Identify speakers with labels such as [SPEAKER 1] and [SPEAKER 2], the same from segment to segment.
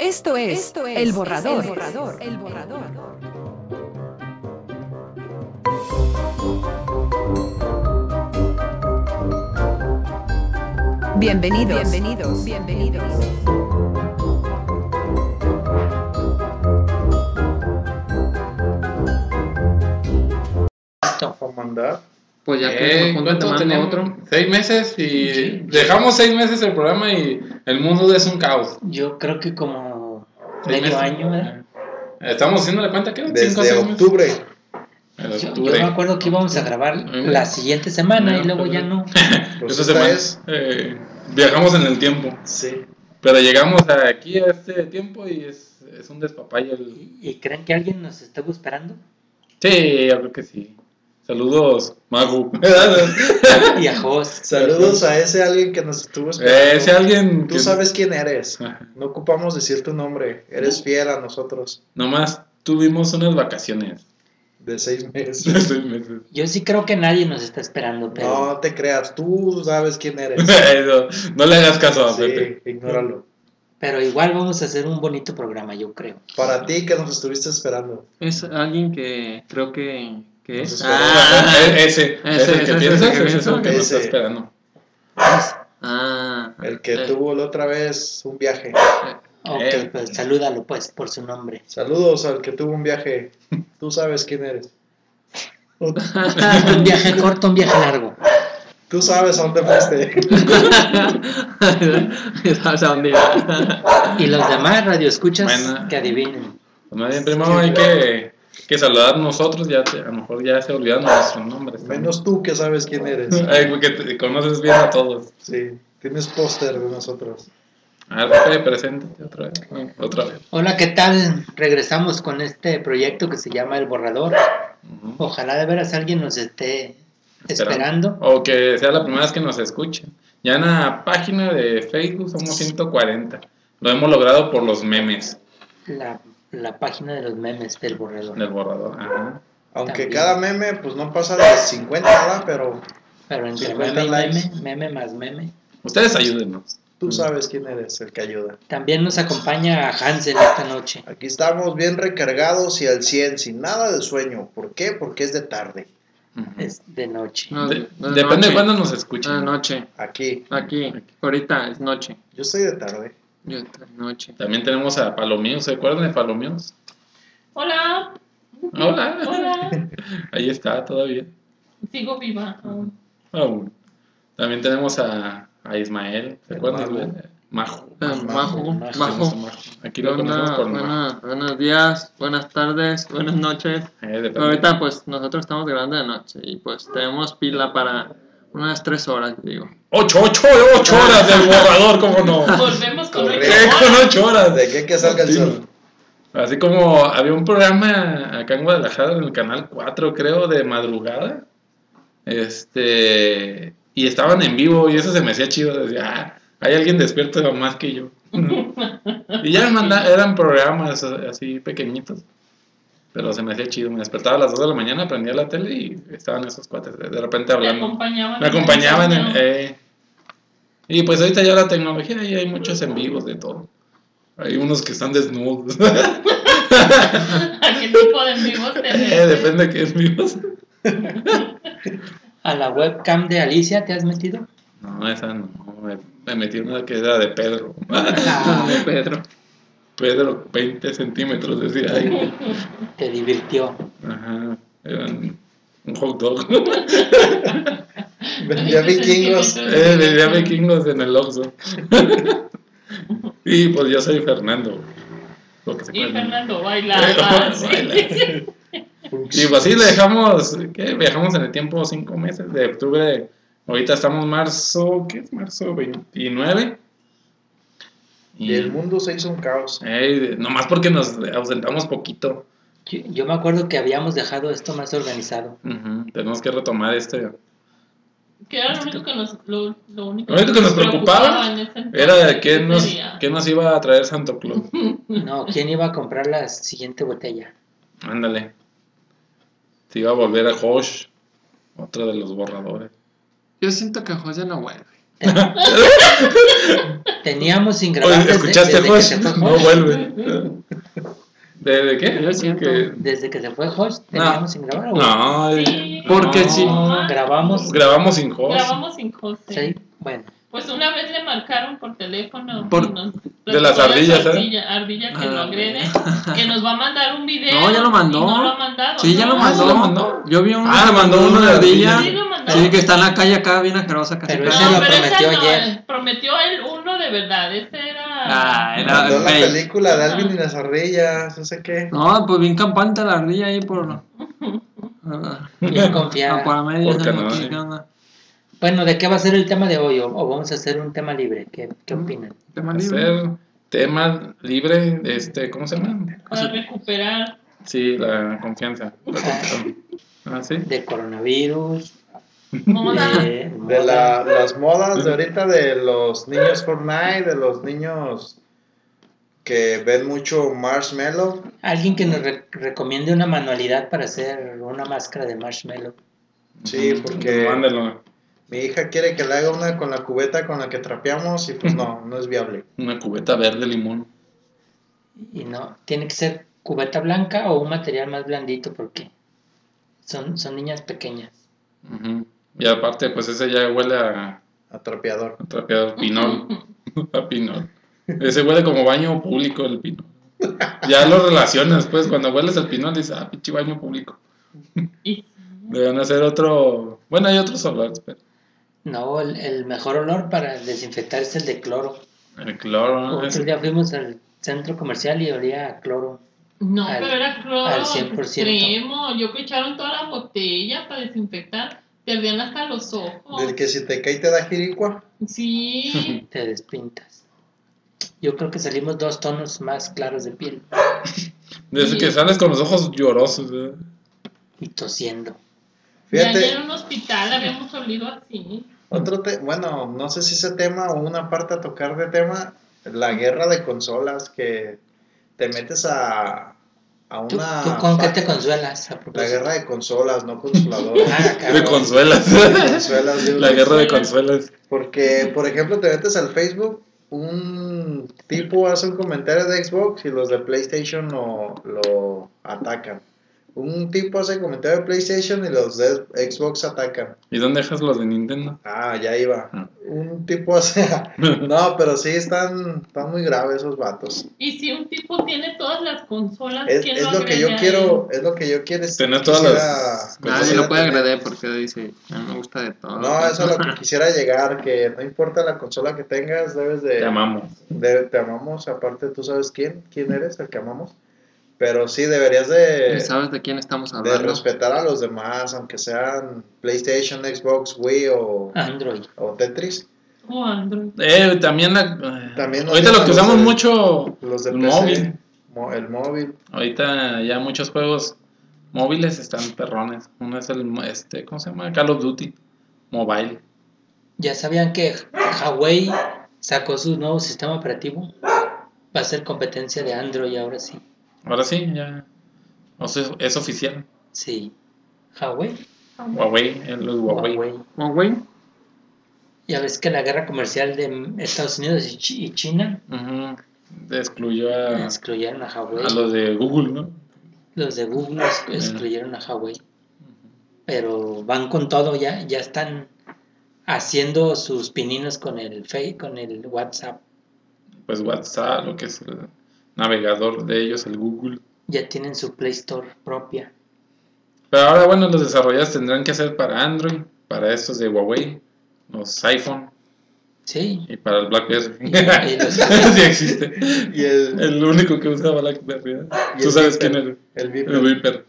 [SPEAKER 1] Esto es,
[SPEAKER 2] Esto es
[SPEAKER 1] el borrador.
[SPEAKER 2] El borrador. El borrador.
[SPEAKER 1] Bienvenidos.
[SPEAKER 2] Bienvenidos. Bienvenidos.
[SPEAKER 3] Por mandar.
[SPEAKER 4] Pues ya que
[SPEAKER 3] Eh,
[SPEAKER 4] nos juntan,
[SPEAKER 3] ¿cuánto
[SPEAKER 4] te mando
[SPEAKER 3] tenemos?
[SPEAKER 4] otro.
[SPEAKER 3] Seis meses y
[SPEAKER 5] Sí.
[SPEAKER 3] dejamos seis meses el programa y el mundo es un caos.
[SPEAKER 5] Yo creo que como
[SPEAKER 3] Seis
[SPEAKER 5] medio
[SPEAKER 3] meses.
[SPEAKER 5] año, ¿verdad?
[SPEAKER 3] Estamos haciendo la cuenta que
[SPEAKER 6] Desde octubre.
[SPEAKER 5] Yo, yo me acuerdo que íbamos a grabar
[SPEAKER 3] Mm.
[SPEAKER 5] la siguiente semana y
[SPEAKER 3] Mm,
[SPEAKER 5] luego ya
[SPEAKER 3] pero-
[SPEAKER 5] no.
[SPEAKER 6] Pues
[SPEAKER 3] Esta
[SPEAKER 6] esta
[SPEAKER 3] semana,
[SPEAKER 6] es-
[SPEAKER 3] eh, viajamos en el tiempo,
[SPEAKER 5] Sí.
[SPEAKER 3] pero llegamos aquí a este tiempo y es, es un despapalle. El...
[SPEAKER 5] ¿Y, y creen que alguien nos estuvo esperando?
[SPEAKER 3] Sí, yo creo que sí. Saludos, Magu.
[SPEAKER 5] Y a Jos.
[SPEAKER 6] Saludos a ese alguien que nos estuvo esperando.
[SPEAKER 3] Eh, si alguien.
[SPEAKER 6] Tú
[SPEAKER 3] que- Ah.
[SPEAKER 6] sabes quién eres.
[SPEAKER 3] Ajá.
[SPEAKER 6] No ocupamos decir tu nombre. Eres fiel a nosotros.
[SPEAKER 3] Nomás tuvimos unas vacaciones.
[SPEAKER 6] De seis meses.
[SPEAKER 3] seis meses.
[SPEAKER 5] Yo sí creo que nadie nos está esperando, pero
[SPEAKER 6] No te creas. Tú sabes quién eres.
[SPEAKER 3] Eso, no le hagas caso a Pepe.
[SPEAKER 6] Sí, ignóralo.
[SPEAKER 5] pero igual vamos a hacer un bonito programa, yo creo.
[SPEAKER 6] Para ti que nos estuviste esperando.
[SPEAKER 4] Es alguien que creo que, que es.
[SPEAKER 6] Entonces,
[SPEAKER 4] Ah,
[SPEAKER 3] E- ese,
[SPEAKER 4] ese,
[SPEAKER 3] ese, el que
[SPEAKER 4] ese,
[SPEAKER 3] piensas,
[SPEAKER 4] ese,
[SPEAKER 3] ese es el que
[SPEAKER 6] ese.
[SPEAKER 3] nos está esperando.
[SPEAKER 4] ah,
[SPEAKER 6] El que
[SPEAKER 4] eh,
[SPEAKER 6] tuvo la otra vez un viaje.
[SPEAKER 5] Ok,
[SPEAKER 3] Eh.
[SPEAKER 5] pues salúdalo pues por su nombre.
[SPEAKER 6] Saludos al que tuvo un viaje. Tú sabes quién eres.
[SPEAKER 5] Un viaje corto, un viaje largo.
[SPEAKER 6] Tú sabes a dónde fuiste.
[SPEAKER 4] ¿Sabes a dónde iba?
[SPEAKER 5] Y los demás radioescuchas
[SPEAKER 3] Bueno.
[SPEAKER 5] que adivinen.
[SPEAKER 3] Pues más bien, primero hay que, que saludar nosotros, ya te- a lo mejor ya se olvidan nuestros nombres. ¿no?
[SPEAKER 6] Menos tú que sabes quién eres.
[SPEAKER 3] Ay, porque te conoces bien a todos.
[SPEAKER 6] Sí. Tienes póster de nosotros.
[SPEAKER 3] A ver, Pepe, preséntate otra vez. Bueno, Otra vez.
[SPEAKER 5] Hola, ¿qué tal? Regresamos con este proyecto que se llama El Borrador.
[SPEAKER 3] Ujú.
[SPEAKER 5] Ojalá de veras alguien nos esté esperando.
[SPEAKER 3] O que sea la primera vez que nos escuchen. Ya en la página de Facebook somos 140. Lo hemos logrado por los memes
[SPEAKER 5] La, la página de los memes del borrador.
[SPEAKER 3] del borrador. Ajá.
[SPEAKER 6] Aunque
[SPEAKER 5] También.
[SPEAKER 6] cada meme, pues no pasa de 50, ¿verdad? Pero
[SPEAKER 5] Pero entre
[SPEAKER 6] 50
[SPEAKER 5] meme y
[SPEAKER 6] likes.
[SPEAKER 5] meme, meme más meme.
[SPEAKER 3] Ustedes ayúdenos.
[SPEAKER 6] tú sabes quién eres, el que ayuda.
[SPEAKER 5] También nos acompaña a Hansel esta noche.
[SPEAKER 6] Aquí estamos bien recargados y al 100, sin nada de sueño. ¿Por qué? Porque es de tarde.
[SPEAKER 3] Ujú.
[SPEAKER 5] Es de noche.
[SPEAKER 4] No,
[SPEAKER 3] De-
[SPEAKER 4] buenas
[SPEAKER 3] depende
[SPEAKER 4] noches.
[SPEAKER 3] de cuándo nos escuchen.
[SPEAKER 4] Ah, noche.
[SPEAKER 6] Aquí.
[SPEAKER 4] Aquí, ahorita es noche.
[SPEAKER 6] Yo estoy de tarde.
[SPEAKER 4] Yo estoy noche.
[SPEAKER 3] También tenemos a Palominos, ¿se acuerdan de Palominos?
[SPEAKER 7] Hola,
[SPEAKER 3] Hola.
[SPEAKER 7] hola,
[SPEAKER 3] Ahí está todavía.
[SPEAKER 7] sigo viva. aún.
[SPEAKER 3] Aún. También tenemos a, a Ismael, ¿se
[SPEAKER 6] El
[SPEAKER 3] acuerdan?
[SPEAKER 6] mago.
[SPEAKER 3] de Ismael? Majo.
[SPEAKER 4] Ah, Majo,
[SPEAKER 5] Majo.
[SPEAKER 3] Tenemos a
[SPEAKER 4] Majo.
[SPEAKER 3] Majo. Aquí lo conocemos
[SPEAKER 4] Buena-
[SPEAKER 3] por Majo.
[SPEAKER 4] buena- buenos días, buenas tardes, buenas noches.
[SPEAKER 3] Eh, depende.
[SPEAKER 4] Ahorita pues nosotros estamos grabando de noche y pues tenemos pila para unas tres horas, digo.
[SPEAKER 3] ¡Ocho, ocho, ocho horas del borrador, cómo no!
[SPEAKER 7] Volvemos con
[SPEAKER 6] Correcto.
[SPEAKER 7] ocho
[SPEAKER 3] ¿Qué con
[SPEAKER 7] horas.
[SPEAKER 3] ocho horas?
[SPEAKER 6] ¿De qué que salga el
[SPEAKER 3] Sí.
[SPEAKER 6] sol?
[SPEAKER 3] Así como había un programa acá en Guadalajara, en el canal 4, creo, de madrugada. Este. Y estaban en vivo y eso se me hacía chido. Decía, ah, hay alguien despierto más que yo. y ya manda- eran programas eh, así pequeñitos. Pero se me hacía chido. Me despertaba a las 2 de la mañana, prendía la tele y estaban esos cuates de de repente
[SPEAKER 7] Me
[SPEAKER 3] hablando.
[SPEAKER 7] acompañaban.
[SPEAKER 3] Me acompañaban en-
[SPEAKER 7] el
[SPEAKER 3] eh, y pues ahorita ya la tecnología y hay muchos en vivos de todo. Hay unos que están desnudos.
[SPEAKER 7] ¿A qué tipo de en vivo te
[SPEAKER 3] Eh,
[SPEAKER 7] refieres?
[SPEAKER 3] depende de qué es vivos.
[SPEAKER 5] A la webcam de Alicia te has metido.
[SPEAKER 3] No, esa no. Me, me metí una que era de Pedro.
[SPEAKER 5] Ah,
[SPEAKER 4] Ay, Pedro.
[SPEAKER 3] Pedro, 20 centímetros, decía ahí.
[SPEAKER 5] te divirtió.
[SPEAKER 3] Ajá. Era un un hot dog.
[SPEAKER 6] Vendía vikingos.
[SPEAKER 3] Eh, vendía vikingos en el Oxxo. Y pues yo soy Fernando. Lo que se
[SPEAKER 7] Y
[SPEAKER 3] acuerdan.
[SPEAKER 7] Fernando bailaba. sí.
[SPEAKER 3] Baila. Y pues sí, le dejamos, ¿qué? Viajamos en el tiempo cinco meses, de octubre, ahorita estamos marzo, ¿qué es? Marzo 29.
[SPEAKER 6] Y el mundo se hizo un caos.
[SPEAKER 3] Ey, nomás porque nos ausentamos poquito.
[SPEAKER 5] Yo, yo me acuerdo que habíamos dejado esto más organizado.
[SPEAKER 3] Ujú, Tenemos que retomar este.
[SPEAKER 7] Que era lo único que nos, lo, lo único
[SPEAKER 3] Lo único que nos preocupaba
[SPEAKER 7] en ese entonces,
[SPEAKER 3] Era de qué
[SPEAKER 7] ese
[SPEAKER 3] nos,
[SPEAKER 7] día.
[SPEAKER 3] qué nos iba a traer Santo Claus.
[SPEAKER 5] No, ¿quién iba a comprar la siguiente botella?
[SPEAKER 3] Ándale. Se iba a volver a Hosh, otro de los borradores.
[SPEAKER 4] Yo siento que José no vuelve.
[SPEAKER 5] Teníamos sin grabar.
[SPEAKER 3] Oye,
[SPEAKER 5] desde-
[SPEAKER 3] ¿Escuchaste,
[SPEAKER 5] desde, que
[SPEAKER 3] Josh?
[SPEAKER 5] se fue
[SPEAKER 3] No
[SPEAKER 5] Josh.
[SPEAKER 3] vuelve. ¿De, de qué?
[SPEAKER 4] Yo siento.
[SPEAKER 3] Que-
[SPEAKER 5] Desde que se fue Josh, teníamos sin grabar. güey.
[SPEAKER 3] No,
[SPEAKER 7] Sí.
[SPEAKER 4] Porque
[SPEAKER 3] no.
[SPEAKER 4] sí.
[SPEAKER 5] Grabamos.
[SPEAKER 3] Grabamos sin host.
[SPEAKER 7] Grabamos sin host.
[SPEAKER 5] Sí, bueno.
[SPEAKER 7] Pues una vez le marcaron por teléfono.
[SPEAKER 4] Por-
[SPEAKER 7] y nos
[SPEAKER 3] de las
[SPEAKER 7] platicó
[SPEAKER 3] ardillas, ¿eh?
[SPEAKER 7] ardilla, ardilla que
[SPEAKER 4] Ah.
[SPEAKER 7] lo agrede, que nos va a mandar un video.
[SPEAKER 4] No, ya lo mandó.
[SPEAKER 7] y no lo ha mandado.
[SPEAKER 4] Sí, ya lo
[SPEAKER 7] ¿no?
[SPEAKER 4] mandó.
[SPEAKER 3] ¿sí lo mandó?
[SPEAKER 4] Yo vi un,
[SPEAKER 3] Ah, mandó uno de ardilla.
[SPEAKER 7] Sí, lo mandó.
[SPEAKER 4] Sí, que está en la calle acá, bien asquerosa, casi.
[SPEAKER 5] Pero
[SPEAKER 7] No,
[SPEAKER 4] pegada.
[SPEAKER 5] Ese lo
[SPEAKER 7] pero
[SPEAKER 5] prometió
[SPEAKER 7] esa no,
[SPEAKER 5] ayer.
[SPEAKER 7] prometió él uno de verdad. Este era.
[SPEAKER 4] Ah, era
[SPEAKER 6] Mandó la
[SPEAKER 4] fake.
[SPEAKER 6] película de Alvin y las ardillas, no sé qué.
[SPEAKER 4] No, pues bien campante la ardilla ahí por. Ah,
[SPEAKER 5] Bien confiada.
[SPEAKER 4] Acuaramedias,
[SPEAKER 3] Porque
[SPEAKER 4] algo
[SPEAKER 3] no,
[SPEAKER 4] así,
[SPEAKER 3] eh.
[SPEAKER 4] ¿qué onda?
[SPEAKER 5] Bueno, ¿de qué va a ser el tema de hoy? ¿O, o vamos a hacer un tema libre? ¿Qué, qué opinan?
[SPEAKER 4] Tema libre.
[SPEAKER 3] Hacer tema libre, este, ¿cómo se llama?
[SPEAKER 7] Para recuperar.
[SPEAKER 3] Sí, la confianza. la confianza. Ah, sí.
[SPEAKER 5] De coronavirus,
[SPEAKER 7] moda.
[SPEAKER 5] de,
[SPEAKER 6] De la- las modas de ahorita de los niños Fortnite, de los niños que ven mucho marshmallow.
[SPEAKER 5] Alguien que nos re- recomiende una manualidad para hacer una máscara de marshmallow.
[SPEAKER 6] Sí, porque
[SPEAKER 3] Mándalo.
[SPEAKER 6] mi hija quiere que le haga una con la cubeta con la que trapeamos y pues no, no es viable.
[SPEAKER 3] Una cubeta verde limón.
[SPEAKER 5] Y no, tiene que ser cubeta blanca o un material más blandito porque son, son niñas pequeñas.
[SPEAKER 3] Ujú. Y aparte, pues ese ya huele a,
[SPEAKER 6] A trapeador.
[SPEAKER 3] a trapeador pinol. a pinol. Ese huele como baño público el pinol. Ya lo relacionas, pues, cuando hueles el pinol dices, ah, pinche baño público.
[SPEAKER 7] Y-
[SPEAKER 3] Deben hacer otro... Bueno, hay otros olores, pero...
[SPEAKER 5] No, el, el mejor olor para desinfectar es el de cloro.
[SPEAKER 3] El cloro, ¿no?
[SPEAKER 5] Otro
[SPEAKER 3] Ese-
[SPEAKER 5] día fuimos al centro comercial y olía a cloro.
[SPEAKER 7] No,
[SPEAKER 5] Al-
[SPEAKER 7] pero era cloro
[SPEAKER 5] al 100%.
[SPEAKER 7] extremo. Yo que echaron toda la botella para desinfectar. Perdían hasta los ojos.
[SPEAKER 6] Del que si te cae te da jiricua.
[SPEAKER 7] Sí.
[SPEAKER 5] Te despintas. Yo creo que salimos dos tonos más claros de piel
[SPEAKER 3] Desde que sales con los ojos llorosos. ¿eh?
[SPEAKER 5] y tosiendo.
[SPEAKER 7] Y ayer
[SPEAKER 6] Fíjate,
[SPEAKER 7] en un hospital habíamos olido así.
[SPEAKER 6] otro te- bueno, no sé si ese tema o una parte a tocar de tema, la guerra de consolas que te metes a, a
[SPEAKER 5] ¿Tú,
[SPEAKER 6] una...
[SPEAKER 5] tú con qué te
[SPEAKER 6] página-
[SPEAKER 5] consuelas? a propósito?
[SPEAKER 6] La guerra de consolas, no consoladores.
[SPEAKER 5] Ah, cabrón.
[SPEAKER 3] De consuelas.
[SPEAKER 6] Consuelas, Dios.
[SPEAKER 3] La guerra de consuelas.
[SPEAKER 6] Porque, por ejemplo, te metes al Facebook, un tipo hace un comentario de Xbox y los de PlayStation lo, lo atacan. Un tipo hace comentario de PlayStation y los de Xbox atacan.
[SPEAKER 3] ¿Y dónde dejas los de Nintendo?
[SPEAKER 6] Ah, ya iba.
[SPEAKER 3] Ah.
[SPEAKER 6] Un tipo hace... No, pero sí están, están muy graves esos vatos.
[SPEAKER 7] Y si un tipo tiene todas las consolas,
[SPEAKER 6] Es,
[SPEAKER 7] Ah, ¿quién
[SPEAKER 6] es lo que
[SPEAKER 7] agrede
[SPEAKER 6] yo
[SPEAKER 7] a él?
[SPEAKER 6] quiero, es lo que yo quiero. es-
[SPEAKER 3] Tener todas las-
[SPEAKER 6] quisiera-
[SPEAKER 4] Nadie lo puede
[SPEAKER 6] tener.
[SPEAKER 4] agredir porque dice, a mí me gusta de todo.
[SPEAKER 6] No, eso es lo que quisiera llegar, que no importa la consola que tengas, debes de...
[SPEAKER 3] Te amamos.
[SPEAKER 6] de- te amamos, aparte tú sabes quién, quién eres, el que amamos. Pero sí, deberías de,
[SPEAKER 4] ¿Y ¿Sabes de quién estamos
[SPEAKER 6] de
[SPEAKER 4] hablando?
[SPEAKER 6] respetar a los demás, aunque sean PlayStation, Xbox, Wii o,
[SPEAKER 5] Android.
[SPEAKER 6] o Tetris.
[SPEAKER 7] Oh, Android.
[SPEAKER 3] Eh, también la...
[SPEAKER 6] También
[SPEAKER 3] Ahorita
[SPEAKER 6] odian
[SPEAKER 3] lo que
[SPEAKER 6] a los
[SPEAKER 3] usamos
[SPEAKER 6] de-
[SPEAKER 3] mucho...
[SPEAKER 6] Los de
[SPEAKER 3] El
[SPEAKER 6] PC,
[SPEAKER 3] móvil.
[SPEAKER 6] mo- el móvil.
[SPEAKER 3] Ahorita ya muchos juegos móviles están perrones. Uno es el... Este, ¿Cómo se llama? Call of Duty. Mobile.
[SPEAKER 5] ¿Ya sabían que Huawei sacó su nuevo sistema operativo? Va a ser competencia de Android ahora sí.
[SPEAKER 3] Ahora sí, ya... O sea, es oficial.
[SPEAKER 5] Sí. Huawei.
[SPEAKER 3] Huawei. eh, Los Huawei.
[SPEAKER 4] ¿Cómo, Oh, güey?
[SPEAKER 5] Ya ves que la guerra comercial de Estados Unidos y Chi- y China
[SPEAKER 3] Ujú. Excluyó a,
[SPEAKER 5] excluyeron a Huawei.
[SPEAKER 3] a los de Google, ¿no?
[SPEAKER 5] Los de Google ex- excluyeron a Huawei. Pero van con todo, ya, ya están haciendo sus pininos con el Face, con el WhatsApp.
[SPEAKER 3] Pues WhatsApp, lo que es el navegador de ellos, el Google.
[SPEAKER 5] Ya tienen su Play Store propia.
[SPEAKER 3] Pero ahora, bueno, los desarrolladores tendrán que hacer para Android, para estos de Huawei, los iPhone
[SPEAKER 5] Sí.
[SPEAKER 3] y para el BlackBerry.
[SPEAKER 5] Y los-
[SPEAKER 3] sí existe.
[SPEAKER 6] Y el,
[SPEAKER 3] El único que usa BlackBerry. ¿eh?
[SPEAKER 6] Y
[SPEAKER 3] Tú
[SPEAKER 6] el
[SPEAKER 3] sabes
[SPEAKER 6] Viper.
[SPEAKER 3] quién es.
[SPEAKER 6] el
[SPEAKER 3] El
[SPEAKER 6] Viper.
[SPEAKER 3] Viper.
[SPEAKER 5] Y el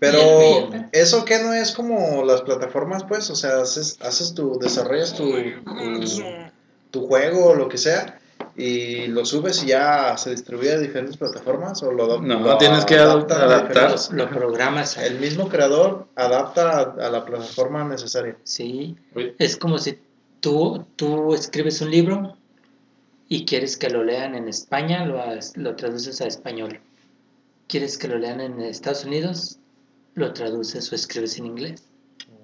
[SPEAKER 6] Pero
[SPEAKER 5] Viper.
[SPEAKER 6] eso que no es como las plataformas, pues, o sea, haces, haces tu, desarrollas tu, tu, tu juego o lo que sea y lo subes y ya se distribuye a diferentes plataformas o lo adop-
[SPEAKER 3] No,
[SPEAKER 6] lo
[SPEAKER 3] tienes que
[SPEAKER 6] adaptan a
[SPEAKER 3] adaptar.
[SPEAKER 6] diferentes-
[SPEAKER 5] Lo programas.
[SPEAKER 6] El mismo creador adapta a, a la plataforma necesaria.
[SPEAKER 5] Sí. Es como si tú, tú escribes un libro y quieres que lo lean en España, lo, as- lo traduces a español. Quieres que lo lean en Estados Unidos, lo traduces o escribes en inglés.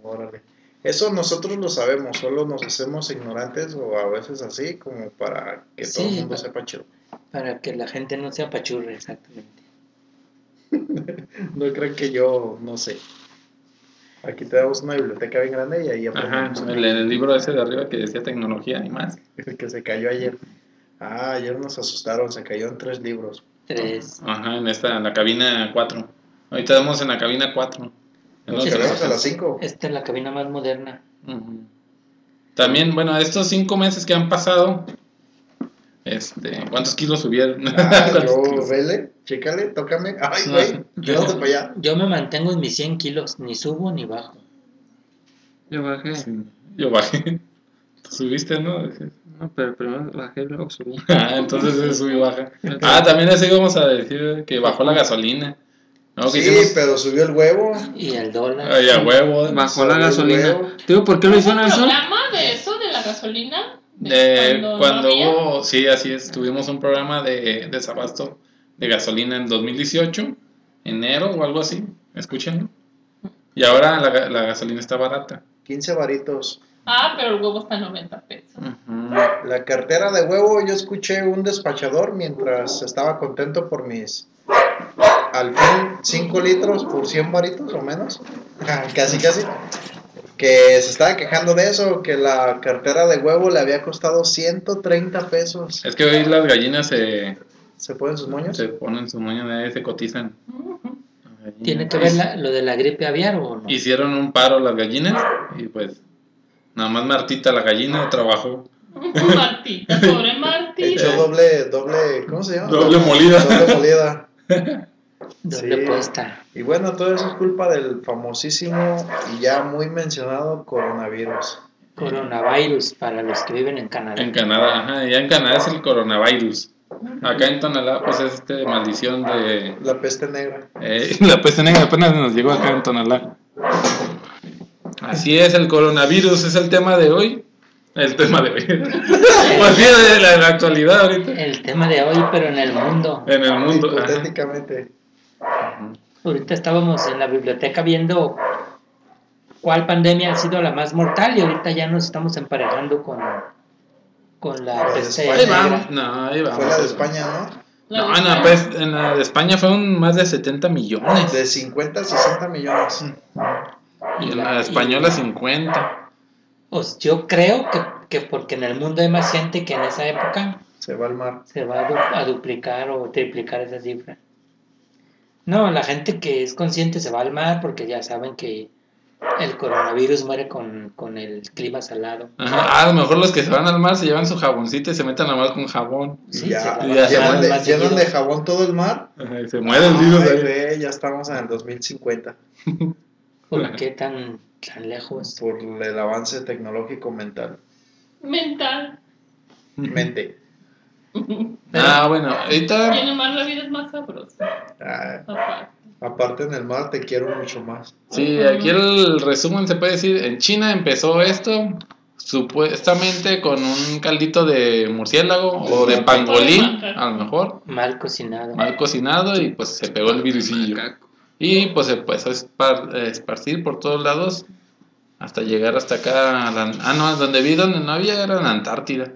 [SPEAKER 6] Órale. Eso nosotros lo sabemos, solo nos hacemos ignorantes o a veces así, como para que todo el
[SPEAKER 5] Sí,
[SPEAKER 6] mundo
[SPEAKER 5] pa-
[SPEAKER 6] sepa chido.
[SPEAKER 5] Para que la gente no se apachurre, exactamente.
[SPEAKER 6] No crean que yo, no sé. Aquí tenemos una biblioteca bien grande y ahí
[SPEAKER 3] Ajá,
[SPEAKER 6] aprendemos
[SPEAKER 3] el, el libro ese de arriba que decía tecnología y más.
[SPEAKER 6] el que se cayó ayer. Ah, ayer nos asustaron, se cayó en tres libros.
[SPEAKER 5] Tres.
[SPEAKER 3] Ajá, en esta, en la cabina 4. Ahorita vamos en la cabina 4. En
[SPEAKER 6] Nos
[SPEAKER 3] los
[SPEAKER 5] Sí,
[SPEAKER 6] quedamos
[SPEAKER 3] trabajos.
[SPEAKER 6] a las cinco.
[SPEAKER 5] Esta es la cabina más moderna.
[SPEAKER 3] Ujú. También, bueno, estos cinco meses que han pasado, este, ¿cuántos kilos subieron?
[SPEAKER 6] Ah,
[SPEAKER 3] ¿Cuántos
[SPEAKER 6] yo,
[SPEAKER 3] kilos?
[SPEAKER 6] vele, chécale, tócame. Ay,
[SPEAKER 3] No.
[SPEAKER 6] güey, llévate para allá.
[SPEAKER 5] Yo me mantengo en mis 100 kilos, ni subo ni bajo.
[SPEAKER 4] Yo bajé.
[SPEAKER 3] Sí, yo bajé. Tú subiste, ¿no?
[SPEAKER 4] No, pero primero bajé, luego subí.
[SPEAKER 3] Ah, entonces es sub y baja. Ah, también les íbamos a decir que bajó la gasolina. No, que
[SPEAKER 6] sí,
[SPEAKER 3] hicimos
[SPEAKER 6] pero subió el huevo.
[SPEAKER 5] Y el dólar.
[SPEAKER 3] ay, a huevo.
[SPEAKER 4] Bajó la
[SPEAKER 6] Sobre el huevo.
[SPEAKER 4] gasolina. Te Digo, ¿por qué lo hicieron eso?
[SPEAKER 7] programa de eso, de la gasolina?
[SPEAKER 3] De- Eh, cuando
[SPEAKER 7] no había.
[SPEAKER 3] hubo, sí, así es, tuvimos un programa de desabasto de gasolina en 2018, enero o algo así, escúchenlo. Y ahora la, ga- la gasolina está barata.
[SPEAKER 6] 15 varitos.
[SPEAKER 7] Ah, pero el huevo está a 90 pesos.
[SPEAKER 6] La cartera de huevo, yo escuché un despachador mientras estaba contento por mis. Al fin, 5 litros por 100 varitos o menos. Ah, casi, casi. Que se estaba quejando de eso, que la cartera de huevo le había costado 130 pesos.
[SPEAKER 3] Es que hoy las gallinas se,
[SPEAKER 6] ¿Se ponen sus moños?
[SPEAKER 3] se ponen su moño y se cotizan. Las gallinas.
[SPEAKER 5] ¿Tiene que ver la- lo de la gripe aviar o no?
[SPEAKER 3] Hicieron un paro las gallinas y pues nada más Martita la gallina trabajó.
[SPEAKER 7] Martita, pobre Martita.
[SPEAKER 6] Hecho doble, doble, ¿cómo se llama?
[SPEAKER 3] Doble molida.
[SPEAKER 6] Doble molida.
[SPEAKER 5] Doble
[SPEAKER 6] Sí.
[SPEAKER 5] puesta.
[SPEAKER 6] Y bueno, todo eso es culpa del famosísimo y ya muy mencionado coronavirus.
[SPEAKER 5] Coronavirus para los que viven en Canadá.
[SPEAKER 3] En Canadá, ajá, ya en Canadá es el coronavirus. Acá en Tonalá, pues es este maldición de
[SPEAKER 6] La peste negra.
[SPEAKER 3] eh, la peste negra apenas nos llegó acá en Tonalá. Así es, el coronavirus es el tema de hoy. El tema de hoy. pues sí, de la, la actualidad ahorita.
[SPEAKER 5] El tema de hoy, pero en el mundo.
[SPEAKER 3] En el mundo. ajá.
[SPEAKER 6] Hipotéticamente.
[SPEAKER 5] Ahorita estábamos en la biblioteca viendo cuál pandemia ha sido la más mortal y ahorita ya nos estamos emparejando con, con la
[SPEAKER 6] Pues,
[SPEAKER 5] peste.
[SPEAKER 6] España.
[SPEAKER 3] Ahí
[SPEAKER 5] negra.
[SPEAKER 3] vamos. No, ahí vamos.
[SPEAKER 6] Fue la
[SPEAKER 3] ahí
[SPEAKER 6] de
[SPEAKER 3] vamos.
[SPEAKER 6] España, ¿no?
[SPEAKER 7] La
[SPEAKER 3] No,
[SPEAKER 7] de
[SPEAKER 3] en la,
[SPEAKER 7] España.
[SPEAKER 3] pes- en la de España fueron más de 70 millones.
[SPEAKER 6] De 50 a 60 millones.
[SPEAKER 5] Mm.
[SPEAKER 3] Y en la española 50.
[SPEAKER 5] Pues yo creo que, que porque en el mundo hay más gente que en esa época,
[SPEAKER 6] Se va al mar.
[SPEAKER 5] se va a, du- a duplicar o triplicar esa cifra. No, la gente que es consciente se va al mar porque ya saben que el coronavirus muere con, con el clima salado.
[SPEAKER 3] Ajá. Ah, A lo mejor los que se van al mar se llevan su jaboncito y se meten al mar con jabón.
[SPEAKER 6] Y
[SPEAKER 5] Sí, se
[SPEAKER 6] ya,
[SPEAKER 5] va
[SPEAKER 3] ya
[SPEAKER 5] a
[SPEAKER 3] se
[SPEAKER 5] bajar
[SPEAKER 6] llenan, de,
[SPEAKER 5] más
[SPEAKER 6] llenan de
[SPEAKER 5] seguido.
[SPEAKER 6] jabón todo el mar.
[SPEAKER 3] Ajá, y se muere el virus.
[SPEAKER 6] Ay,
[SPEAKER 3] ahí.
[SPEAKER 6] ve, ya estamos en el 2050
[SPEAKER 5] ¿Por qué tan, tan lejos?
[SPEAKER 6] por el avance tecnológico mental.
[SPEAKER 7] Mental.
[SPEAKER 5] Mm.
[SPEAKER 6] Mente.
[SPEAKER 3] Ah, bueno, ahorita.
[SPEAKER 7] Tiene más la vida es más sabrosa.
[SPEAKER 6] Ah,
[SPEAKER 7] Papá.
[SPEAKER 6] aparte en el mar te quiero mucho más.
[SPEAKER 3] Sí, aquí el resumen se puede decir: en China empezó esto supuestamente con un caldito de murciélago o de pangolín, a lo mejor,
[SPEAKER 5] Mal cocinado.
[SPEAKER 3] mal cocinado y pues se pegó el virusillo. Y pues se empezó a espar- eh, esparcir por todos lados hasta llegar hasta acá. a la- ah, no, donde vi donde no había era en la Antártida.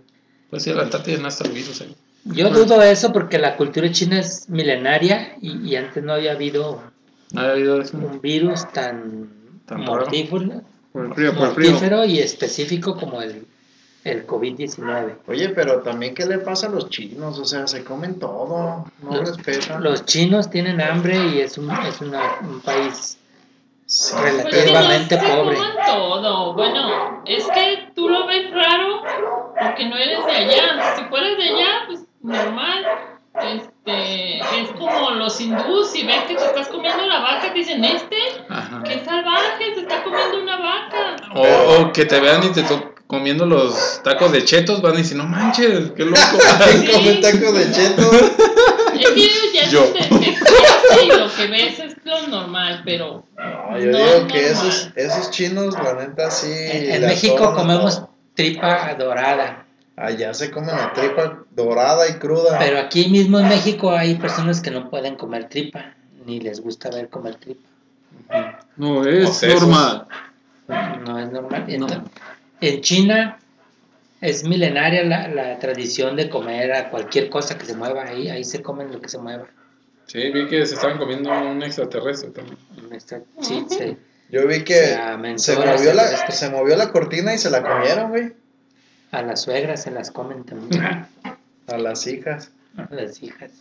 [SPEAKER 3] Pues sí, en la Antártida no está el virus. ahí.
[SPEAKER 5] Yo dudo eso porque la cultura china es milenaria y, y antes no había habido
[SPEAKER 3] No había habido eso.
[SPEAKER 5] un virus tan,
[SPEAKER 3] Tan raro.
[SPEAKER 5] mortífero,
[SPEAKER 4] Por el frío, por el frío.
[SPEAKER 5] mortífero y específico como el, el COVID-19.
[SPEAKER 6] Oye, pero también, ¿qué le pasa a los chinos? O sea, se comen todo, no
[SPEAKER 5] Los-
[SPEAKER 6] respetan.
[SPEAKER 5] Los chinos tienen hambre y es un, es una- un país
[SPEAKER 6] Sí,
[SPEAKER 7] Pues
[SPEAKER 6] pero-
[SPEAKER 5] relativamente
[SPEAKER 7] que no se
[SPEAKER 5] pobre.
[SPEAKER 7] coman todo. Bueno, es que tú lo ves raro porque no eres de allá. Si fueras de allá, pues normal. Este, es como los hindús, si ves que te estás comiendo la vaca, te dicen, este,
[SPEAKER 3] Ajá.
[SPEAKER 7] que salvaje, se está comiendo una vaca.
[SPEAKER 3] O, o que te vean y te to- comiendo los tacos de chetos, van y dicen, no manches, qué loco.
[SPEAKER 6] ¿Quién come tacos de chetos?
[SPEAKER 7] Es que ellos ya
[SPEAKER 3] Yo.
[SPEAKER 7] te, te fijas y lo que ves es lo normal, pero
[SPEAKER 6] No, yo
[SPEAKER 7] No,
[SPEAKER 6] digo
[SPEAKER 7] no,
[SPEAKER 6] que
[SPEAKER 7] no.
[SPEAKER 6] esos, esos chinos, la neta, sí.
[SPEAKER 5] En, en
[SPEAKER 6] la
[SPEAKER 5] México
[SPEAKER 6] toman
[SPEAKER 5] comemos
[SPEAKER 6] todo.
[SPEAKER 5] tripa dorada,
[SPEAKER 6] Allá se comen la tripa dorada y cruda.
[SPEAKER 5] pero aquí mismo en México hay personas que no pueden comer tripa, ni les gusta ver comer tripa.
[SPEAKER 4] No
[SPEAKER 3] Los
[SPEAKER 4] es
[SPEAKER 3] sesos.
[SPEAKER 4] normal.
[SPEAKER 5] No es normal. Y
[SPEAKER 4] No.
[SPEAKER 5] ento- En China es milenaria la, la tradición de comer a cualquier cosa que se mueva ahí. Ahí se comen lo que se mueva.
[SPEAKER 3] Sí, vi que se estaban comiendo un extraterrestre también.
[SPEAKER 5] Esta- sí, se-
[SPEAKER 6] Yo vi que
[SPEAKER 5] se amenzó
[SPEAKER 6] se
[SPEAKER 5] a las
[SPEAKER 6] movió, la,
[SPEAKER 5] suegras,
[SPEAKER 6] se movió la cortina y se la comieron, güey.
[SPEAKER 5] A las suegras se las comen también.
[SPEAKER 6] A las hijas.
[SPEAKER 5] a las hijas.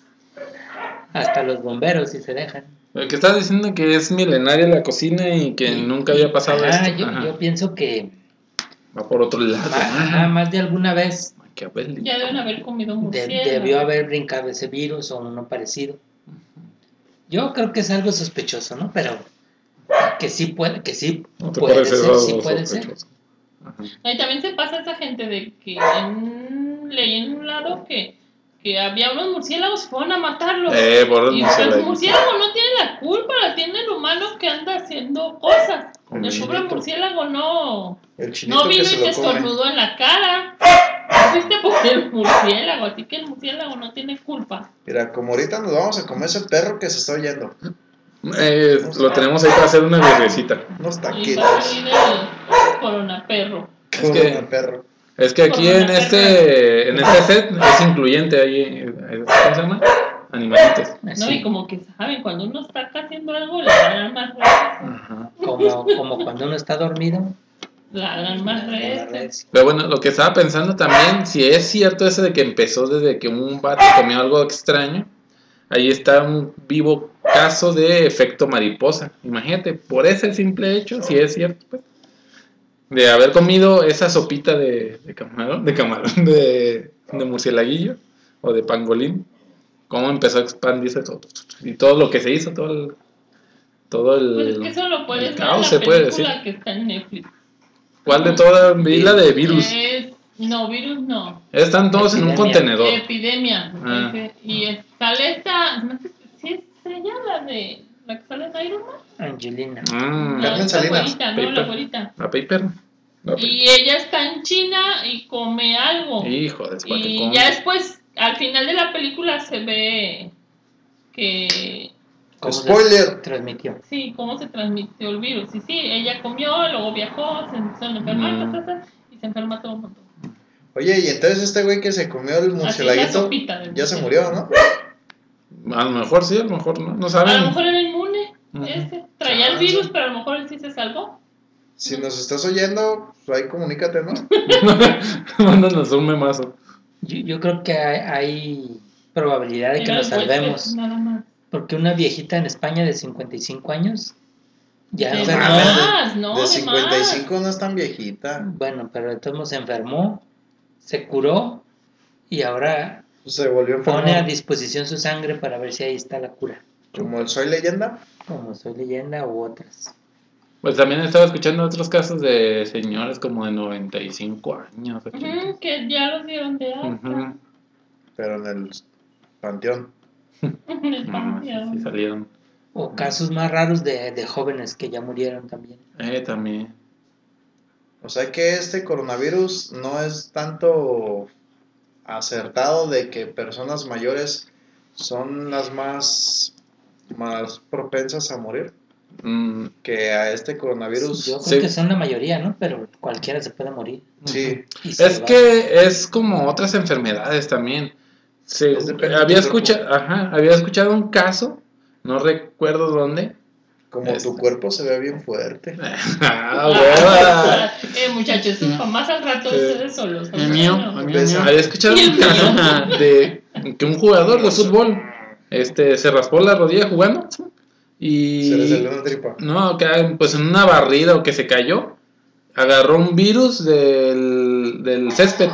[SPEAKER 5] Hasta los bomberos si se dejan.
[SPEAKER 3] El que estás diciendo que es milenaria la cocina y que nunca había pasado
[SPEAKER 5] Ah,
[SPEAKER 3] esto.
[SPEAKER 5] yo,
[SPEAKER 3] Ajá.
[SPEAKER 5] yo Ah. pienso que
[SPEAKER 3] Va por otro lado.
[SPEAKER 5] más, más de alguna vez
[SPEAKER 3] Maquiavelli.
[SPEAKER 7] Ya deben haber comido
[SPEAKER 5] De-
[SPEAKER 7] murciélago.
[SPEAKER 5] debió haber brincado ese virus o uno parecido. Yo creo que es algo sospechoso, ¿no? Pero que sí puede, que sí
[SPEAKER 3] ¿No te
[SPEAKER 5] puede
[SPEAKER 3] parece
[SPEAKER 5] ser,
[SPEAKER 3] algo
[SPEAKER 5] sí puede ser.
[SPEAKER 3] sospechoso? Ajá.
[SPEAKER 7] No, y también se pasa esa gente de que en- leí en un lado que, que había unos murciélagos y fueron a matarlos.
[SPEAKER 3] Eh, por
[SPEAKER 7] y
[SPEAKER 3] no se
[SPEAKER 7] el
[SPEAKER 3] la-
[SPEAKER 7] murciélago no tiene la culpa, la tiene el humano que anda haciendo cosas.
[SPEAKER 3] Como
[SPEAKER 7] el pobre
[SPEAKER 6] chinito.
[SPEAKER 7] murciélago no,
[SPEAKER 6] El chinito
[SPEAKER 7] no
[SPEAKER 6] que
[SPEAKER 7] vino y
[SPEAKER 6] se
[SPEAKER 7] te
[SPEAKER 6] lo come.
[SPEAKER 7] estornudó en la cara. Fuiste por el murciélago, así que el murciélago no tiene culpa.
[SPEAKER 6] Mira, como ahorita nos vamos a comer ese perro que se está oyendo.
[SPEAKER 3] Eh, lo tenemos ahí para hacer una birriecita.
[SPEAKER 6] Unos
[SPEAKER 7] Y va a
[SPEAKER 6] taquitos.
[SPEAKER 7] venir el coronaperro.
[SPEAKER 3] Es
[SPEAKER 6] Con
[SPEAKER 3] que-
[SPEAKER 6] un perro.
[SPEAKER 3] Es que aquí en este, en este set es incluyente ahí, eh, ¿cómo se llama? Animalitos.
[SPEAKER 7] No,
[SPEAKER 5] así,
[SPEAKER 7] y como que saben, cuando uno está haciendo algo, le dan más redes,
[SPEAKER 3] Ajá.
[SPEAKER 5] como, como cuando uno está dormido.
[SPEAKER 7] ladran más
[SPEAKER 5] la
[SPEAKER 7] redes.
[SPEAKER 5] red sí.
[SPEAKER 3] Pero bueno, lo que estaba pensando también, si es cierto ese de que empezó desde que un vato comió algo extraño, ahí está un vivo caso de efecto mariposa. Imagínate, por ese simple hecho, si es cierto, pues, de haber comido esa sopita de, de camarón, de camarón, de, de murcielaguillo o de pangolín, cómo empezó a expandirse todo. Y todo lo que se hizo, todo el... Todo el
[SPEAKER 7] Pues es que eso lo
[SPEAKER 3] el
[SPEAKER 7] puedes ver en
[SPEAKER 3] caos
[SPEAKER 7] la
[SPEAKER 3] se puede
[SPEAKER 7] película
[SPEAKER 3] decir.
[SPEAKER 7] que está en Netflix.
[SPEAKER 3] ¿Cuál de todas? Vi la de virus.
[SPEAKER 7] Es- no, virus no.
[SPEAKER 3] Están todos en un
[SPEAKER 5] Epidemia.
[SPEAKER 3] contenedor.
[SPEAKER 7] Eh, Epidemia.
[SPEAKER 3] Ah.
[SPEAKER 7] Ese- Y es- sale esta. no sé si es ella la de. La que sale en Iron Man.
[SPEAKER 5] Angelina.
[SPEAKER 3] Mm,
[SPEAKER 7] No,
[SPEAKER 6] Carmen
[SPEAKER 7] esta
[SPEAKER 6] Salinas,
[SPEAKER 7] abuelita, no, la
[SPEAKER 3] Paper.
[SPEAKER 7] abuelita.
[SPEAKER 3] La paper. La paper.
[SPEAKER 7] Y ella está en China y come algo.
[SPEAKER 3] Hijo de
[SPEAKER 7] Y
[SPEAKER 3] Spatecón.
[SPEAKER 7] ya después, al final de la película, se ve que.
[SPEAKER 5] ¿Cómo se
[SPEAKER 6] Spoiler.
[SPEAKER 5] transmitió?
[SPEAKER 7] Sí, cómo se transmitió el virus. Y sí, ella comió, luego viajó, se empezó a enfermar,
[SPEAKER 3] Mm.
[SPEAKER 7] ta, ta, ta, y se enferma todo un montón.
[SPEAKER 6] Oye, y entonces este güey que se comió el
[SPEAKER 7] la
[SPEAKER 6] murcielaguito
[SPEAKER 7] sopita del
[SPEAKER 6] ya se murió,
[SPEAKER 7] murciélago.
[SPEAKER 6] ¿no?
[SPEAKER 3] A lo mejor sí, a lo mejor no. No
[SPEAKER 7] A lo
[SPEAKER 3] saben.
[SPEAKER 7] mejor era inmune.
[SPEAKER 3] Ujú.
[SPEAKER 7] Este, traía el
[SPEAKER 6] Chance.
[SPEAKER 7] virus, pero a lo mejor él sí se salvó.
[SPEAKER 6] Si nos estás oyendo, pues ahí comunícate, ¿no?
[SPEAKER 3] Mándanos un memazo.
[SPEAKER 5] Yo, yo creo que hay, hay probabilidad de que
[SPEAKER 7] Era
[SPEAKER 5] nos
[SPEAKER 7] el huésped,
[SPEAKER 5] salvemos.
[SPEAKER 7] Nada más.
[SPEAKER 5] Porque una viejita en España de 55 años ya
[SPEAKER 7] De
[SPEAKER 5] enfermó.
[SPEAKER 7] más, no,
[SPEAKER 6] de
[SPEAKER 7] de
[SPEAKER 6] 55 no es tan viejita.
[SPEAKER 5] Bueno, pero de todos modos se enfermó, se curó y ahora
[SPEAKER 6] Pues Se volvió
[SPEAKER 5] pone a
[SPEAKER 6] enfermo.
[SPEAKER 5] disposición su sangre para ver si ahí está la cura,
[SPEAKER 6] Como el soy leyenda.
[SPEAKER 5] como soy leyenda u otras.
[SPEAKER 3] Pues también estaba escuchando otros casos de señores como de 95 años.
[SPEAKER 7] más.
[SPEAKER 3] 80.
[SPEAKER 7] Ujú, que ya los dieron de alta.
[SPEAKER 3] Ujú.
[SPEAKER 6] pero en el panteón.
[SPEAKER 7] El
[SPEAKER 3] No,
[SPEAKER 7] panteón.
[SPEAKER 3] sí, sí salieron.
[SPEAKER 5] O casos más raros de, de jóvenes que ya murieron también.
[SPEAKER 3] Eh, también.
[SPEAKER 6] O sea que este coronavirus no es tanto acertado de que personas mayores son las más, más propensas a morir
[SPEAKER 3] Mm,
[SPEAKER 6] que a este coronavirus.
[SPEAKER 5] Yo creo
[SPEAKER 3] Sí.
[SPEAKER 5] que son la mayoría, ¿no? Pero cualquiera se puede morir.
[SPEAKER 6] Sí,
[SPEAKER 5] y
[SPEAKER 3] Es
[SPEAKER 5] salvar.
[SPEAKER 3] que es como otras enfermedades también. Se-
[SPEAKER 6] Es depende de tu
[SPEAKER 3] había,
[SPEAKER 6] cuerpo.
[SPEAKER 3] escuchado, ajá, había escuchado un caso, no recuerdo dónde.
[SPEAKER 6] como
[SPEAKER 3] Es-
[SPEAKER 6] tu cuerpo se ve bien fuerte.
[SPEAKER 3] Ah, hueva.
[SPEAKER 7] Ah, eh, muchachos, eso es pa' más al rato
[SPEAKER 3] Sí.
[SPEAKER 7] ustedes solos.
[SPEAKER 4] El mío,
[SPEAKER 7] No.
[SPEAKER 4] el mío, el mío.
[SPEAKER 3] Había escuchado un caso de que un jugador de fútbol este, se raspó la rodilla jugando y...
[SPEAKER 6] Se le salió una tripa.
[SPEAKER 3] No, que, pues en una barrida o que se cayó, agarró un virus del, del césped.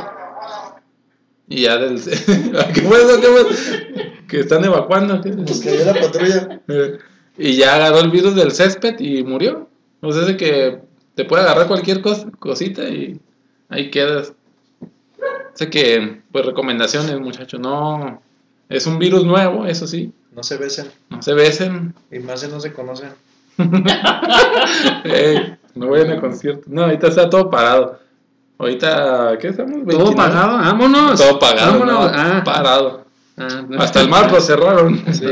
[SPEAKER 3] Y ya del... ¿Qué fue eso? ¿Qué fue eso? Que están evacuando. ¿qué?
[SPEAKER 6] Pues cayó la patrulla.
[SPEAKER 3] Eh, Y ya agarró el virus del césped y murió. O sea, es de que te puede agarrar cualquier cos- cosita y ahí quedas. O sea que, pues recomendaciones, muchachos. No, es un virus nuevo, eso sí.
[SPEAKER 6] No se besen
[SPEAKER 3] No se besen.
[SPEAKER 6] y más si no se conocen.
[SPEAKER 3] Ey, no vayan a conciertos. No, ahorita está todo parado. Ahorita, ¿qué estamos?
[SPEAKER 4] Todo
[SPEAKER 3] 29.
[SPEAKER 4] pagado, Ah, vámonos.
[SPEAKER 3] Todo pagado.
[SPEAKER 4] Vámonos.
[SPEAKER 3] no,
[SPEAKER 4] Ah,
[SPEAKER 3] Parado.
[SPEAKER 4] ah,
[SPEAKER 3] Hasta el mar lo cerraron.
[SPEAKER 6] Sí,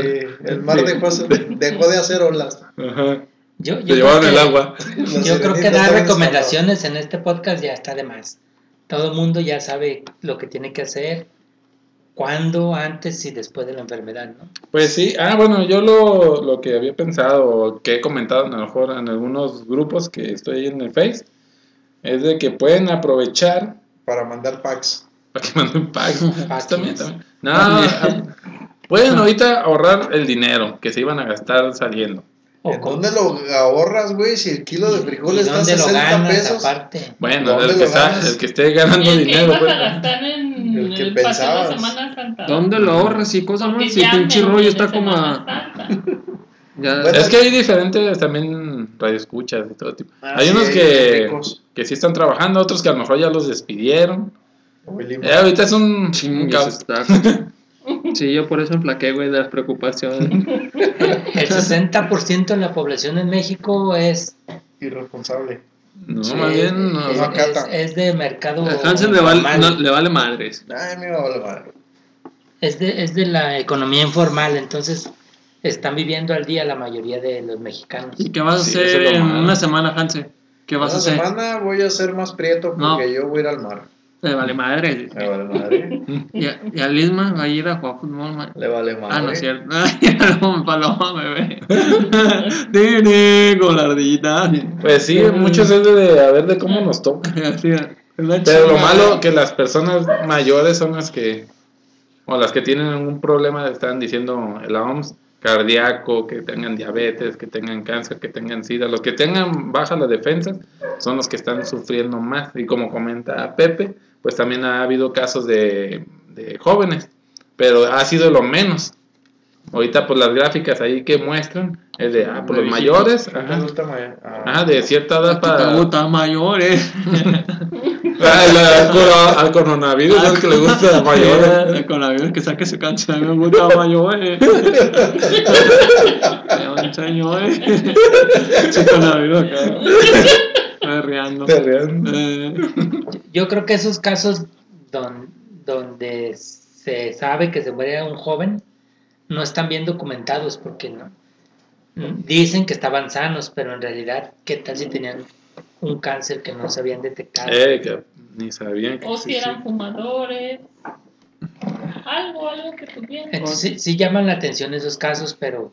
[SPEAKER 6] el mar dejó, dejó de hacer olas.
[SPEAKER 3] Ajá.
[SPEAKER 5] Yo,
[SPEAKER 3] Te
[SPEAKER 5] yo
[SPEAKER 3] llevaron
[SPEAKER 5] creo
[SPEAKER 3] el
[SPEAKER 5] que-
[SPEAKER 3] agua.
[SPEAKER 5] Yo creo que dar recomendaciones en este podcast ya está de más. Todo el mundo ya sabe lo que tiene que hacer, cuándo, antes y después de la enfermedad, ¿no?
[SPEAKER 3] Pues sí, ah, bueno, yo lo, lo que había pensado, o que he comentado a lo mejor en algunos grupos que estoy en el Face, es de que pueden aprovechar
[SPEAKER 6] Para mandar packs.
[SPEAKER 3] para que manden packs.
[SPEAKER 5] Packs.
[SPEAKER 3] Pues También, también. No, ah, pueden ahorita ahorrar el dinero que se iban a gastar saliendo.
[SPEAKER 5] O
[SPEAKER 6] ¿En
[SPEAKER 5] con-
[SPEAKER 6] dónde lo ahorras, güey? Si el kilo de frijoles
[SPEAKER 5] ¿Y
[SPEAKER 6] está a
[SPEAKER 5] dónde lo
[SPEAKER 6] 60
[SPEAKER 5] ganas
[SPEAKER 6] pesos.
[SPEAKER 5] aparte?
[SPEAKER 3] Bueno,
[SPEAKER 6] ¿Dónde
[SPEAKER 3] el
[SPEAKER 6] lo
[SPEAKER 3] que, está,
[SPEAKER 6] ganas?
[SPEAKER 3] el que esté ganando
[SPEAKER 7] el que
[SPEAKER 3] dinero.
[SPEAKER 7] ibas
[SPEAKER 3] pues.
[SPEAKER 7] a gastar en
[SPEAKER 6] El
[SPEAKER 7] el,
[SPEAKER 6] que
[SPEAKER 7] paseo de
[SPEAKER 6] pensabas.
[SPEAKER 7] Semana Santa.
[SPEAKER 4] ¿Dónde lo ahorras y cosas, no?
[SPEAKER 7] Porque
[SPEAKER 4] Si
[SPEAKER 7] ya
[SPEAKER 4] pinche
[SPEAKER 7] me
[SPEAKER 4] rollo
[SPEAKER 7] voy
[SPEAKER 4] está
[SPEAKER 7] de
[SPEAKER 4] como
[SPEAKER 7] Semana
[SPEAKER 4] a.
[SPEAKER 7] Santa.
[SPEAKER 4] ya-
[SPEAKER 6] Bueno,
[SPEAKER 3] Es que hay diferentes también radioescuchas y todo tipo.
[SPEAKER 6] Ah,
[SPEAKER 3] hay
[SPEAKER 6] sí,
[SPEAKER 3] unos
[SPEAKER 6] hay
[SPEAKER 3] que,
[SPEAKER 6] ricos.
[SPEAKER 3] que sí están trabajando, otros que a lo mejor ya los despidieron.
[SPEAKER 6] Uy, lima.
[SPEAKER 3] Eh, ahorita es un, un
[SPEAKER 4] Chingues,
[SPEAKER 3] caos.
[SPEAKER 4] está. Sí, yo por eso enflaqué, güey, de las preocupaciones.
[SPEAKER 5] El 60% de la población en México es,
[SPEAKER 6] Irresponsable.
[SPEAKER 3] No,
[SPEAKER 5] sí,
[SPEAKER 3] más bien. no,
[SPEAKER 5] es,
[SPEAKER 6] no acata.
[SPEAKER 5] es- es de mercado.
[SPEAKER 4] A Hansen le vale,
[SPEAKER 5] informal.
[SPEAKER 4] no, le vale madres.
[SPEAKER 6] Ay, me va a valer.
[SPEAKER 5] es, de, es de la economía informal, entonces están viviendo al día la mayoría de los mexicanos.
[SPEAKER 4] ¿Y qué vas
[SPEAKER 3] Sí,
[SPEAKER 4] a
[SPEAKER 3] eso
[SPEAKER 4] hacer
[SPEAKER 3] es lo
[SPEAKER 4] en
[SPEAKER 3] malo.
[SPEAKER 4] una semana, Hansen? ¿Qué vas a
[SPEAKER 6] Esta
[SPEAKER 4] hacer?
[SPEAKER 6] semana voy a ser más prieto
[SPEAKER 4] No.
[SPEAKER 6] porque yo voy a ir al mar.
[SPEAKER 4] Le vale madres.
[SPEAKER 6] Le vale madre.
[SPEAKER 4] Y a, y a Lisma va a ir a jugar fútbol, man.
[SPEAKER 6] Le vale madre.
[SPEAKER 4] Ah,
[SPEAKER 3] ¿Eh?
[SPEAKER 4] no es cierto. Ay, no, paloma, bebé. Tiene con la ardillita.
[SPEAKER 3] Pues sí, muchos es de, de- a ver de cómo nos toca.
[SPEAKER 4] Así es. Una
[SPEAKER 3] Pero lo
[SPEAKER 4] chinga,
[SPEAKER 3] malo
[SPEAKER 4] güey.
[SPEAKER 3] que las personas mayores son las que, o las que tienen algún problema, están diciendo la OMS, cardíaco, que tengan diabetes, que tengan cáncer, que tengan sida. Los que tengan bajas las defensas son los que están sufriendo más. Y como comenta Pepe, pues también ha habido casos de, de jóvenes, pero ha sido lo menos. Ahorita por las gráficas ahí que muestran, es de, ah, por los
[SPEAKER 4] Viejitos.
[SPEAKER 3] mayores,
[SPEAKER 6] ¿No te
[SPEAKER 3] ajá,
[SPEAKER 6] gusta ma- ah,
[SPEAKER 3] ajá, de cierta edad
[SPEAKER 4] Te
[SPEAKER 3] para...
[SPEAKER 4] gusta mayor, eh.
[SPEAKER 3] Ah, el- al, coro- al coronavirus es el que le gusta al mayor.
[SPEAKER 4] Eh, Con la vida que saque su canción, me gusta mayor, eh. Te va un señor, eh. Sí, con la vida acá. Berreando.
[SPEAKER 3] Te ríen.
[SPEAKER 4] Eh,
[SPEAKER 5] Yo creo que esos casos don- donde se sabe que se muere un joven no están bien documentados porque no dicen que estaban sanos, pero en realidad, ¿qué tal si tenían un cáncer que no se habían detectado?
[SPEAKER 3] Eh, que ni sabían que
[SPEAKER 7] O si
[SPEAKER 3] existía.
[SPEAKER 7] eran fumadores. Algo, algo que
[SPEAKER 3] Pues
[SPEAKER 7] tuvieran.
[SPEAKER 5] Entonces, sí, sí llaman la atención esos casos, pero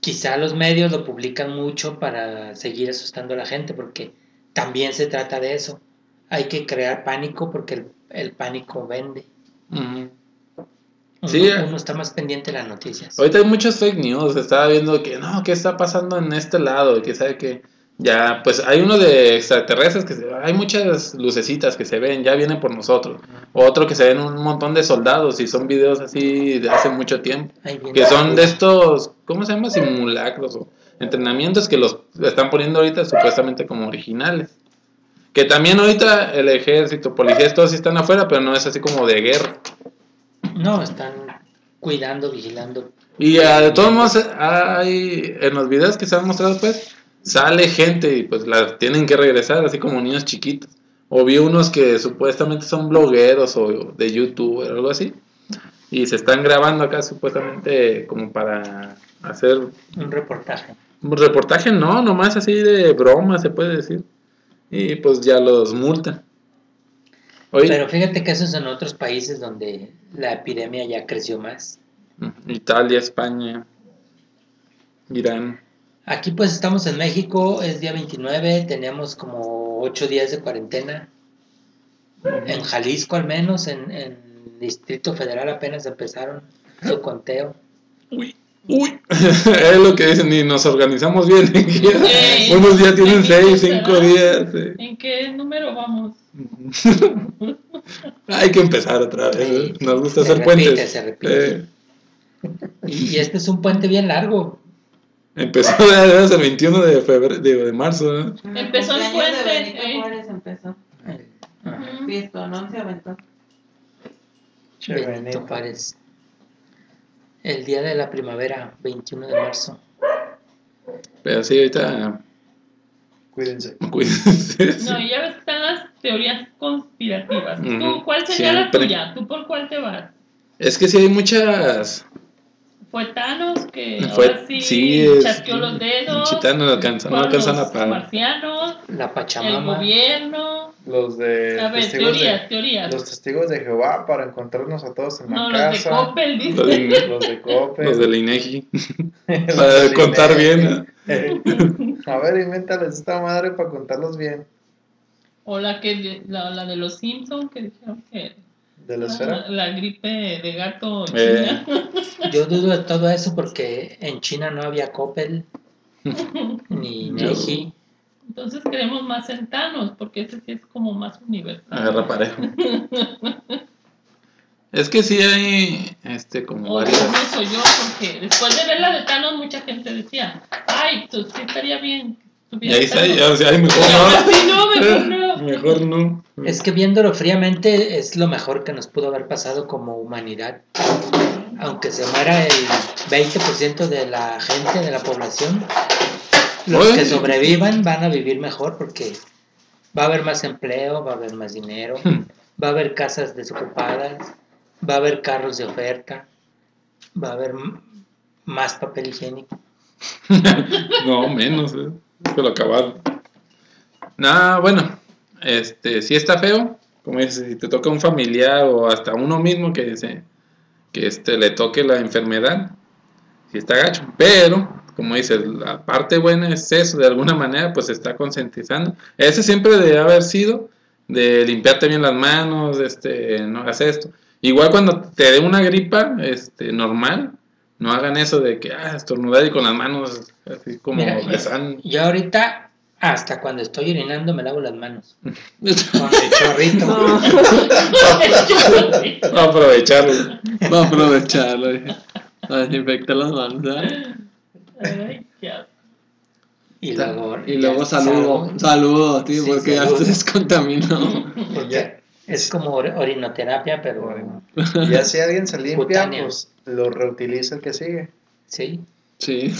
[SPEAKER 5] quizá los medios lo publican mucho para seguir asustando a la gente, porque también se trata de eso. Hay que crear pánico porque el, el pánico vende.
[SPEAKER 3] Ujú.
[SPEAKER 5] Uno,
[SPEAKER 3] Sí. eh.
[SPEAKER 5] uno está más pendiente de las noticias.
[SPEAKER 3] Ahorita hay muchos fake news. Estaba viendo que no, ¿qué está pasando en este lado? Que sabe que ya, pues hay uno de extraterrestres que se- hay muchas lucecitas que se ven, ya vienen por nosotros. Otro que se ven un montón de soldados y son videos así de hace mucho tiempo.
[SPEAKER 5] Ahí viene.
[SPEAKER 3] que son de estos, ¿cómo se llama? Simulacros o entrenamientos que los están poniendo ahorita supuestamente como originales. Que también ahorita el ejército, policías, todos están afuera, pero no es así como de guerra.
[SPEAKER 5] No, están cuidando, vigilando.
[SPEAKER 3] Y ah, de todos modos, hay, en los videos que se han mostrado, pues, sale gente y pues la tienen que regresar, así como niños chiquitos. O vi unos que supuestamente son blogueros o de YouTube o algo así. Y se están grabando acá supuestamente como para hacer
[SPEAKER 5] Un reportaje.
[SPEAKER 3] Pues, Reportaje no, nomás así de broma se puede decir. Y pues ya los multan. Oye,
[SPEAKER 5] Pero fíjate que eso es en otros países donde la epidemia ya creció más.
[SPEAKER 3] mm, Italia, España, Irán.
[SPEAKER 5] Aquí pues estamos en México, es día 29, tenemos como 8 días de cuarentena. En Jalisco al menos, en, en Distrito Federal apenas empezaron su conteo.
[SPEAKER 3] Uy, es lo que dicen, y nos organizamos bien.
[SPEAKER 7] Sí.
[SPEAKER 3] Unos días tienen
[SPEAKER 7] Sí,
[SPEAKER 3] seis,
[SPEAKER 7] sí,
[SPEAKER 3] cinco
[SPEAKER 7] ¿verdad?
[SPEAKER 3] días. eh.
[SPEAKER 7] ¿En qué número vamos?
[SPEAKER 3] Hay que empezar otra vez. eh. Nos gusta
[SPEAKER 5] Se
[SPEAKER 3] hacer
[SPEAKER 5] repite,
[SPEAKER 3] puentes.
[SPEAKER 5] se repite.
[SPEAKER 3] Eh,
[SPEAKER 5] Y, y este es un puente bien largo.
[SPEAKER 3] empezó además, el 21 de febrero, digo, de marzo. ¿eh?
[SPEAKER 7] Empezó el
[SPEAKER 1] cumpleaños de
[SPEAKER 7] puente,
[SPEAKER 1] Benito
[SPEAKER 7] ¿eh?
[SPEAKER 1] Juárez empezó. Fiesta, ¿no? Se aventó.
[SPEAKER 6] che,
[SPEAKER 5] Benito
[SPEAKER 6] Benito.
[SPEAKER 5] Juárez. El día de la primavera, 21 de marzo.
[SPEAKER 3] Pero sí, ahorita
[SPEAKER 6] Cuídense.
[SPEAKER 3] cuídense.
[SPEAKER 7] No, ya ves que están las teorías conspirativas. ¿Tú
[SPEAKER 3] Ujú,
[SPEAKER 7] cuál sería
[SPEAKER 3] siempre.
[SPEAKER 7] la tuya? ¿Tú por cuál te vas?
[SPEAKER 3] Es que sí hay muchas
[SPEAKER 7] Fue Thanos que
[SPEAKER 3] Fue-
[SPEAKER 7] ahora sí,
[SPEAKER 3] sí, es-
[SPEAKER 7] chasqueó los dedos.
[SPEAKER 3] Chitano no alcanza- no
[SPEAKER 7] fueron
[SPEAKER 3] alcanzan
[SPEAKER 7] los
[SPEAKER 3] a parar.
[SPEAKER 7] marcianos,
[SPEAKER 5] La
[SPEAKER 7] el
[SPEAKER 5] Pachamama.
[SPEAKER 7] gobierno.
[SPEAKER 6] Los de.
[SPEAKER 7] A ver,
[SPEAKER 6] testigos de-
[SPEAKER 7] teorías, teorías.
[SPEAKER 6] este, Los testigos de Jehová para encontrarnos a todos en
[SPEAKER 7] no,
[SPEAKER 6] la
[SPEAKER 7] los de
[SPEAKER 6] casa.
[SPEAKER 7] Coppel,
[SPEAKER 3] Los
[SPEAKER 7] dice.
[SPEAKER 3] de,
[SPEAKER 6] Los de Cope.
[SPEAKER 3] los del E Inegi.
[SPEAKER 6] los
[SPEAKER 3] Para
[SPEAKER 6] del
[SPEAKER 3] contar
[SPEAKER 6] INEGI.
[SPEAKER 3] bien.
[SPEAKER 6] a ver, invéntales esta madre para contarlos bien.
[SPEAKER 7] O la, que, la, la de los Simpsons que dijeron que
[SPEAKER 6] ¿De la
[SPEAKER 7] la,
[SPEAKER 6] esfera?
[SPEAKER 7] la gripe de gato
[SPEAKER 3] Eh.
[SPEAKER 7] china.
[SPEAKER 5] Yo dudo de todo eso porque en China no había Coppel ni
[SPEAKER 3] No.
[SPEAKER 5] Neji.
[SPEAKER 7] Entonces creemos más en Thanos, porque ese sí es como más universal.
[SPEAKER 3] Agarra parejo. Es que sí hay este como
[SPEAKER 7] O
[SPEAKER 3] varias.
[SPEAKER 7] incluso yo, porque después de ver la de Thanos, mucha gente decía, ay, pues sí estaría bien. que
[SPEAKER 3] Y
[SPEAKER 7] estuviera
[SPEAKER 3] ahí está,
[SPEAKER 7] Thanos".
[SPEAKER 3] ya, o sea, mejor
[SPEAKER 7] Sí, no, mejor
[SPEAKER 3] no.
[SPEAKER 7] no.
[SPEAKER 3] Mejor no.
[SPEAKER 5] Es que viéndolo fríamente es lo mejor que nos pudo haber pasado como humanidad. Aunque se muera el 20% de la gente, de la población, los
[SPEAKER 3] Oye.
[SPEAKER 5] que sobrevivan van a vivir mejor porque va a haber más empleo, va a haber más dinero,
[SPEAKER 3] Hmm.
[SPEAKER 5] va a haber casas desocupadas, va a haber carros de oferta, va a haber m- más papel higiénico.
[SPEAKER 3] No, menos, eh. Se lo acabaron. Nah, bueno, este, sí está feo. Como dices, si te toca un familiar o hasta uno mismo que se, que este, le toque la enfermedad, sí está gacho. Pero, como dices, la parte buena es eso, de alguna manera, pues se está concientizando. Ese siempre debe haber sido de limpiarte bien las manos, este, no hagas esto. Igual cuando te dé una gripa, este, normal, no hagan eso de que ah, estornudar y con las manos así como
[SPEAKER 5] Mira,
[SPEAKER 3] rezando.
[SPEAKER 5] Yo ahorita, hasta cuando estoy orinando, me lavo las manos. Con el chorrito.
[SPEAKER 3] No aprovecharlo.
[SPEAKER 4] No aprovecharlo. dije. A desinfectar las manos. ¿verdad?
[SPEAKER 7] Ay, ya.
[SPEAKER 5] Y luego,
[SPEAKER 4] Y luego
[SPEAKER 5] ya
[SPEAKER 4] saludo.
[SPEAKER 5] salgo,
[SPEAKER 4] Saludo, tío,
[SPEAKER 5] Sí,
[SPEAKER 4] porque ya
[SPEAKER 5] saludo.
[SPEAKER 4] se descontaminó.
[SPEAKER 6] pues
[SPEAKER 5] porque es como or- orinoterapia, pero
[SPEAKER 6] Y ya si alguien se limpia,
[SPEAKER 5] Cutáneo.
[SPEAKER 6] pues lo reutiliza el que sigue.
[SPEAKER 5] sí.
[SPEAKER 4] Sí.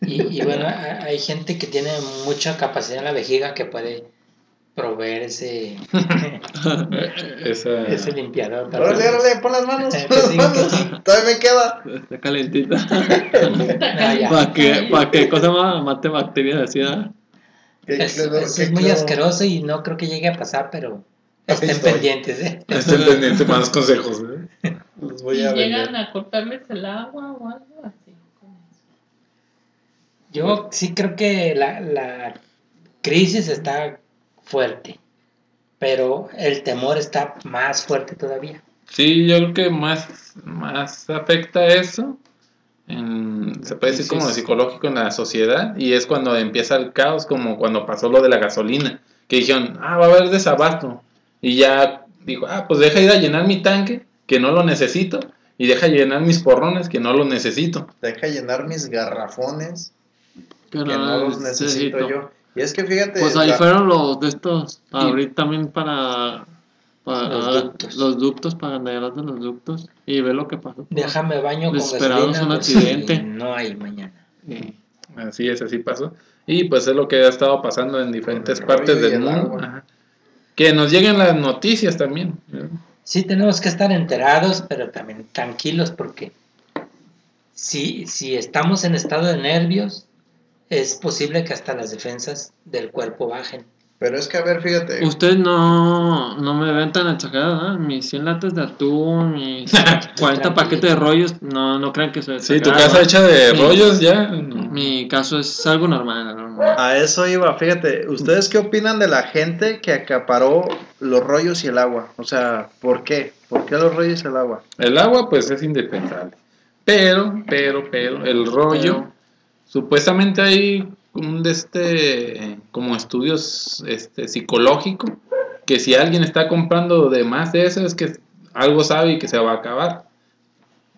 [SPEAKER 5] Y, y bueno, a- hay gente que tiene mucha capacidad en la vejiga que puede proveer ese,
[SPEAKER 3] Esa,
[SPEAKER 5] ese limpiador. para-
[SPEAKER 6] Órale, órale, pon las manos.
[SPEAKER 5] Que
[SPEAKER 6] Pon las
[SPEAKER 5] sigue, que sigue.
[SPEAKER 6] manos. Todavía me queda.
[SPEAKER 4] Está calentita.
[SPEAKER 5] No, ya.
[SPEAKER 4] ¿Para qué? ¿Para qué cosa más? Mate bacterias así. ¿verdad?
[SPEAKER 6] Qué
[SPEAKER 5] Eso,
[SPEAKER 6] crudo,
[SPEAKER 5] eso
[SPEAKER 6] qué
[SPEAKER 5] es muy
[SPEAKER 6] crudo.
[SPEAKER 5] asqueroso y no creo que llegue a pasar, pero
[SPEAKER 6] Ahí
[SPEAKER 5] estén
[SPEAKER 6] estoy.
[SPEAKER 5] pendientes. ¿eh?
[SPEAKER 3] estén pendientes más consejos. ¿eh?
[SPEAKER 6] Los
[SPEAKER 7] Y
[SPEAKER 6] voy a
[SPEAKER 7] llegan
[SPEAKER 6] vender.
[SPEAKER 7] a cortarles el agua o algo así. con eso.
[SPEAKER 5] Yo sí creo que la, la crisis está fuerte, pero el temor está más fuerte todavía.
[SPEAKER 3] Sí, yo creo que más, más afecta eso. en- se puede decir
[SPEAKER 4] Sí, sí,
[SPEAKER 3] como
[SPEAKER 4] sí.
[SPEAKER 3] psicológico en la sociedad. Y es cuando empieza el caos, como cuando pasó lo de la gasolina. Que dijeron, ah, va a haber desabasto. Y ya dijo, ah, pues deja ir a llenar mi tanque, que no lo necesito. Y deja llenar mis porrones, que no lo necesito.
[SPEAKER 6] Deja llenar mis garrafones
[SPEAKER 4] Que
[SPEAKER 6] que no los necesito yo. Y es que fíjate.
[SPEAKER 4] Pues ahí
[SPEAKER 6] la-
[SPEAKER 4] fueron los de estos. Ahorita también para. para ah,
[SPEAKER 5] Los ductos.
[SPEAKER 4] los ductos, para negar de los ductos. Y ve lo que pasó.
[SPEAKER 5] Déjame baño con
[SPEAKER 4] Les Pues esperamos
[SPEAKER 5] gasolina.
[SPEAKER 4] un
[SPEAKER 5] pues,
[SPEAKER 4] accidente.
[SPEAKER 5] y No hay mañana.
[SPEAKER 4] Sí.
[SPEAKER 3] Así es, así pasó. Y pues es lo que ha estado pasando en diferentes
[SPEAKER 6] el
[SPEAKER 3] partes
[SPEAKER 6] rollo y
[SPEAKER 3] del
[SPEAKER 6] el
[SPEAKER 3] mundo.
[SPEAKER 6] agua.
[SPEAKER 3] Ajá. Que nos lleguen las noticias también.
[SPEAKER 5] Sí tenemos que estar enterados, pero también tranquilos porque si, si estamos en estado de nervios, es posible que hasta las defensas del cuerpo bajen.
[SPEAKER 6] Pero es que, a ver, fíjate.
[SPEAKER 4] Ustedes no, no me ven tan exagerado, ¿eh? Mis 100 latas de atún, mis 40 paquetes de rollos, no, no crean que soy
[SPEAKER 3] Sí, tu
[SPEAKER 4] exagerado.
[SPEAKER 3] casa hecha de
[SPEAKER 4] Mi-
[SPEAKER 3] rollos ya.
[SPEAKER 4] Mi caso es algo normal. algo normal.
[SPEAKER 6] A eso iba, fíjate. ¿Ustedes qué opinan de la gente que acaparó los rollos y el agua? O sea, ¿por qué? ¿Por qué los rollos y el agua?
[SPEAKER 3] El agua pues es indispensable. Pero, pero, pero, el rollo,
[SPEAKER 4] Pero-
[SPEAKER 3] supuestamente hay un de este, como estudios este, psicológico, que si alguien está comprando de más de eso es que algo sabe y que se va a acabar.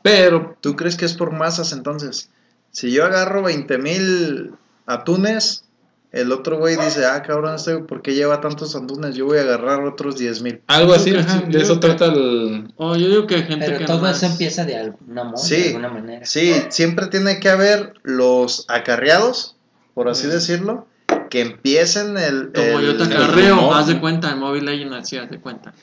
[SPEAKER 3] Pero,
[SPEAKER 6] ¿Tú crees que es por masas entonces? Si yo agarro 20 mil atunes, el otro güey dice, ah, cabrón, este, ¿por qué lleva tantos atunes? Yo voy a agarrar otros 10 mil.
[SPEAKER 3] algo así,
[SPEAKER 4] Yo creo que
[SPEAKER 3] ajá,
[SPEAKER 4] sí, yo
[SPEAKER 3] de eso
[SPEAKER 4] creo que-
[SPEAKER 3] trata el,
[SPEAKER 4] Oh, yo digo que hay gente que
[SPEAKER 5] Pero todo
[SPEAKER 4] nomás-
[SPEAKER 5] eso empieza de alguna, mo- de
[SPEAKER 6] Sí,
[SPEAKER 5] alguna manera.
[SPEAKER 6] Sí, siempre tiene que haber los acarreados, por así decirlo, que empiecen el...
[SPEAKER 4] Como
[SPEAKER 6] el-
[SPEAKER 4] yo te
[SPEAKER 6] el
[SPEAKER 4] acarreo,
[SPEAKER 6] rumor.
[SPEAKER 4] haz de cuenta, en Mobile Legends así, haz de cuenta.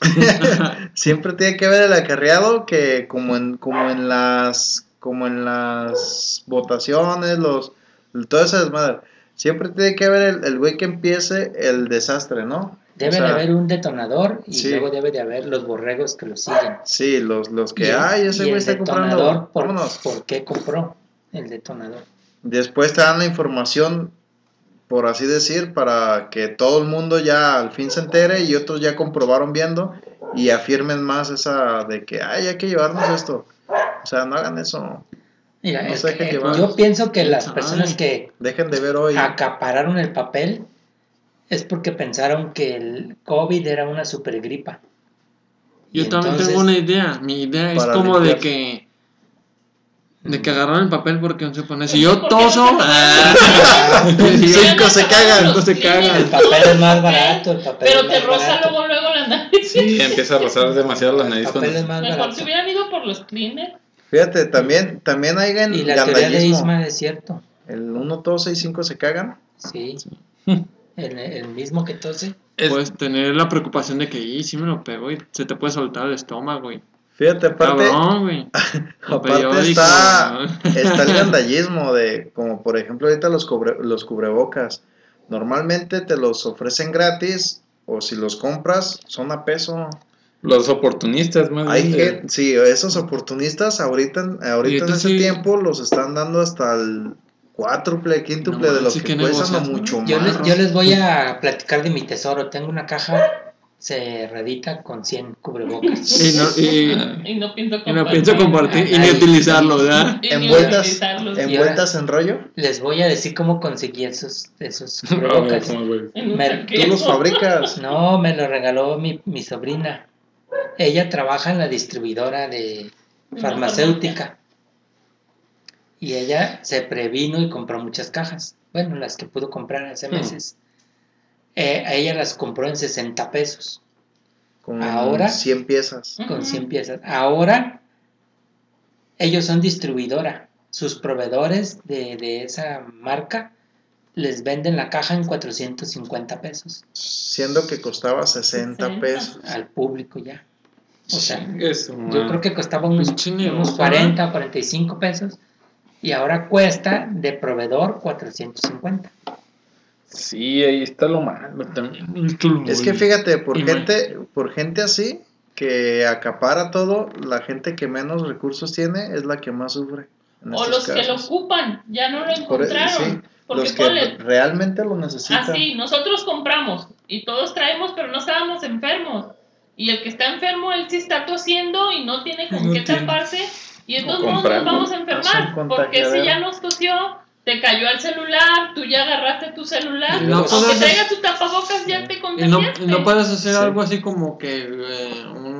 [SPEAKER 6] Siempre tiene que haber el acarreado que como en, como en las como en las votaciones, los, todo ese desmadre. Siempre tiene que haber el, el güey que empiece el desastre, ¿no?
[SPEAKER 5] Debe
[SPEAKER 6] O sea,
[SPEAKER 5] de haber un detonador y
[SPEAKER 6] sí.
[SPEAKER 5] luego debe de haber los borregos que lo siguen.
[SPEAKER 6] Sí, los, los
[SPEAKER 5] Y
[SPEAKER 6] que,
[SPEAKER 5] el-
[SPEAKER 6] ay, ese
[SPEAKER 5] y
[SPEAKER 6] güey
[SPEAKER 5] el
[SPEAKER 6] está comprando,
[SPEAKER 5] detonador, por-
[SPEAKER 6] vámonos.
[SPEAKER 5] ¿Por qué compró el detonador?
[SPEAKER 6] Después te dan la información, por así decir, para que todo el mundo ya al fin se entere y otros ya comprobaron viendo y afirmen más esa de que, ay, hay que llevarnos esto. O sea, no hagan eso,
[SPEAKER 5] Mira,
[SPEAKER 6] No
[SPEAKER 5] es
[SPEAKER 6] sé qué
[SPEAKER 5] que, eh,
[SPEAKER 6] llevar.
[SPEAKER 5] yo pienso que las
[SPEAKER 4] Ay.
[SPEAKER 5] personas que
[SPEAKER 6] dejen de ver hoy.
[SPEAKER 5] acapararon el papel es porque pensaron que el COVID era una supergripa.
[SPEAKER 4] Yo
[SPEAKER 5] Y
[SPEAKER 4] también tengo
[SPEAKER 5] entonces-
[SPEAKER 4] una idea. Mi idea es
[SPEAKER 6] Para
[SPEAKER 4] como de
[SPEAKER 6] limpiar.
[SPEAKER 4] que. De
[SPEAKER 5] Mm.
[SPEAKER 4] que agarraron el papel porque se pone. Si yo
[SPEAKER 7] ¿Por qué no
[SPEAKER 4] toso.
[SPEAKER 7] se-
[SPEAKER 4] ah, si yo-
[SPEAKER 6] Cinco se cagan,
[SPEAKER 7] Los
[SPEAKER 4] cinco se cagan.
[SPEAKER 5] El
[SPEAKER 7] niños,
[SPEAKER 5] papel
[SPEAKER 7] tú,
[SPEAKER 5] es más
[SPEAKER 7] ok,
[SPEAKER 5] barato, el papel es
[SPEAKER 7] Pero te
[SPEAKER 5] más
[SPEAKER 7] roza
[SPEAKER 5] barato.
[SPEAKER 7] luego, luego la nariz.
[SPEAKER 3] Sí, empieza a rozar demasiado la
[SPEAKER 5] El
[SPEAKER 3] nariz con
[SPEAKER 5] papel es más
[SPEAKER 7] Mejor
[SPEAKER 5] barato.
[SPEAKER 7] se hubieran ido por los cleaners.
[SPEAKER 6] Fíjate, también, también hay gan-
[SPEAKER 5] Y la teoría de
[SPEAKER 6] gandallismo.
[SPEAKER 5] Isma es cierto.
[SPEAKER 6] El 1, 2, 6, 5 se cagan.
[SPEAKER 5] Sí. El, el mismo que tose.
[SPEAKER 6] Es-
[SPEAKER 3] Pues,
[SPEAKER 4] Puedes tener la preocupación de que, y si me lo pego y se te puede soltar el estómago, y
[SPEAKER 6] Fíjate, aparte,
[SPEAKER 4] Cabrón, güey. O
[SPEAKER 6] aparte
[SPEAKER 4] periódico,
[SPEAKER 6] está,
[SPEAKER 4] ¿no?
[SPEAKER 6] está el gandallismo de, como por ejemplo ahorita los, cubre- los cubrebocas. Normalmente te los ofrecen gratis o si los compras son a peso.
[SPEAKER 3] Los oportunistas, más
[SPEAKER 6] Hay
[SPEAKER 3] bien, de-
[SPEAKER 6] gente, sí, esos oportunistas ahorita, en- ahorita en
[SPEAKER 4] Ahorita
[SPEAKER 6] ese
[SPEAKER 4] sí.
[SPEAKER 6] tiempo los están dando hasta el cuádruple, quíntuple
[SPEAKER 4] No
[SPEAKER 6] de lo
[SPEAKER 4] manches,
[SPEAKER 6] que
[SPEAKER 4] qué
[SPEAKER 6] cuestan o
[SPEAKER 4] negocios, ¿no?
[SPEAKER 6] mucho
[SPEAKER 5] Yo
[SPEAKER 6] más.
[SPEAKER 5] les, yo les voy a platicar de mi tesoro. Tengo una caja cerradita con 100 cubrebocas.
[SPEAKER 4] Y no,
[SPEAKER 6] Ah.
[SPEAKER 4] y,
[SPEAKER 7] Y no pienso
[SPEAKER 4] y
[SPEAKER 7] compartir.
[SPEAKER 4] no pienso compartir y ni
[SPEAKER 5] Ay.
[SPEAKER 4] utilizarlo, ¿verdad?
[SPEAKER 7] Y ni
[SPEAKER 6] Envueltas,
[SPEAKER 7] utilizarlos.
[SPEAKER 5] en-
[SPEAKER 6] envueltas en rollo,
[SPEAKER 5] Les voy a decir cómo conseguí esos, esos
[SPEAKER 3] Ah, güey,
[SPEAKER 5] cubrebocas.
[SPEAKER 3] como, güey.
[SPEAKER 7] En un
[SPEAKER 5] Mer-
[SPEAKER 7] saqueo.
[SPEAKER 6] tú los fabricas.
[SPEAKER 5] No, me lo regaló mi, mi sobrina. Ella trabaja en la distribuidora de farmacéutica. Y ella se previno y compró muchas cajas. Bueno, las que pudo comprar hace meses. Eh, a ella las compró en 60 pesos,
[SPEAKER 6] Con
[SPEAKER 5] Ahora-
[SPEAKER 6] 100 piezas.
[SPEAKER 5] con
[SPEAKER 7] Ujú.
[SPEAKER 5] 100 piezas. Ahora, ellos son distribuidora. Sus proveedores de, de esa marca les venden la caja en 450 pesos
[SPEAKER 6] siendo que costaba 60
[SPEAKER 7] 60.
[SPEAKER 6] pesos.
[SPEAKER 5] al público ya. O sea,
[SPEAKER 3] Chingue su
[SPEAKER 5] Yo
[SPEAKER 3] madre.
[SPEAKER 5] creo que costaba unos,
[SPEAKER 4] Pinche negocio,
[SPEAKER 5] unos 40 o 45 pesos y ahora cuesta de proveedor 450.
[SPEAKER 3] Sí, ahí está lo malo también.
[SPEAKER 6] Es que fíjate, por
[SPEAKER 4] Y
[SPEAKER 6] gente, por gente así que acapara todo, la gente que menos recursos tiene es la que más sufre. en
[SPEAKER 7] O
[SPEAKER 6] estos
[SPEAKER 7] los que lo
[SPEAKER 6] casos.
[SPEAKER 7] ocupan, ya no lo
[SPEAKER 6] pues, Por- e-
[SPEAKER 7] encontraron.
[SPEAKER 6] sí,
[SPEAKER 7] porque
[SPEAKER 6] los que
[SPEAKER 7] ponle-
[SPEAKER 6] realmente lo necesitan.
[SPEAKER 7] Así, nosotros compramos y todos traemos, pero no estábamos enfermos. Y el que está enfermo, él sí está tosiendo y no tiene con
[SPEAKER 4] No
[SPEAKER 7] qué
[SPEAKER 4] tiene.
[SPEAKER 7] taparse. Y
[SPEAKER 3] O
[SPEAKER 7] entonces todos nos
[SPEAKER 3] comprarlo.
[SPEAKER 7] vamos a
[SPEAKER 6] Haz
[SPEAKER 7] enfermar.
[SPEAKER 6] un
[SPEAKER 7] Porque si
[SPEAKER 6] contagiadero.
[SPEAKER 7] ya nos tosió, te cayó el celular, tú ya agarraste tu celular.
[SPEAKER 4] Y no
[SPEAKER 7] Aunque
[SPEAKER 4] podemos-
[SPEAKER 7] traigas tu tapabocas, ya te
[SPEAKER 4] Y no,
[SPEAKER 7] contagiaste.
[SPEAKER 4] y no puedes hacer
[SPEAKER 6] Sí.
[SPEAKER 4] algo así como que. eh, un,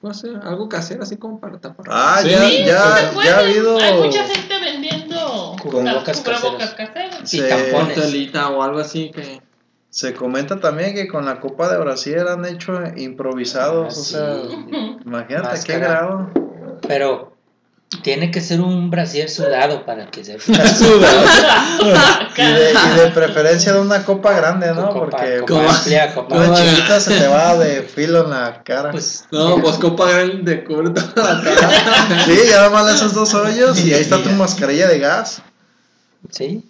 [SPEAKER 4] puede ser algo casero, así como para tapar.
[SPEAKER 6] Ah,
[SPEAKER 3] Sí,
[SPEAKER 6] ya,
[SPEAKER 7] Sí, se
[SPEAKER 6] ya,
[SPEAKER 7] puede.
[SPEAKER 6] ya ha habido.
[SPEAKER 7] Hay mucha gente vendiendo
[SPEAKER 5] Cubrebocas
[SPEAKER 7] cubrebocas
[SPEAKER 5] caseros.
[SPEAKER 7] caseros.
[SPEAKER 5] Y
[SPEAKER 6] Se-
[SPEAKER 5] tampones.
[SPEAKER 4] Telita o algo así que.
[SPEAKER 6] Se comenta también que con la Copa de Brasil han hecho improvisados.
[SPEAKER 5] Ah,
[SPEAKER 6] o
[SPEAKER 5] sí.
[SPEAKER 6] sea, imagínate
[SPEAKER 5] Máscara.
[SPEAKER 6] qué grado.
[SPEAKER 5] Pero tiene que ser un brasier sudado para que se
[SPEAKER 6] Y de, y de preferencia de una copa grande, ¿no?
[SPEAKER 5] copa-
[SPEAKER 6] Porque
[SPEAKER 5] copa amplia, copa-
[SPEAKER 6] una chiquita se te va de filo en la cara.
[SPEAKER 5] pues,
[SPEAKER 4] No, pues copa grande de cubre toda la cara.
[SPEAKER 6] Sí, ya nada más le haces dos hoyos y ahí está tu mascarilla de gas.
[SPEAKER 5] sí.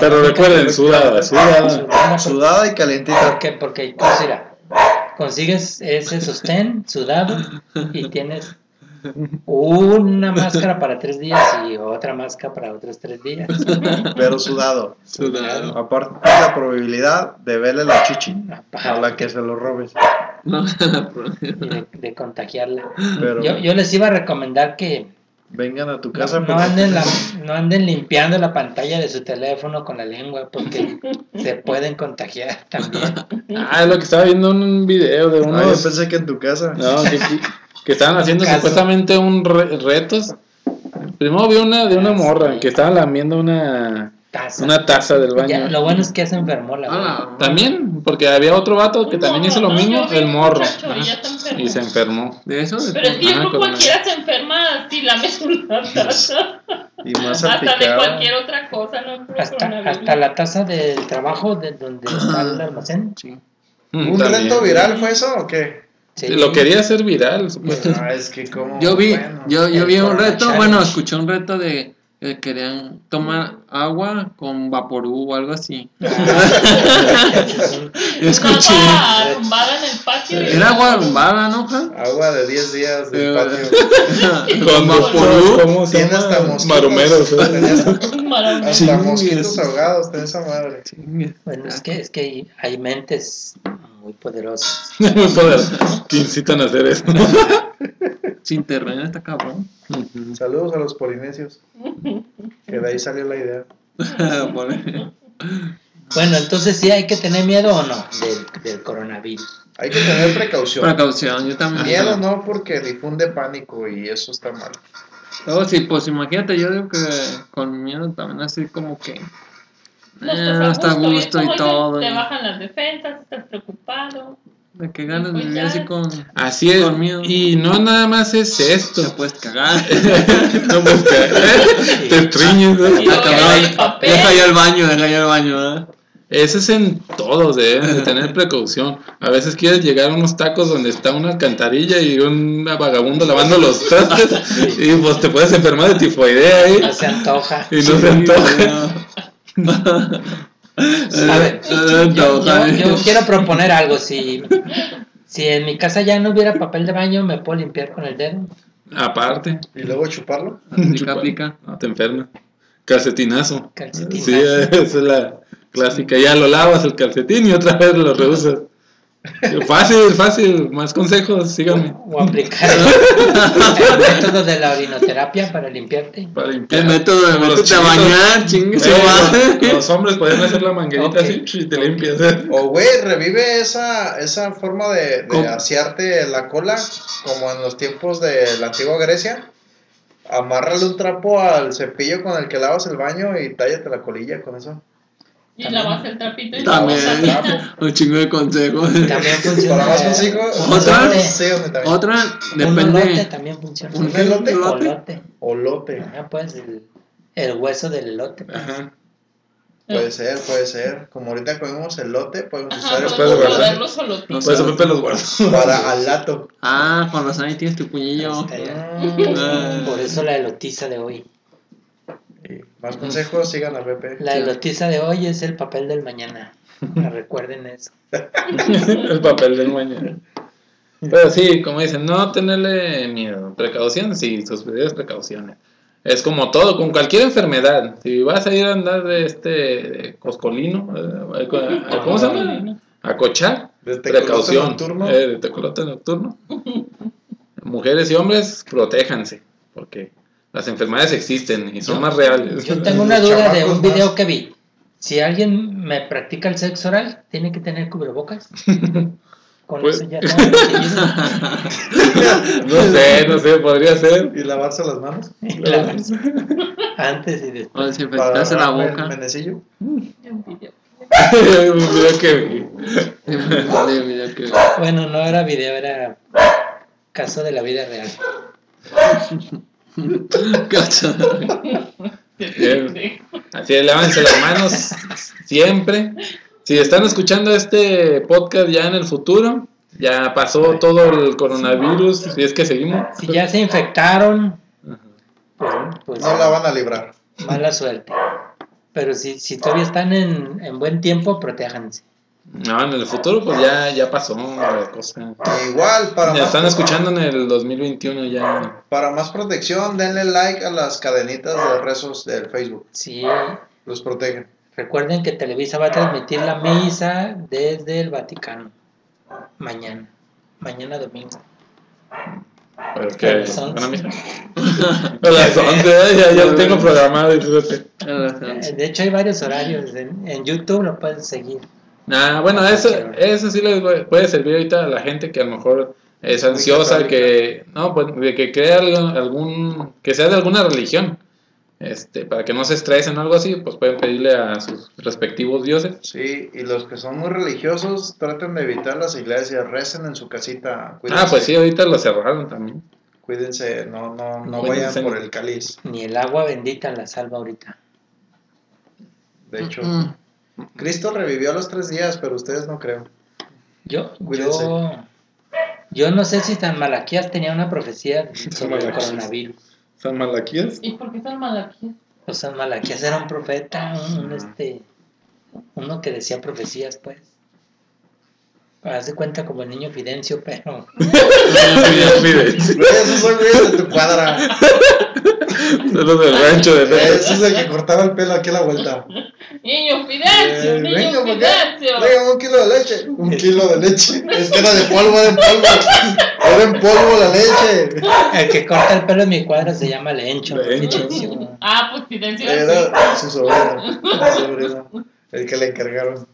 [SPEAKER 3] Pero recuerden, sudada,
[SPEAKER 6] Ah,
[SPEAKER 3] sudada.
[SPEAKER 5] Económica,
[SPEAKER 6] Sudada y calientita.
[SPEAKER 5] Porque, porque pues, mira, consigues ese sostén sudado y tienes una máscara para tres días y otra máscara para otros tres días.
[SPEAKER 6] Pero sudado.
[SPEAKER 4] Sudado.
[SPEAKER 6] Aparte la probabilidad de verle la chichi a la que se lo robes.
[SPEAKER 4] No,
[SPEAKER 5] y de, de contagiarla.
[SPEAKER 6] Pero
[SPEAKER 5] Yo, yo les iba a recomendar que
[SPEAKER 6] vengan a tu
[SPEAKER 5] no,
[SPEAKER 6] casa.
[SPEAKER 5] no
[SPEAKER 6] porque-
[SPEAKER 5] anden la- no anden limpiando la pantalla de su teléfono con la lengua porque se pueden contagiar también.
[SPEAKER 3] Ah, es lo que estaba viendo en un video de
[SPEAKER 6] Ah, yo
[SPEAKER 3] unos.
[SPEAKER 6] pensé que en tu casa.
[SPEAKER 3] No, que, que estaban haciendo
[SPEAKER 5] Caso.
[SPEAKER 3] supuestamente un re- retos. Primero vi una de una
[SPEAKER 5] Ah,
[SPEAKER 3] morra
[SPEAKER 5] sí.
[SPEAKER 3] que estaba lamiendo una,
[SPEAKER 5] Taza.
[SPEAKER 3] una taza del baño.
[SPEAKER 5] Ya, lo bueno es que ya se enfermó la verdad.
[SPEAKER 4] Hola.
[SPEAKER 3] También, porque había otro vato que también hizo lo mismo, el morro. Y se enfermó.
[SPEAKER 4] De eso de
[SPEAKER 7] Pero es que yo
[SPEAKER 3] Ajá,
[SPEAKER 7] creo que
[SPEAKER 4] pues,
[SPEAKER 3] corona.
[SPEAKER 7] cualquiera se enferma si la una taza.
[SPEAKER 6] Y más
[SPEAKER 7] Hasta de
[SPEAKER 6] salpicada.
[SPEAKER 7] cualquier otra cosa, no creo
[SPEAKER 5] Hasta, hasta la taza del trabajo de donde está el almacén.
[SPEAKER 4] Sí.
[SPEAKER 3] Mm,
[SPEAKER 6] ¿Un
[SPEAKER 3] también.
[SPEAKER 6] reto viral fue eso o qué?
[SPEAKER 5] Sí.
[SPEAKER 3] Lo quería hacer viral, pues. supuestamente.
[SPEAKER 6] Ah, es que como.
[SPEAKER 4] Yo vi,
[SPEAKER 6] bueno,
[SPEAKER 4] yo, yo
[SPEAKER 6] el
[SPEAKER 4] vi un
[SPEAKER 6] Corona
[SPEAKER 4] reto,
[SPEAKER 6] Challenge.
[SPEAKER 4] bueno, escuché un reto de que querían tomar agua con vaporú o algo así. Yo escuché.
[SPEAKER 7] Estaba tumbada en el patio. y-
[SPEAKER 4] Era agua arrumbada, ¿no? ja?
[SPEAKER 6] Agua de 10 días del
[SPEAKER 4] Eh,
[SPEAKER 6] patio.
[SPEAKER 3] Con
[SPEAKER 6] Vaporú,
[SPEAKER 3] ¿cómo se
[SPEAKER 6] Tiene
[SPEAKER 3] llama?
[SPEAKER 6] hasta mosquitos.
[SPEAKER 3] Marumeros. ¿eh?
[SPEAKER 6] Tenía
[SPEAKER 7] Maravilla.
[SPEAKER 4] Sí,
[SPEAKER 6] Hasta mosquitos
[SPEAKER 4] es-
[SPEAKER 6] ahogados, tenía esa madre.
[SPEAKER 5] Bueno,
[SPEAKER 3] Ah.
[SPEAKER 5] es que, es que hay, hay mentes muy poderosas.
[SPEAKER 3] Muy poder- que incitan a hacer eso.
[SPEAKER 4] Sin internet está cabrón.
[SPEAKER 6] Saludos a los polinesios. Que de ahí salió la idea.
[SPEAKER 4] Pobre.
[SPEAKER 5] Bueno, entonces sí hay que tener miedo o no del, del coronavirus.
[SPEAKER 6] Hay que tener precaución.
[SPEAKER 4] Precaución, yo también.
[SPEAKER 6] Miedo no, porque difunde pánico y eso está mal.
[SPEAKER 4] Luego, sí, pues imagínate, yo digo que con miedo también así como que...
[SPEAKER 7] No
[SPEAKER 4] eh,
[SPEAKER 7] estás
[SPEAKER 4] hasta
[SPEAKER 7] a gusto,
[SPEAKER 4] gusto y
[SPEAKER 7] oye,
[SPEAKER 4] todo.
[SPEAKER 7] Te
[SPEAKER 4] y-
[SPEAKER 7] bajan las defensas, estás preocupado.
[SPEAKER 4] De que ganas
[SPEAKER 7] Pues
[SPEAKER 4] vivir
[SPEAKER 7] ya.
[SPEAKER 4] así con...
[SPEAKER 3] Así es.
[SPEAKER 4] Con miedo.
[SPEAKER 3] Y no nada más es esto.
[SPEAKER 4] Te puedes cagar.
[SPEAKER 3] No pues, te- Te estriñes. ¿no?
[SPEAKER 7] Y luego
[SPEAKER 4] cabrón.
[SPEAKER 7] ya el papel.
[SPEAKER 4] Deja yo el baño, deja yo el baño. ¿eh?
[SPEAKER 3] Eso es en todos, deben de tener precaución. A veces quieres llegar a unos tacos donde está una alcantarilla y un vagabundo lavando los trastes y pues te puedes enfermar de tifoidea ahí
[SPEAKER 5] No se antoja.
[SPEAKER 3] y no se antoja.
[SPEAKER 4] Eh,
[SPEAKER 5] A ver, Yo, yo- yo quiero proponer algo. Si, si en mi casa ya no hubiera papel de baño, ¿me puedo limpiar con el dedo?
[SPEAKER 3] Aparte,
[SPEAKER 6] Y luego chuparlo.
[SPEAKER 4] Aplica,
[SPEAKER 3] chupar,
[SPEAKER 4] aplica.
[SPEAKER 3] no te enfermas. Calcetinazo.
[SPEAKER 5] Calcetín.
[SPEAKER 3] Sí, eh, esa es la clásica. Ya lo lavas el calcetín y otra vez lo reusas. Fácil, fácil. Más consejos, síganme.
[SPEAKER 5] O aplicar el, el método de la orinoterapia para limpiarte.
[SPEAKER 3] Para limpiar.
[SPEAKER 4] El método de
[SPEAKER 3] Como los
[SPEAKER 4] meterte a
[SPEAKER 3] chiquitos.
[SPEAKER 4] bañar, chingue su
[SPEAKER 3] Eh,
[SPEAKER 4] madre.
[SPEAKER 3] los, los hombres podían hacer la manguerita
[SPEAKER 5] Ok.
[SPEAKER 3] así y te limpias. ¿eh?
[SPEAKER 6] O, güey, revive esa, esa forma de, de
[SPEAKER 4] ¿Cómo?
[SPEAKER 6] asearte la cola, como en los tiempos de la antigua Grecia. Amárrale un trapo al cepillo con el que lavas el baño y tállate la colilla con eso.
[SPEAKER 7] Y lavas el trapito y
[SPEAKER 4] También.
[SPEAKER 7] lavas la tapita.
[SPEAKER 4] Un chingo de consejos.
[SPEAKER 5] También funciona.
[SPEAKER 6] Para más consigo,
[SPEAKER 4] ¿Otra?
[SPEAKER 6] Sí, hombre, también.
[SPEAKER 4] Otra,
[SPEAKER 5] Un elote
[SPEAKER 4] depende.
[SPEAKER 5] también funciona.
[SPEAKER 4] ¿Un
[SPEAKER 6] elote?
[SPEAKER 5] Olote.
[SPEAKER 6] Olote.
[SPEAKER 5] Ah, pues el, el hueso del elote. pues.
[SPEAKER 3] Ajá.
[SPEAKER 6] Puede ser, puede ser. Como ahorita comimos elote, podemos
[SPEAKER 7] Ajá,
[SPEAKER 6] usar
[SPEAKER 7] podemos
[SPEAKER 6] el
[SPEAKER 3] después de guardar.
[SPEAKER 7] guardarlo solo
[SPEAKER 3] Por eso Pepe los guardó.
[SPEAKER 6] para al lato.
[SPEAKER 4] Ah, por razón ahí tienes tu puñillo.
[SPEAKER 5] Está ya.
[SPEAKER 4] Ah.
[SPEAKER 5] Por eso la elotiza de hoy.
[SPEAKER 6] Y más consejos, sigan a Pepe.
[SPEAKER 5] La elotiza de hoy es el papel del mañana. Recuerden eso.
[SPEAKER 3] el papel del mañana. Pero sí, como dicen, no tenerle miedo. Precaución, sí, sus debidas precauciones. Es como todo, con cualquier enfermedad. Si vas a ir a andar de este de coscolino, eh, a- a- ¿cómo se llama? A cochar.
[SPEAKER 6] De tecolote
[SPEAKER 3] Precaución.
[SPEAKER 6] nocturno.
[SPEAKER 3] eh, de tecolote nocturno. Mujeres y hombres, protéjanse. Porque las enfermedades existen y son más reales.
[SPEAKER 5] Yo tengo una
[SPEAKER 6] Los
[SPEAKER 5] duda de
[SPEAKER 6] chamacos
[SPEAKER 5] un video
[SPEAKER 6] más.
[SPEAKER 5] que vi. Si alguien me practica el sexo oral, tiene que tener cubrebocas. Con
[SPEAKER 3] Pues-
[SPEAKER 5] eso ya no.
[SPEAKER 3] No sé, no sé, podría ser.
[SPEAKER 6] Y lavarse las manos.
[SPEAKER 5] Claro. Antes y después.
[SPEAKER 4] O desinfectarse la
[SPEAKER 6] agarrar
[SPEAKER 4] boca.
[SPEAKER 6] el menecillo.
[SPEAKER 7] Un video.
[SPEAKER 3] Un video que vi.
[SPEAKER 4] De- de- de- que-
[SPEAKER 5] Bueno, no era video, era caso de la vida real.
[SPEAKER 4] Cacha.
[SPEAKER 3] Bien. eh, Así es, lávense las manos siempre. Si están escuchando este podcast ya en el futuro, ya pasó todo el coronavirus, si es que seguimos.
[SPEAKER 5] Si ya se infectaron, pues, pues,
[SPEAKER 6] No la van a librar.
[SPEAKER 5] mala suerte. Pero si, si todavía están en, en buen tiempo, protéjanse.
[SPEAKER 3] No, en el futuro pues ya, ya pasó la cosa.
[SPEAKER 6] Igual, para
[SPEAKER 3] Ya
[SPEAKER 6] más,
[SPEAKER 3] están escuchando en el 2021 ya.
[SPEAKER 6] para más protección, denle like a las cadenitas de rezos del Facebook.
[SPEAKER 5] Sí,
[SPEAKER 6] Los protegen.
[SPEAKER 5] recuerden que Televisa va a transmitir la misa desde el Vaticano. Mañana. Mañana domingo.
[SPEAKER 3] Pero que,
[SPEAKER 5] Las once.
[SPEAKER 3] bueno, mija. A las 11, ¿eh? ya, ya lo tengo programado y fíjate.
[SPEAKER 5] Eh, De hecho, hay varios horarios. En, en YouTube lo pueden seguir.
[SPEAKER 3] Nah, bueno, eso, eso sí les puede- puede servir ahorita a la gente que a lo mejor es ansiosa, que no, pues de que crea algo- algún, que sea de alguna religión, este, para que no se estresen o algo así, pues pueden pedirle a sus respectivos dioses.
[SPEAKER 6] Sí, y los que son muy religiosos, traten de evitar las iglesias. Recen en su casita. Cuídense.
[SPEAKER 3] Ah, pues sí, ahorita lo cerraron también.
[SPEAKER 6] Cuídense, no, no, no
[SPEAKER 3] Cuídense.
[SPEAKER 6] vayan por el cáliz.
[SPEAKER 5] Ni el agua bendita la salva ahorita.
[SPEAKER 6] De hecho, Cristo revivió a los tres días, pero ustedes no creo.
[SPEAKER 5] Yo,
[SPEAKER 6] Cuídense.
[SPEAKER 5] yo Yo no sé si San Malaquías tenía una profecía sobre el
[SPEAKER 3] Malaquías.
[SPEAKER 5] coronavirus.
[SPEAKER 3] ¿San Malaquías?
[SPEAKER 7] ¿Y por qué son malaquías?
[SPEAKER 5] O sea, Malaquías era un profeta, un, un, este, uno que decía profecías, pues. Haz de cuenta como el niño Fidencio, pero
[SPEAKER 3] Esos
[SPEAKER 6] Güey, Esos son güeyes de tu cuadra.
[SPEAKER 3] los del rancho de Ted.
[SPEAKER 6] Ese es el que cortaba el pelo aquí a la vuelta.
[SPEAKER 7] Niño Fidencio,
[SPEAKER 6] Eh, venga,
[SPEAKER 7] niño
[SPEAKER 6] ¿por qué?
[SPEAKER 7] Fidencio.
[SPEAKER 6] Venga, un kilo de leche. Un kilo de leche. Es que era de polvo, era en polvo. Era en polvo la leche.
[SPEAKER 5] el que corta el pelo en mi cuadra se llama Lencho.
[SPEAKER 3] Lencho.
[SPEAKER 5] Fidencio.
[SPEAKER 7] Ah, pues Fidencio.
[SPEAKER 6] Eh,
[SPEAKER 7] sí.
[SPEAKER 6] Era su sobrino. su sobrino, El que le encargaron.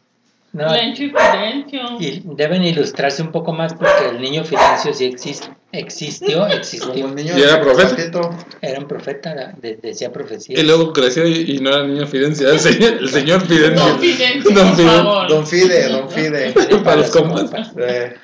[SPEAKER 5] No,
[SPEAKER 7] Lencho y Fidencio.
[SPEAKER 5] y deben ilustrarse un poco más porque el niño Fidencio sí exis- existió,
[SPEAKER 6] Como el
[SPEAKER 5] existió.
[SPEAKER 6] niño
[SPEAKER 3] Y era
[SPEAKER 6] del
[SPEAKER 3] profeta.
[SPEAKER 6] zapatito.
[SPEAKER 5] Era un profeta, era- de- decía profecías.
[SPEAKER 3] Y luego creció y, y no era niño Fidencio, era el señor, el señor Fidencio.
[SPEAKER 7] Don Fidencio,
[SPEAKER 3] Don
[SPEAKER 7] por
[SPEAKER 3] Fiden-
[SPEAKER 7] favor.
[SPEAKER 6] Don Fide, Don Fide.
[SPEAKER 3] Para los compas.
[SPEAKER 5] compas.
[SPEAKER 6] Eh,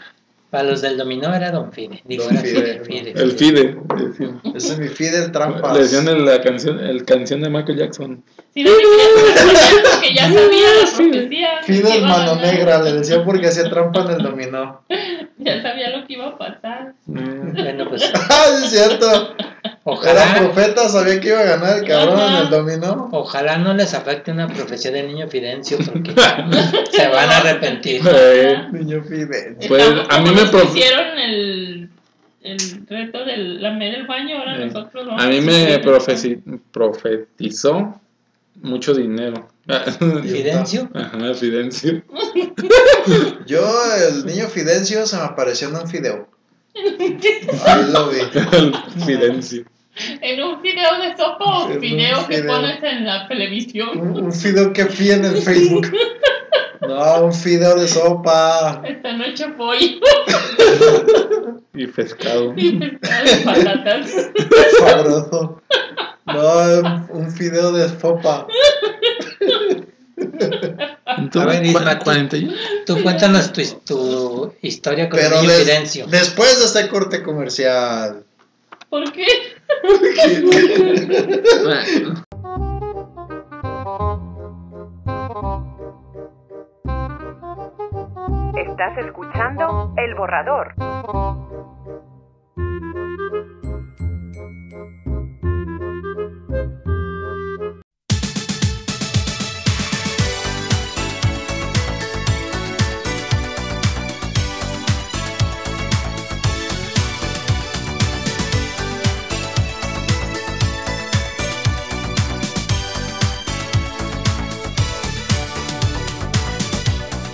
[SPEAKER 5] Para los del dominó era Don Fide. Digo,
[SPEAKER 6] Don
[SPEAKER 5] era Fide.
[SPEAKER 6] Fide.
[SPEAKER 5] Fide,
[SPEAKER 3] El
[SPEAKER 5] Fide.
[SPEAKER 3] Fide. le decían.
[SPEAKER 6] ese es mi Fide, el trampas.
[SPEAKER 3] Le decían en la canción, el canción de Michael Jackson.
[SPEAKER 7] Si no me querías acompañar porque ya sabía la profecía.
[SPEAKER 6] Fide, el
[SPEAKER 7] Iba a
[SPEAKER 6] mano
[SPEAKER 7] ganar.
[SPEAKER 6] negra. Le decían porque hacía trampa en el dominó.
[SPEAKER 7] Ya sabía lo que iba a pasar.
[SPEAKER 3] Mm. Eh,
[SPEAKER 5] Bueno, pues
[SPEAKER 6] Ah, sí es cierto. Era
[SPEAKER 5] ojalá,
[SPEAKER 6] profeta, sabía que iba a ganar el cabrón en
[SPEAKER 7] Ajá.
[SPEAKER 6] el dominó.
[SPEAKER 5] ojalá no les afecte una profecía del niño Fidencio porque se van a arrepentir.
[SPEAKER 3] Eh,
[SPEAKER 6] Niño Fide.
[SPEAKER 3] Pues,
[SPEAKER 7] Estamos
[SPEAKER 3] a mí
[SPEAKER 7] como
[SPEAKER 3] me
[SPEAKER 7] los
[SPEAKER 3] prof-
[SPEAKER 7] que hicieron el, el reto del lamer el baño, ahora
[SPEAKER 3] Eh,
[SPEAKER 7] nosotros vamos
[SPEAKER 3] a mí me
[SPEAKER 7] sufrir.
[SPEAKER 3] profeci- profetizó mucho dinero.
[SPEAKER 5] Eh, Fidencio,
[SPEAKER 3] Ajá, Fidencio.
[SPEAKER 6] Yo, el niño Fidencio, se me apareció en un fideo. Ahí lo vi.
[SPEAKER 3] El Fidencio.
[SPEAKER 7] En un video de sopa o
[SPEAKER 6] En un
[SPEAKER 7] video que
[SPEAKER 6] fideo.
[SPEAKER 7] pones en la televisión.
[SPEAKER 6] Un, un fideo que fui en el Facebook. No, un fideo de sopa.
[SPEAKER 7] Esta noche pollo
[SPEAKER 3] Y pescado.
[SPEAKER 7] y pescado y patatas.
[SPEAKER 6] Sabroso. No, un fideo de sopa.
[SPEAKER 5] A ver,
[SPEAKER 3] Cu-
[SPEAKER 5] Isma, tú-
[SPEAKER 3] 41.
[SPEAKER 5] tú cuéntanos tu, his- tu historia con
[SPEAKER 6] Pero
[SPEAKER 5] el niño
[SPEAKER 6] des-
[SPEAKER 5] Fidencio.
[SPEAKER 6] después de este corte comercial.
[SPEAKER 7] ¿Por qué?
[SPEAKER 4] Bueno,
[SPEAKER 2] Estás escuchando El Borrador.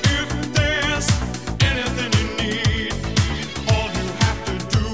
[SPEAKER 8] If there's anything you need, all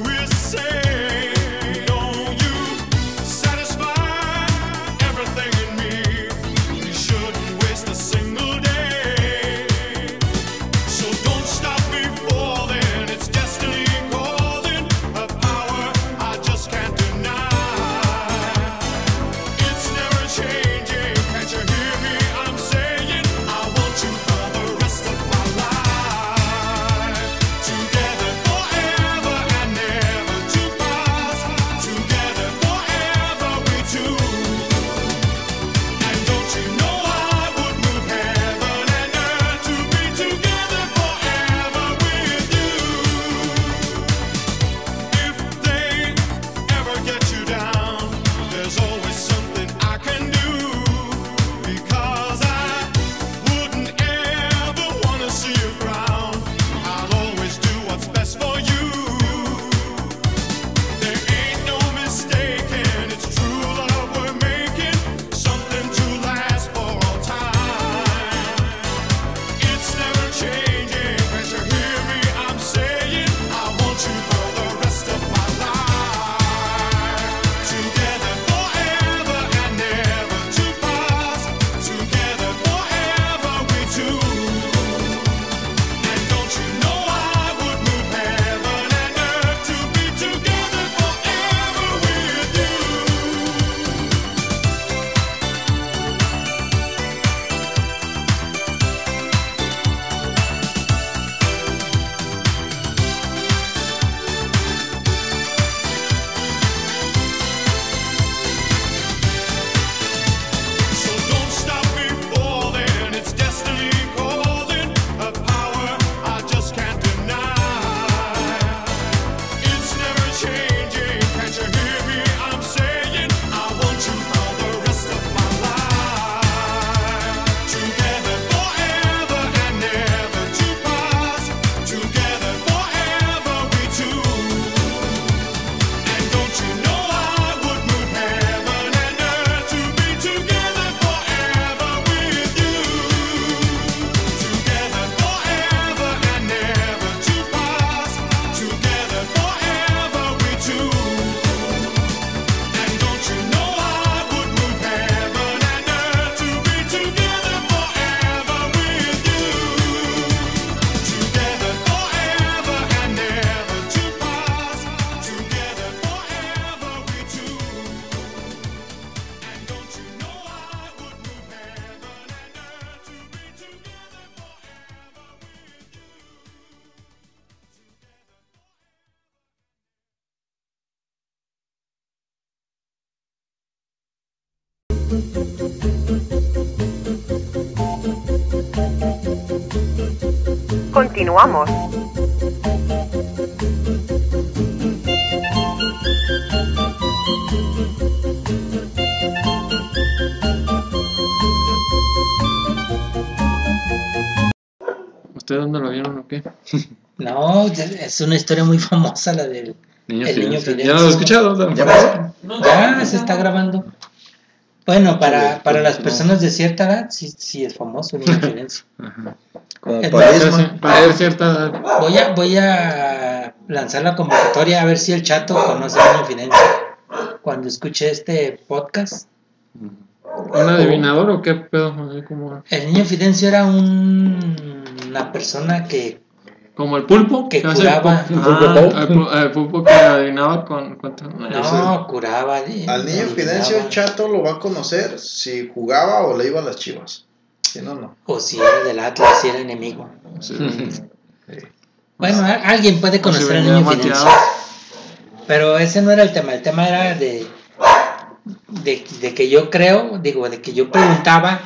[SPEAKER 2] Continuamos.
[SPEAKER 4] ¿Ustedes dónde lo vieron o qué?
[SPEAKER 5] No, es una historia muy famosa la del.
[SPEAKER 3] Niño
[SPEAKER 5] El niño
[SPEAKER 3] Fidencio.
[SPEAKER 5] Fidencio.
[SPEAKER 3] Ya no lo he escuchado. tan
[SPEAKER 6] Ya
[SPEAKER 3] famoso.
[SPEAKER 6] pasó.
[SPEAKER 1] No,
[SPEAKER 5] Ya Ah, se está grabando. Bueno, para, para las
[SPEAKER 3] no.
[SPEAKER 5] personas de cierta edad, sí, sí es famoso, una referencia.
[SPEAKER 3] Ajá.
[SPEAKER 6] Como
[SPEAKER 5] El
[SPEAKER 6] país,
[SPEAKER 5] Paisma.
[SPEAKER 4] Para- Para ver cierta edad.
[SPEAKER 5] Voy a, voy a lanzar la convocatoria a ver si el chato conoce una infidencia. Cuando escuche este podcast,
[SPEAKER 4] ¿Un adivinador o qué pedo? Así Como,
[SPEAKER 5] el niño Fidencio era un- una persona que
[SPEAKER 4] como el pulpo.
[SPEAKER 5] Que
[SPEAKER 4] hace-
[SPEAKER 5] curaba.
[SPEAKER 4] Ah, el, pu- el pulpo que adivinaba con. con
[SPEAKER 5] no curaba. eh, y-
[SPEAKER 6] Al niño
[SPEAKER 5] y
[SPEAKER 6] Fidencio el
[SPEAKER 5] daba.
[SPEAKER 6] Chato lo va a conocer si jugaba o le iba a las chivas. Si no, no.
[SPEAKER 5] O si era del Atlas, si era enemigo.
[SPEAKER 3] Sí.
[SPEAKER 5] Bueno, a- alguien puede
[SPEAKER 4] Con su
[SPEAKER 5] conocer al
[SPEAKER 4] venida
[SPEAKER 5] niño
[SPEAKER 4] mateada.
[SPEAKER 5] Fidencio. Pero ese no era el tema, el tema era de, de, de que yo creo, digo, de que yo preguntaba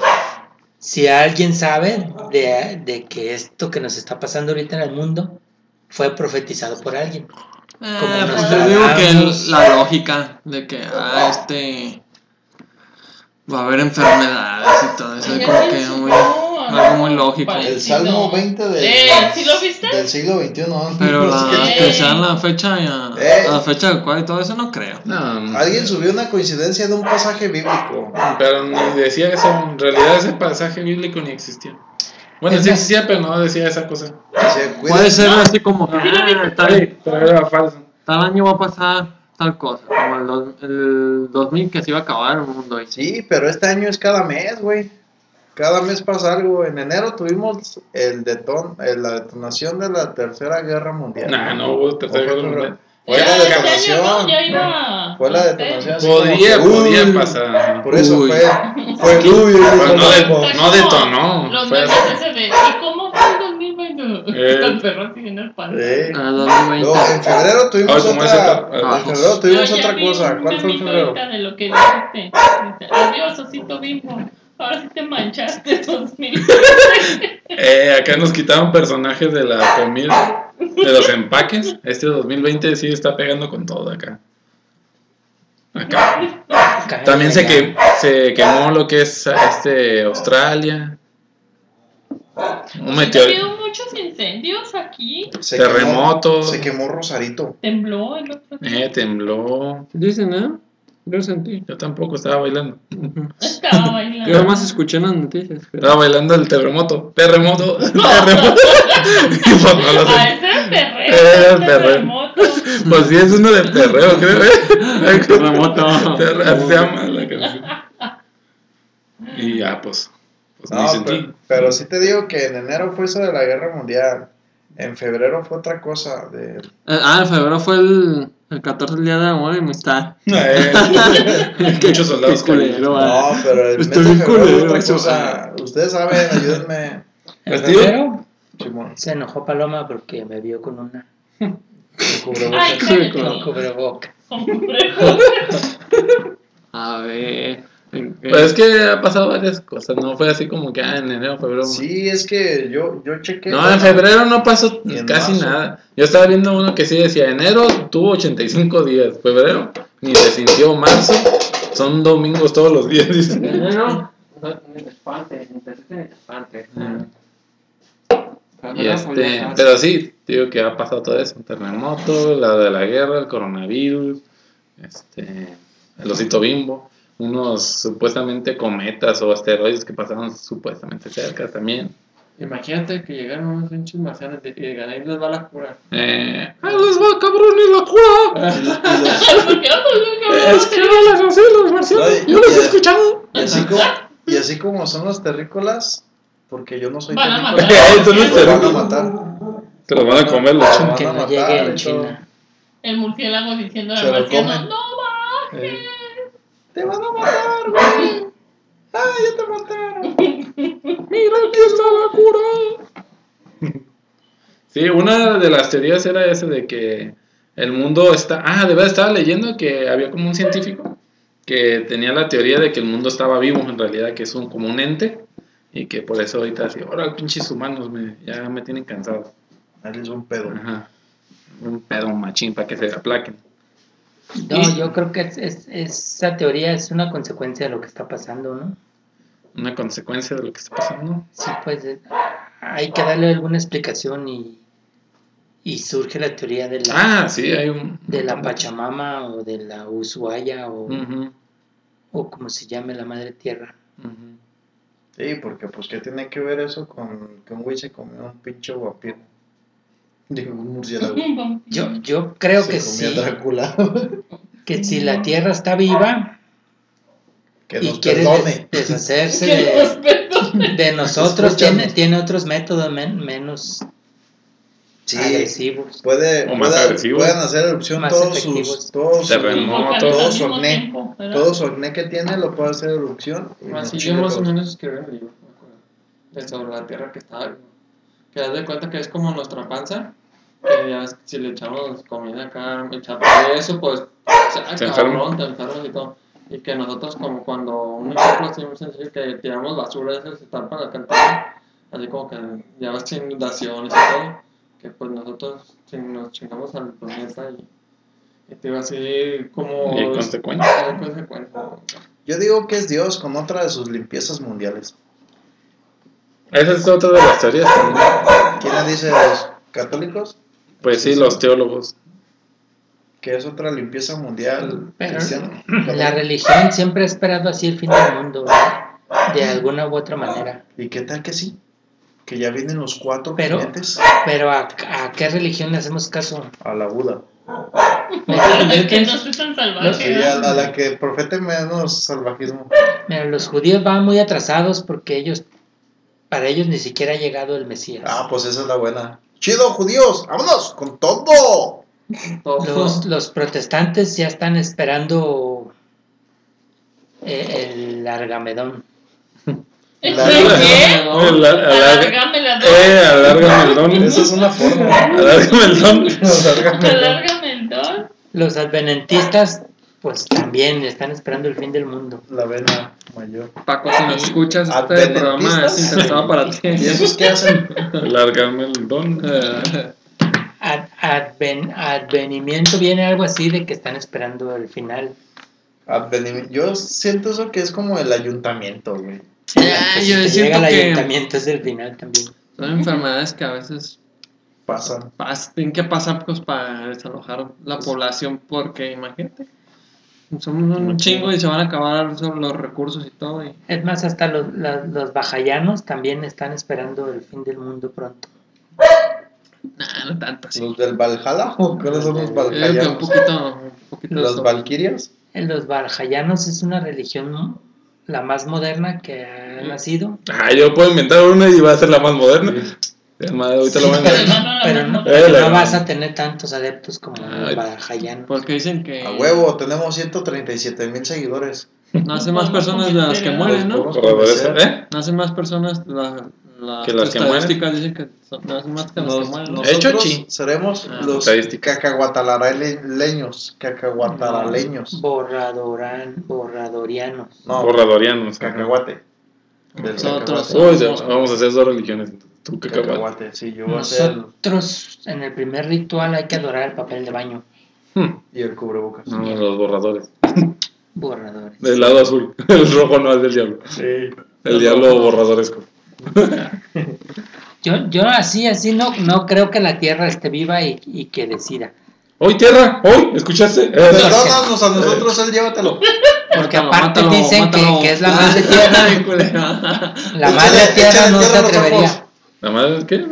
[SPEAKER 5] si alguien sabe de, de que esto que nos está pasando ahorita en el mundo fue profetizado por alguien.
[SPEAKER 1] Ah.
[SPEAKER 5] Como
[SPEAKER 4] Eh,
[SPEAKER 5] nos
[SPEAKER 4] pues yo digo que
[SPEAKER 5] tratamos.
[SPEAKER 4] el- la lógica de que ah, este va a haber enfermedades y todo eso, es como que muy- algo muy lógico.
[SPEAKER 6] El
[SPEAKER 4] Sí,
[SPEAKER 6] Salmo 20 del,
[SPEAKER 7] Eh, ¿sí lo viste?
[SPEAKER 6] del siglo XXI.
[SPEAKER 4] pero la,
[SPEAKER 7] Sí.
[SPEAKER 4] que sea la fecha, eh,
[SPEAKER 6] Eh.
[SPEAKER 4] la fecha actual y todo eso no creo.
[SPEAKER 3] No, no.
[SPEAKER 6] Alguien subió una coincidencia de un pasaje bíblico.
[SPEAKER 3] Pero ni decía eso. En realidad ese pasaje bíblico ni existía. Bueno,
[SPEAKER 5] Es
[SPEAKER 3] sí
[SPEAKER 5] más-
[SPEAKER 3] existía, pero no decía esa cosa.
[SPEAKER 6] Decía,
[SPEAKER 4] Puede
[SPEAKER 6] cuídense,
[SPEAKER 4] ser así como que ah, tal,
[SPEAKER 3] Pero era falso.
[SPEAKER 4] tal año va a pasar tal cosa, como el, dos- el 2000 que se iba a acabar el mundo. Y,
[SPEAKER 6] Sí, pero este año es cada mes, güey. Cada mes pasa algo. En enero tuvimos el deton, eh, la detonación de la Tercera Guerra Mundial.
[SPEAKER 3] Nah, no hubo tercera
[SPEAKER 6] Ojo,
[SPEAKER 3] guerra mundial.
[SPEAKER 6] Fue la
[SPEAKER 7] Ya, este año no,
[SPEAKER 6] detonación.
[SPEAKER 7] ya iba.
[SPEAKER 6] Fue la
[SPEAKER 7] no sé.
[SPEAKER 6] detonación. así
[SPEAKER 3] Podía,
[SPEAKER 6] como que,
[SPEAKER 3] podía
[SPEAKER 6] uy,
[SPEAKER 3] pasar.
[SPEAKER 6] Por eso
[SPEAKER 4] Uy.
[SPEAKER 6] fue. Fue uy, uy, uy,
[SPEAKER 3] Pero no,
[SPEAKER 6] como-
[SPEAKER 3] de- no detonó.
[SPEAKER 7] Los
[SPEAKER 3] fue
[SPEAKER 7] memes
[SPEAKER 3] así.
[SPEAKER 7] ese de. ¿Y cómo fue el 2020?
[SPEAKER 3] Eh.
[SPEAKER 7] Con perros y en el pan.
[SPEAKER 6] Eh.
[SPEAKER 4] ah, 2020.
[SPEAKER 6] Luego, en febrero
[SPEAKER 3] Ay,
[SPEAKER 6] tuvimos
[SPEAKER 3] como
[SPEAKER 6] otra.
[SPEAKER 3] ese-
[SPEAKER 4] ah.
[SPEAKER 6] En febrero tuvimos
[SPEAKER 7] Yo ya
[SPEAKER 6] otra
[SPEAKER 7] vi
[SPEAKER 6] cosa. ¿Cuál
[SPEAKER 7] un
[SPEAKER 6] fue en
[SPEAKER 7] memito
[SPEAKER 6] febrero?
[SPEAKER 7] ahorita De lo que dijiste. Dice, Adiós, osito bimbo. Ahora sí te manchaste 2000.
[SPEAKER 3] Eh, acá nos quitaron personajes de la comida, de los empaques. Este 2020 sí está pegando con todo acá. Acá. También se, que, se quemó lo que es este Australia. Un meteorito.
[SPEAKER 7] Hubo muchos incendios aquí.
[SPEAKER 6] Se
[SPEAKER 3] Terremoto.
[SPEAKER 6] quemó- se quemó Rosarito.
[SPEAKER 7] Tembló el otro día.
[SPEAKER 3] Eh, tembló.
[SPEAKER 4] Dicen, ¿eh? Yo sentí.
[SPEAKER 3] Yo tampoco estaba bailando.
[SPEAKER 7] Estaba bailando.
[SPEAKER 4] Yo más escuché las noticias. pero-
[SPEAKER 3] Estaba bailando el terremoto. Terremoto. Terremoto. Pues no lo
[SPEAKER 7] Ah,
[SPEAKER 3] sé.
[SPEAKER 7] ese era el perreo.
[SPEAKER 3] Era el
[SPEAKER 7] ese era el
[SPEAKER 3] perreo.
[SPEAKER 7] terremoto.
[SPEAKER 3] Pues sí, es uno de perreo, creo. ¿eh?
[SPEAKER 4] Terremoto.
[SPEAKER 3] Terre- así se llama la canción. Y ya, pues. Pues
[SPEAKER 6] No,
[SPEAKER 3] ni sentí.
[SPEAKER 6] pero, pero sí te digo que en enero fue eso de la guerra mundial. En febrero fue otra cosa. De...
[SPEAKER 4] Eh, Ah, en febrero fue el, el 14 el día de amor y amistad.
[SPEAKER 3] Eh, Muchos soldados.
[SPEAKER 4] Qué culero,
[SPEAKER 3] caídos.
[SPEAKER 4] ah.
[SPEAKER 6] No, pero el mes
[SPEAKER 4] Estoy
[SPEAKER 6] de
[SPEAKER 4] bien
[SPEAKER 6] febrero fue
[SPEAKER 4] culero,
[SPEAKER 6] otra
[SPEAKER 4] eso,
[SPEAKER 6] cosa. Ustedes saben, ayúdenme.
[SPEAKER 5] En
[SPEAKER 3] Vestido.
[SPEAKER 5] febrero
[SPEAKER 6] Simón,
[SPEAKER 5] se enojó Paloma porque me vio con una
[SPEAKER 6] me
[SPEAKER 7] Ay,
[SPEAKER 6] cubrebocas.
[SPEAKER 4] Sí,
[SPEAKER 5] con
[SPEAKER 7] cállate.
[SPEAKER 5] cubreboca.
[SPEAKER 4] A ver. en-
[SPEAKER 3] Pero Pues es que ha pasado varias cosas. No fue así como que ah, en enero, febrero.
[SPEAKER 6] Sí, es que yo, yo chequé.
[SPEAKER 3] No, en febrero no pasó
[SPEAKER 6] Y en
[SPEAKER 3] casi
[SPEAKER 6] marzo.
[SPEAKER 3] nada. Yo estaba viendo uno que sí decía, enero tuvo 85 días, febrero ni se sintió, marzo son domingos todos los días. dice.
[SPEAKER 4] Enero, no, ni te espantes, ni te asustes, ni te espantes.
[SPEAKER 3] Y este, pero sí, digo que ha pasado todo eso, terremoto, la de la guerra, el coronavirus, este, el osito bimbo, unos supuestamente cometas o asteroides que pasaron supuestamente cerca también.
[SPEAKER 4] Imagínate que llegaron unos hinchos marcianos de- y de ganar les va la cura.
[SPEAKER 3] Eh, ¡Ah, les va cabrones la cura!
[SPEAKER 7] ¿Por qué
[SPEAKER 3] Es que no las hacen los marcianos,
[SPEAKER 6] Ay,
[SPEAKER 3] yo los he
[SPEAKER 6] ya.
[SPEAKER 3] escuchado.
[SPEAKER 6] Y así, como, y así como son los terrícolas, porque yo no soy
[SPEAKER 7] Van a
[SPEAKER 6] terrícola.
[SPEAKER 3] Eh,
[SPEAKER 7] matar.
[SPEAKER 3] tú no eres
[SPEAKER 6] Los van a
[SPEAKER 3] terrícola.
[SPEAKER 6] matar.
[SPEAKER 3] Te los van a comer los
[SPEAKER 6] Van
[SPEAKER 3] chinos.
[SPEAKER 6] a
[SPEAKER 5] Que no
[SPEAKER 6] matar
[SPEAKER 5] llegue
[SPEAKER 6] y
[SPEAKER 5] en
[SPEAKER 6] todo.
[SPEAKER 5] China.
[SPEAKER 7] El murciélago diciendo
[SPEAKER 6] Se
[SPEAKER 7] al
[SPEAKER 6] lo
[SPEAKER 7] marciano:
[SPEAKER 6] comen.
[SPEAKER 7] No bajes.
[SPEAKER 6] Te van a matar, güey. Ah, ya te mataron.
[SPEAKER 3] Mira, aquí está la cura. Sí, una de las teorías era esa de que el mundo está. Ah, de verdad estaba leyendo que había como un científico que tenía la teoría de que el mundo estaba vivo, en realidad, que es un, como un ente Y que por eso ahorita así, ahora pinches humanos me, ya me tienen cansado.
[SPEAKER 6] Darles un pedo.
[SPEAKER 3] Ajá. Un pedo machín para que se aplaquen.
[SPEAKER 5] No,
[SPEAKER 3] Y-
[SPEAKER 5] yo creo que es- es- esa teoría es una consecuencia de lo que está pasando, ¿no?
[SPEAKER 3] Una consecuencia de lo que está pasando.
[SPEAKER 5] Sí, pues eh, hay que darle alguna explicación y, y surge la teoría de la,
[SPEAKER 3] Ah, sí, hay un.
[SPEAKER 5] de la Pachamama o de la Ushuaia o,
[SPEAKER 6] Mm.
[SPEAKER 3] Ujú,
[SPEAKER 5] o como se llame la Madre Tierra.
[SPEAKER 3] ujú.
[SPEAKER 6] Sí, porque pues qué tiene que ver eso con que un güey se comió un pinche vampiro. Digo, un murciélago.
[SPEAKER 5] Yo, yo creo que
[SPEAKER 6] se comió
[SPEAKER 5] sí,
[SPEAKER 6] a Drácula.
[SPEAKER 5] que si la Tierra está viva
[SPEAKER 6] que
[SPEAKER 5] y
[SPEAKER 6] nos
[SPEAKER 5] quiere
[SPEAKER 6] perdone.
[SPEAKER 5] des- deshacerse
[SPEAKER 7] Que los
[SPEAKER 5] de,
[SPEAKER 7] perdone.
[SPEAKER 5] de nosotros,
[SPEAKER 6] Escúchanos.
[SPEAKER 5] tiene, tiene otros métodos men- menos
[SPEAKER 6] Sí,
[SPEAKER 5] agresivos.
[SPEAKER 6] puede,
[SPEAKER 3] O más
[SPEAKER 6] puede-
[SPEAKER 3] agresivo.
[SPEAKER 6] pueden hacer erupción
[SPEAKER 5] Más
[SPEAKER 6] todos
[SPEAKER 5] efectivos.
[SPEAKER 6] sus todos sus,
[SPEAKER 3] Terremoto.
[SPEAKER 7] Como cantan
[SPEAKER 6] todo
[SPEAKER 7] al mismo
[SPEAKER 6] soné,
[SPEAKER 7] tiempo, ¿verdad?
[SPEAKER 6] todo su acné que tiene lo puede hacer erupción y nos
[SPEAKER 4] Así yo
[SPEAKER 6] chinga
[SPEAKER 4] más o
[SPEAKER 6] todos.
[SPEAKER 4] menos escribí el libro, me acuerdo, de sobre la tierra que está viva. Que haz de cuenta que es como nuestra panza, que ya es- si le echamos comida acá, echamos eso, pues se,
[SPEAKER 3] Se
[SPEAKER 4] cabrón, te enfermas y todo. Y que nosotros como cuando, un ejemplo así muy sencillo, que tiramos basura, eso se tapa la cantidad, así como que ya ves inundaciones y todo, que pues nosotros si nos chingamos al planeta y, y te iba así como...
[SPEAKER 3] Y hay consecuencias.
[SPEAKER 4] hay consecuencias.
[SPEAKER 6] Yo digo que es Dios con otra de sus limpiezas mundiales.
[SPEAKER 3] Esa es otra de las teorías también.
[SPEAKER 6] ¿Quién la dice los católicos?
[SPEAKER 3] Pues sí, los teólogos.
[SPEAKER 6] Que es otra limpieza mundial
[SPEAKER 5] Pero-
[SPEAKER 6] cristiana.
[SPEAKER 5] La religión siempre ha esperado así el fin del mundo, ¿verdad? de alguna u otra manera.
[SPEAKER 6] ¿Y qué tal que sí? Que ya vienen los cuatro
[SPEAKER 5] Pero-
[SPEAKER 6] jinetes
[SPEAKER 5] Pero ¿a, a qué religión le hacemos caso?
[SPEAKER 6] a la Buda.
[SPEAKER 5] Pues
[SPEAKER 7] Para que no estés tan salvaje.
[SPEAKER 6] Sí, a
[SPEAKER 7] ¿verdad?
[SPEAKER 6] la, a la que profete menos salvajismo.
[SPEAKER 5] Mira, los judíos van muy atrasados porque ellos, para ellos ni siquiera ha llegado el Mesías.
[SPEAKER 6] Ah, pues esa es la buena. Chido, judíos, vámonos con todo.
[SPEAKER 4] Todo.
[SPEAKER 5] Los, los protestantes ya están esperando eh, el Argamedón.
[SPEAKER 7] ¿El
[SPEAKER 6] La-
[SPEAKER 7] qué?
[SPEAKER 3] El- alarga-
[SPEAKER 7] Alárgame la
[SPEAKER 3] eh, alárgame el don.
[SPEAKER 6] Esa es una forma.
[SPEAKER 3] Alárgame el don.
[SPEAKER 7] Alárgame el don.
[SPEAKER 5] Los advenentistas, pues también están esperando el fin del mundo.
[SPEAKER 6] La vena mayor.
[SPEAKER 4] Paco, si nos escuchas, este
[SPEAKER 6] ¿Adventistas?
[SPEAKER 4] programa es intentado para ti.
[SPEAKER 6] ¿Y esos qué hacen?
[SPEAKER 3] Alárgame el don.
[SPEAKER 5] Ad- adven- advenimiento viene algo así de que están esperando el final.
[SPEAKER 6] Advenimi- Yo siento eso que es como el ayuntamiento, güey.
[SPEAKER 4] Ah,
[SPEAKER 5] Pues,
[SPEAKER 4] yo
[SPEAKER 5] si te
[SPEAKER 4] siento
[SPEAKER 5] llega al
[SPEAKER 4] que
[SPEAKER 5] ayuntamiento es el final también.
[SPEAKER 4] son enfermedades que a veces
[SPEAKER 6] Pasan.
[SPEAKER 4] pas- tienen que pasar pues, para desalojar la población, porque imagínate, somos un chingo y se van a acabar sobre los recursos y todo. Y,
[SPEAKER 5] Es más, hasta los, la- los bajayanos también están esperando el fin del mundo pronto.
[SPEAKER 4] nah, ah, no tanto así.
[SPEAKER 6] ¿Los del Valhalla o cuáles son los
[SPEAKER 4] Yo digo que un
[SPEAKER 6] Valhallanos?
[SPEAKER 4] poquito, un poquito
[SPEAKER 6] ¿Los
[SPEAKER 4] sobre-
[SPEAKER 6] Valquirias?
[SPEAKER 5] Eh, Los bajayanos es una religión la más moderna que ha nacido,
[SPEAKER 3] Ah, yo puedo inventar una y va a ser la más moderna. Ya, madre, ahorita lo voy a
[SPEAKER 7] Pero
[SPEAKER 3] inventar.
[SPEAKER 7] no, no, no,
[SPEAKER 5] pero
[SPEAKER 7] no.
[SPEAKER 5] no,
[SPEAKER 3] Eh,
[SPEAKER 5] pero
[SPEAKER 3] la-
[SPEAKER 5] no vas a tener tantos adeptos como
[SPEAKER 3] Ay.
[SPEAKER 5] los bajayanos.
[SPEAKER 4] Porque dicen que
[SPEAKER 6] A huevo, tenemos 137 mil seguidores.
[SPEAKER 4] nacen más personas de las que mueren, ¿no?
[SPEAKER 6] Los
[SPEAKER 3] Corredores, ¿eh?
[SPEAKER 4] Nacen más personas, la- las
[SPEAKER 3] Que las que mueren.
[SPEAKER 4] estadísticas dicen que son- nacen más que las que
[SPEAKER 6] Nos-
[SPEAKER 4] mueren.
[SPEAKER 3] De hecho,
[SPEAKER 6] nosotros
[SPEAKER 3] sí.
[SPEAKER 6] seremos
[SPEAKER 4] Ah,
[SPEAKER 6] los
[SPEAKER 3] estadística.
[SPEAKER 6] cacahuatalaleños. Cacahuatalaleños.
[SPEAKER 5] Borradoran, borradorianos.
[SPEAKER 6] No,
[SPEAKER 3] Borradorianos.
[SPEAKER 6] cacahuate. Del
[SPEAKER 4] Nosotros.
[SPEAKER 6] cacahuate.
[SPEAKER 3] Uy, ya, vamos a hacer dos religiones. Tú que acabas.
[SPEAKER 6] Cacahuate, sí, yo voy a hacer
[SPEAKER 5] Nosotros en el primer ritual hay que adorar el papel de baño,
[SPEAKER 3] Hmm,
[SPEAKER 6] y el cubrebocas.
[SPEAKER 3] No, los borradores.
[SPEAKER 5] borradores.
[SPEAKER 3] Del lado azul. El rojo no es del diablo.
[SPEAKER 6] Sí.
[SPEAKER 3] El diablo borradoresco.
[SPEAKER 5] Yo, yo así, así no, no creo que la tierra esté viva y, y que decida.
[SPEAKER 3] ¡Hoy, tierra! ¡Hoy! ¿Escuchaste? Eh,
[SPEAKER 6] Perdónanos a nosotros, él llévatelo.
[SPEAKER 5] Porque
[SPEAKER 4] Mátalo,
[SPEAKER 5] aparte
[SPEAKER 4] mátalo,
[SPEAKER 5] dicen que-
[SPEAKER 4] mátalo.
[SPEAKER 5] que es la madre tierra.
[SPEAKER 4] Ay, culera.
[SPEAKER 5] La
[SPEAKER 6] Échale-
[SPEAKER 5] madre tierra
[SPEAKER 6] échale Pues, eh, tierra a
[SPEAKER 5] no se
[SPEAKER 6] los
[SPEAKER 5] atrevería.
[SPEAKER 6] ojos.
[SPEAKER 3] ¿La madre qué?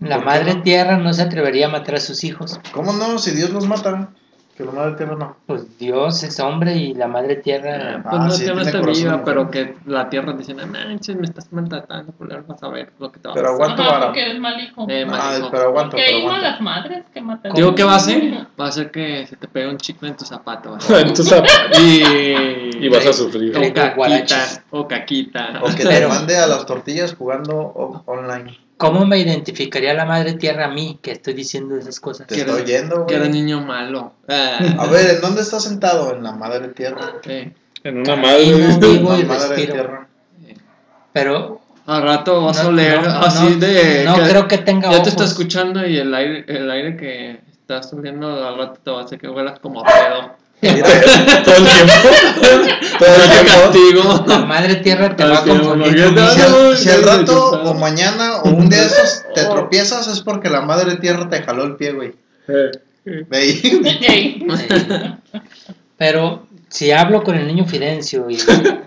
[SPEAKER 5] La madre tierra no se atrevería a matar a sus hijos.
[SPEAKER 6] ¿Cómo no? Si Dios los mata. Que la madre tierra no.
[SPEAKER 5] Pues Dios es hombre y la madre tierra.
[SPEAKER 4] Pues
[SPEAKER 6] Ah,
[SPEAKER 4] no
[SPEAKER 6] sí,
[SPEAKER 4] que no
[SPEAKER 6] tiene
[SPEAKER 4] está
[SPEAKER 6] corazón,
[SPEAKER 4] viva,
[SPEAKER 6] mujer.
[SPEAKER 4] pero que la tierra dice, no manches, me estás maltratando, culero, vas a ver lo que te va a
[SPEAKER 6] Pero
[SPEAKER 4] pasar".
[SPEAKER 6] aguanta
[SPEAKER 7] Ajá,
[SPEAKER 6] vara.
[SPEAKER 7] porque eres mal hijo.
[SPEAKER 4] Eh,
[SPEAKER 6] Ah,
[SPEAKER 4] marico.
[SPEAKER 6] pero aguanta,
[SPEAKER 7] Porque
[SPEAKER 6] pero
[SPEAKER 7] hay
[SPEAKER 6] aguanta.
[SPEAKER 7] malas madres que matan.
[SPEAKER 4] Digo, ¿qué va a hacer? Va a hacer que se te pegue un chicle en tu zapato. ¿verdad?
[SPEAKER 3] Entonces,
[SPEAKER 4] Y...
[SPEAKER 3] y vas a sufrir.
[SPEAKER 4] O
[SPEAKER 5] Guaraches.
[SPEAKER 4] caquita, o caquita.
[SPEAKER 6] O que te
[SPEAKER 5] Pero-
[SPEAKER 6] mande a las tortillas jugando o- online.
[SPEAKER 5] ¿Cómo me identificaría la madre tierra a mí que estoy diciendo esas cosas?
[SPEAKER 6] Te
[SPEAKER 4] Que
[SPEAKER 6] estoy
[SPEAKER 4] eres-
[SPEAKER 6] oyendo,
[SPEAKER 4] Que eres
[SPEAKER 6] güey.
[SPEAKER 4] niño malo. Ah,
[SPEAKER 6] A ver, ¿en dónde estás sentado? En la madre tierra.
[SPEAKER 4] eh,
[SPEAKER 3] En una
[SPEAKER 5] Camino,
[SPEAKER 3] madre.
[SPEAKER 5] vivo
[SPEAKER 6] En
[SPEAKER 5] y
[SPEAKER 6] la madre
[SPEAKER 5] respiro.
[SPEAKER 6] tierra.
[SPEAKER 4] eh.
[SPEAKER 5] Pero
[SPEAKER 4] Al rato vas a
[SPEAKER 5] No,
[SPEAKER 4] oler
[SPEAKER 5] no,
[SPEAKER 4] así
[SPEAKER 5] no,
[SPEAKER 4] de.
[SPEAKER 5] no creo que tenga
[SPEAKER 4] Ya te está
[SPEAKER 5] ojos.
[SPEAKER 4] escuchando y el aire, el aire que estás oliendo al rato te va a hacer que huelas como a pedo.
[SPEAKER 3] Todo el tiempo. Todo el tiempo.
[SPEAKER 4] castigo.
[SPEAKER 5] la madre tierra te
[SPEAKER 4] Así
[SPEAKER 5] va
[SPEAKER 4] es,
[SPEAKER 5] a confundir.
[SPEAKER 4] porque
[SPEAKER 5] con
[SPEAKER 4] te-
[SPEAKER 5] un-
[SPEAKER 6] Si al, si al
[SPEAKER 4] Ay,
[SPEAKER 6] rato
[SPEAKER 4] ay, ay.
[SPEAKER 6] o mañana o un día de esos te tropiezas es porque la madre tierra te jaló el pie, güey.
[SPEAKER 3] Eh,
[SPEAKER 6] De ahí.
[SPEAKER 7] Ey.
[SPEAKER 5] Pero si hablo con el niño Fidencio y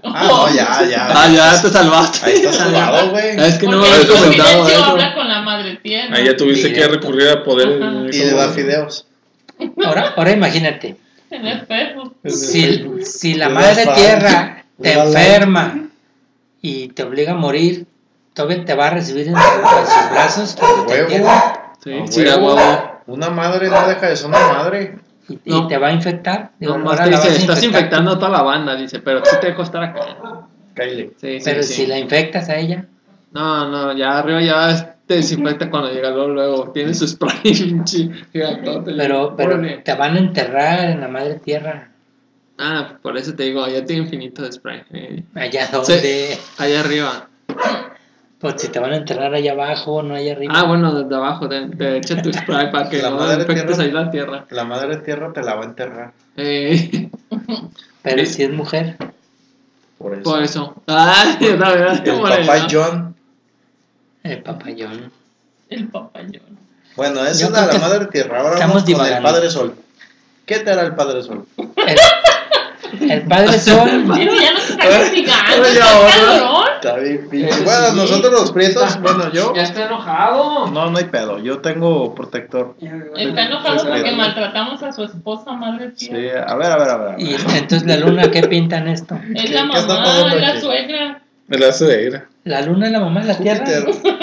[SPEAKER 6] Ah, no, ya,
[SPEAKER 4] Ah,
[SPEAKER 6] ya.
[SPEAKER 4] ya te salvaste.
[SPEAKER 6] Ahí está salvado, güey.
[SPEAKER 4] Ah, Es que no me
[SPEAKER 7] Porque
[SPEAKER 4] habías
[SPEAKER 7] el
[SPEAKER 4] comentado eh.
[SPEAKER 7] Fidencio
[SPEAKER 4] eso.
[SPEAKER 7] habla con la madre tierra.
[SPEAKER 3] Ahí ya tuviste que recurrir a poderes.
[SPEAKER 7] Ajá.
[SPEAKER 6] Y le da fideos.
[SPEAKER 5] ahora, ahora imagínate,
[SPEAKER 7] En el perro.
[SPEAKER 5] si, si la
[SPEAKER 6] Le
[SPEAKER 5] madre
[SPEAKER 6] das
[SPEAKER 5] tierra
[SPEAKER 6] pan,
[SPEAKER 5] te
[SPEAKER 6] le das la-
[SPEAKER 5] enferma y te obliga a morir, todavía te va a recibir en, su- en sus brazos porque te
[SPEAKER 6] Huevo.
[SPEAKER 5] quiere
[SPEAKER 4] Sí,
[SPEAKER 6] A
[SPEAKER 4] sí, a
[SPEAKER 6] huevo.
[SPEAKER 4] "Ah, huevo.
[SPEAKER 6] Una madre no deja de ser una madre.
[SPEAKER 5] y, y
[SPEAKER 4] No.
[SPEAKER 5] te va a infectar. Digo,
[SPEAKER 4] Nomás
[SPEAKER 5] ahora
[SPEAKER 4] te
[SPEAKER 5] la
[SPEAKER 4] dice,
[SPEAKER 5] vas a
[SPEAKER 4] estás
[SPEAKER 5] infectar,
[SPEAKER 4] infectando a toda la banda, dice, pero sí te dejo estar acá.
[SPEAKER 6] Cállate.
[SPEAKER 4] Sí, sí,
[SPEAKER 5] Pero
[SPEAKER 4] sí.
[SPEAKER 5] si la infectas a ella,
[SPEAKER 4] No, no, ya arriba ya es- te desinfecta cuando llega luego, luego. Tiene su spray pinche gigantote.
[SPEAKER 5] pero, pero
[SPEAKER 4] Órale.
[SPEAKER 5] te van a enterrar en la madre tierra.
[SPEAKER 4] Ah, por eso te digo, allá tiene infinito de spray. eh.
[SPEAKER 5] Allá donde,
[SPEAKER 4] Allá arriba.
[SPEAKER 5] pues si te van a enterrar allá abajo, no allá arriba.
[SPEAKER 4] Ah, bueno, desde abajo, te, te echa tu spray para que
[SPEAKER 6] La
[SPEAKER 4] no
[SPEAKER 6] madre
[SPEAKER 4] infectes
[SPEAKER 6] tierra.
[SPEAKER 4] ahí la tierra.
[SPEAKER 6] La madre tierra te la va a enterrar.
[SPEAKER 4] Eh,
[SPEAKER 5] pero si es mujer,
[SPEAKER 6] Por eso.
[SPEAKER 4] por eso. Ay, la verdad,
[SPEAKER 6] El papá John.
[SPEAKER 5] el papayón.
[SPEAKER 7] El papayón.
[SPEAKER 6] Bueno,
[SPEAKER 5] Yo
[SPEAKER 6] esa es
[SPEAKER 5] creo
[SPEAKER 6] la,
[SPEAKER 5] que
[SPEAKER 6] la madre tierra. Ahora
[SPEAKER 5] estamos
[SPEAKER 6] vamos con el
[SPEAKER 5] divagando.
[SPEAKER 6] padre sol. ¿Qué te hará el padre sol?
[SPEAKER 5] El, el padre sol
[SPEAKER 7] Pero ya nos está castigando.
[SPEAKER 4] Ahora Eh, ya,
[SPEAKER 7] está
[SPEAKER 4] ahora.
[SPEAKER 7] cabrón.
[SPEAKER 6] Está bien, pinche.
[SPEAKER 4] Ese
[SPEAKER 6] Eh, Bueno,
[SPEAKER 4] sí.
[SPEAKER 6] nosotros los prietos, bueno, yo.
[SPEAKER 4] está enojado.
[SPEAKER 6] No, no hay pedo. Yo tengo protector.
[SPEAKER 7] Está enojado porque
[SPEAKER 6] Pues,
[SPEAKER 7] maltratamos a su esposa madre
[SPEAKER 6] Sí,
[SPEAKER 7] tierra.
[SPEAKER 6] a ver, a ver, a ver. a ver.
[SPEAKER 5] y entonces la luna, ¿qué pintan esto?
[SPEAKER 7] Es la
[SPEAKER 6] ¿Qué está
[SPEAKER 7] mamá,
[SPEAKER 6] pasando
[SPEAKER 7] es la
[SPEAKER 6] aquí?
[SPEAKER 7] suegra.
[SPEAKER 3] Me la hace de ira.
[SPEAKER 5] La luna es la mamá de la tierra.
[SPEAKER 6] Júpiter.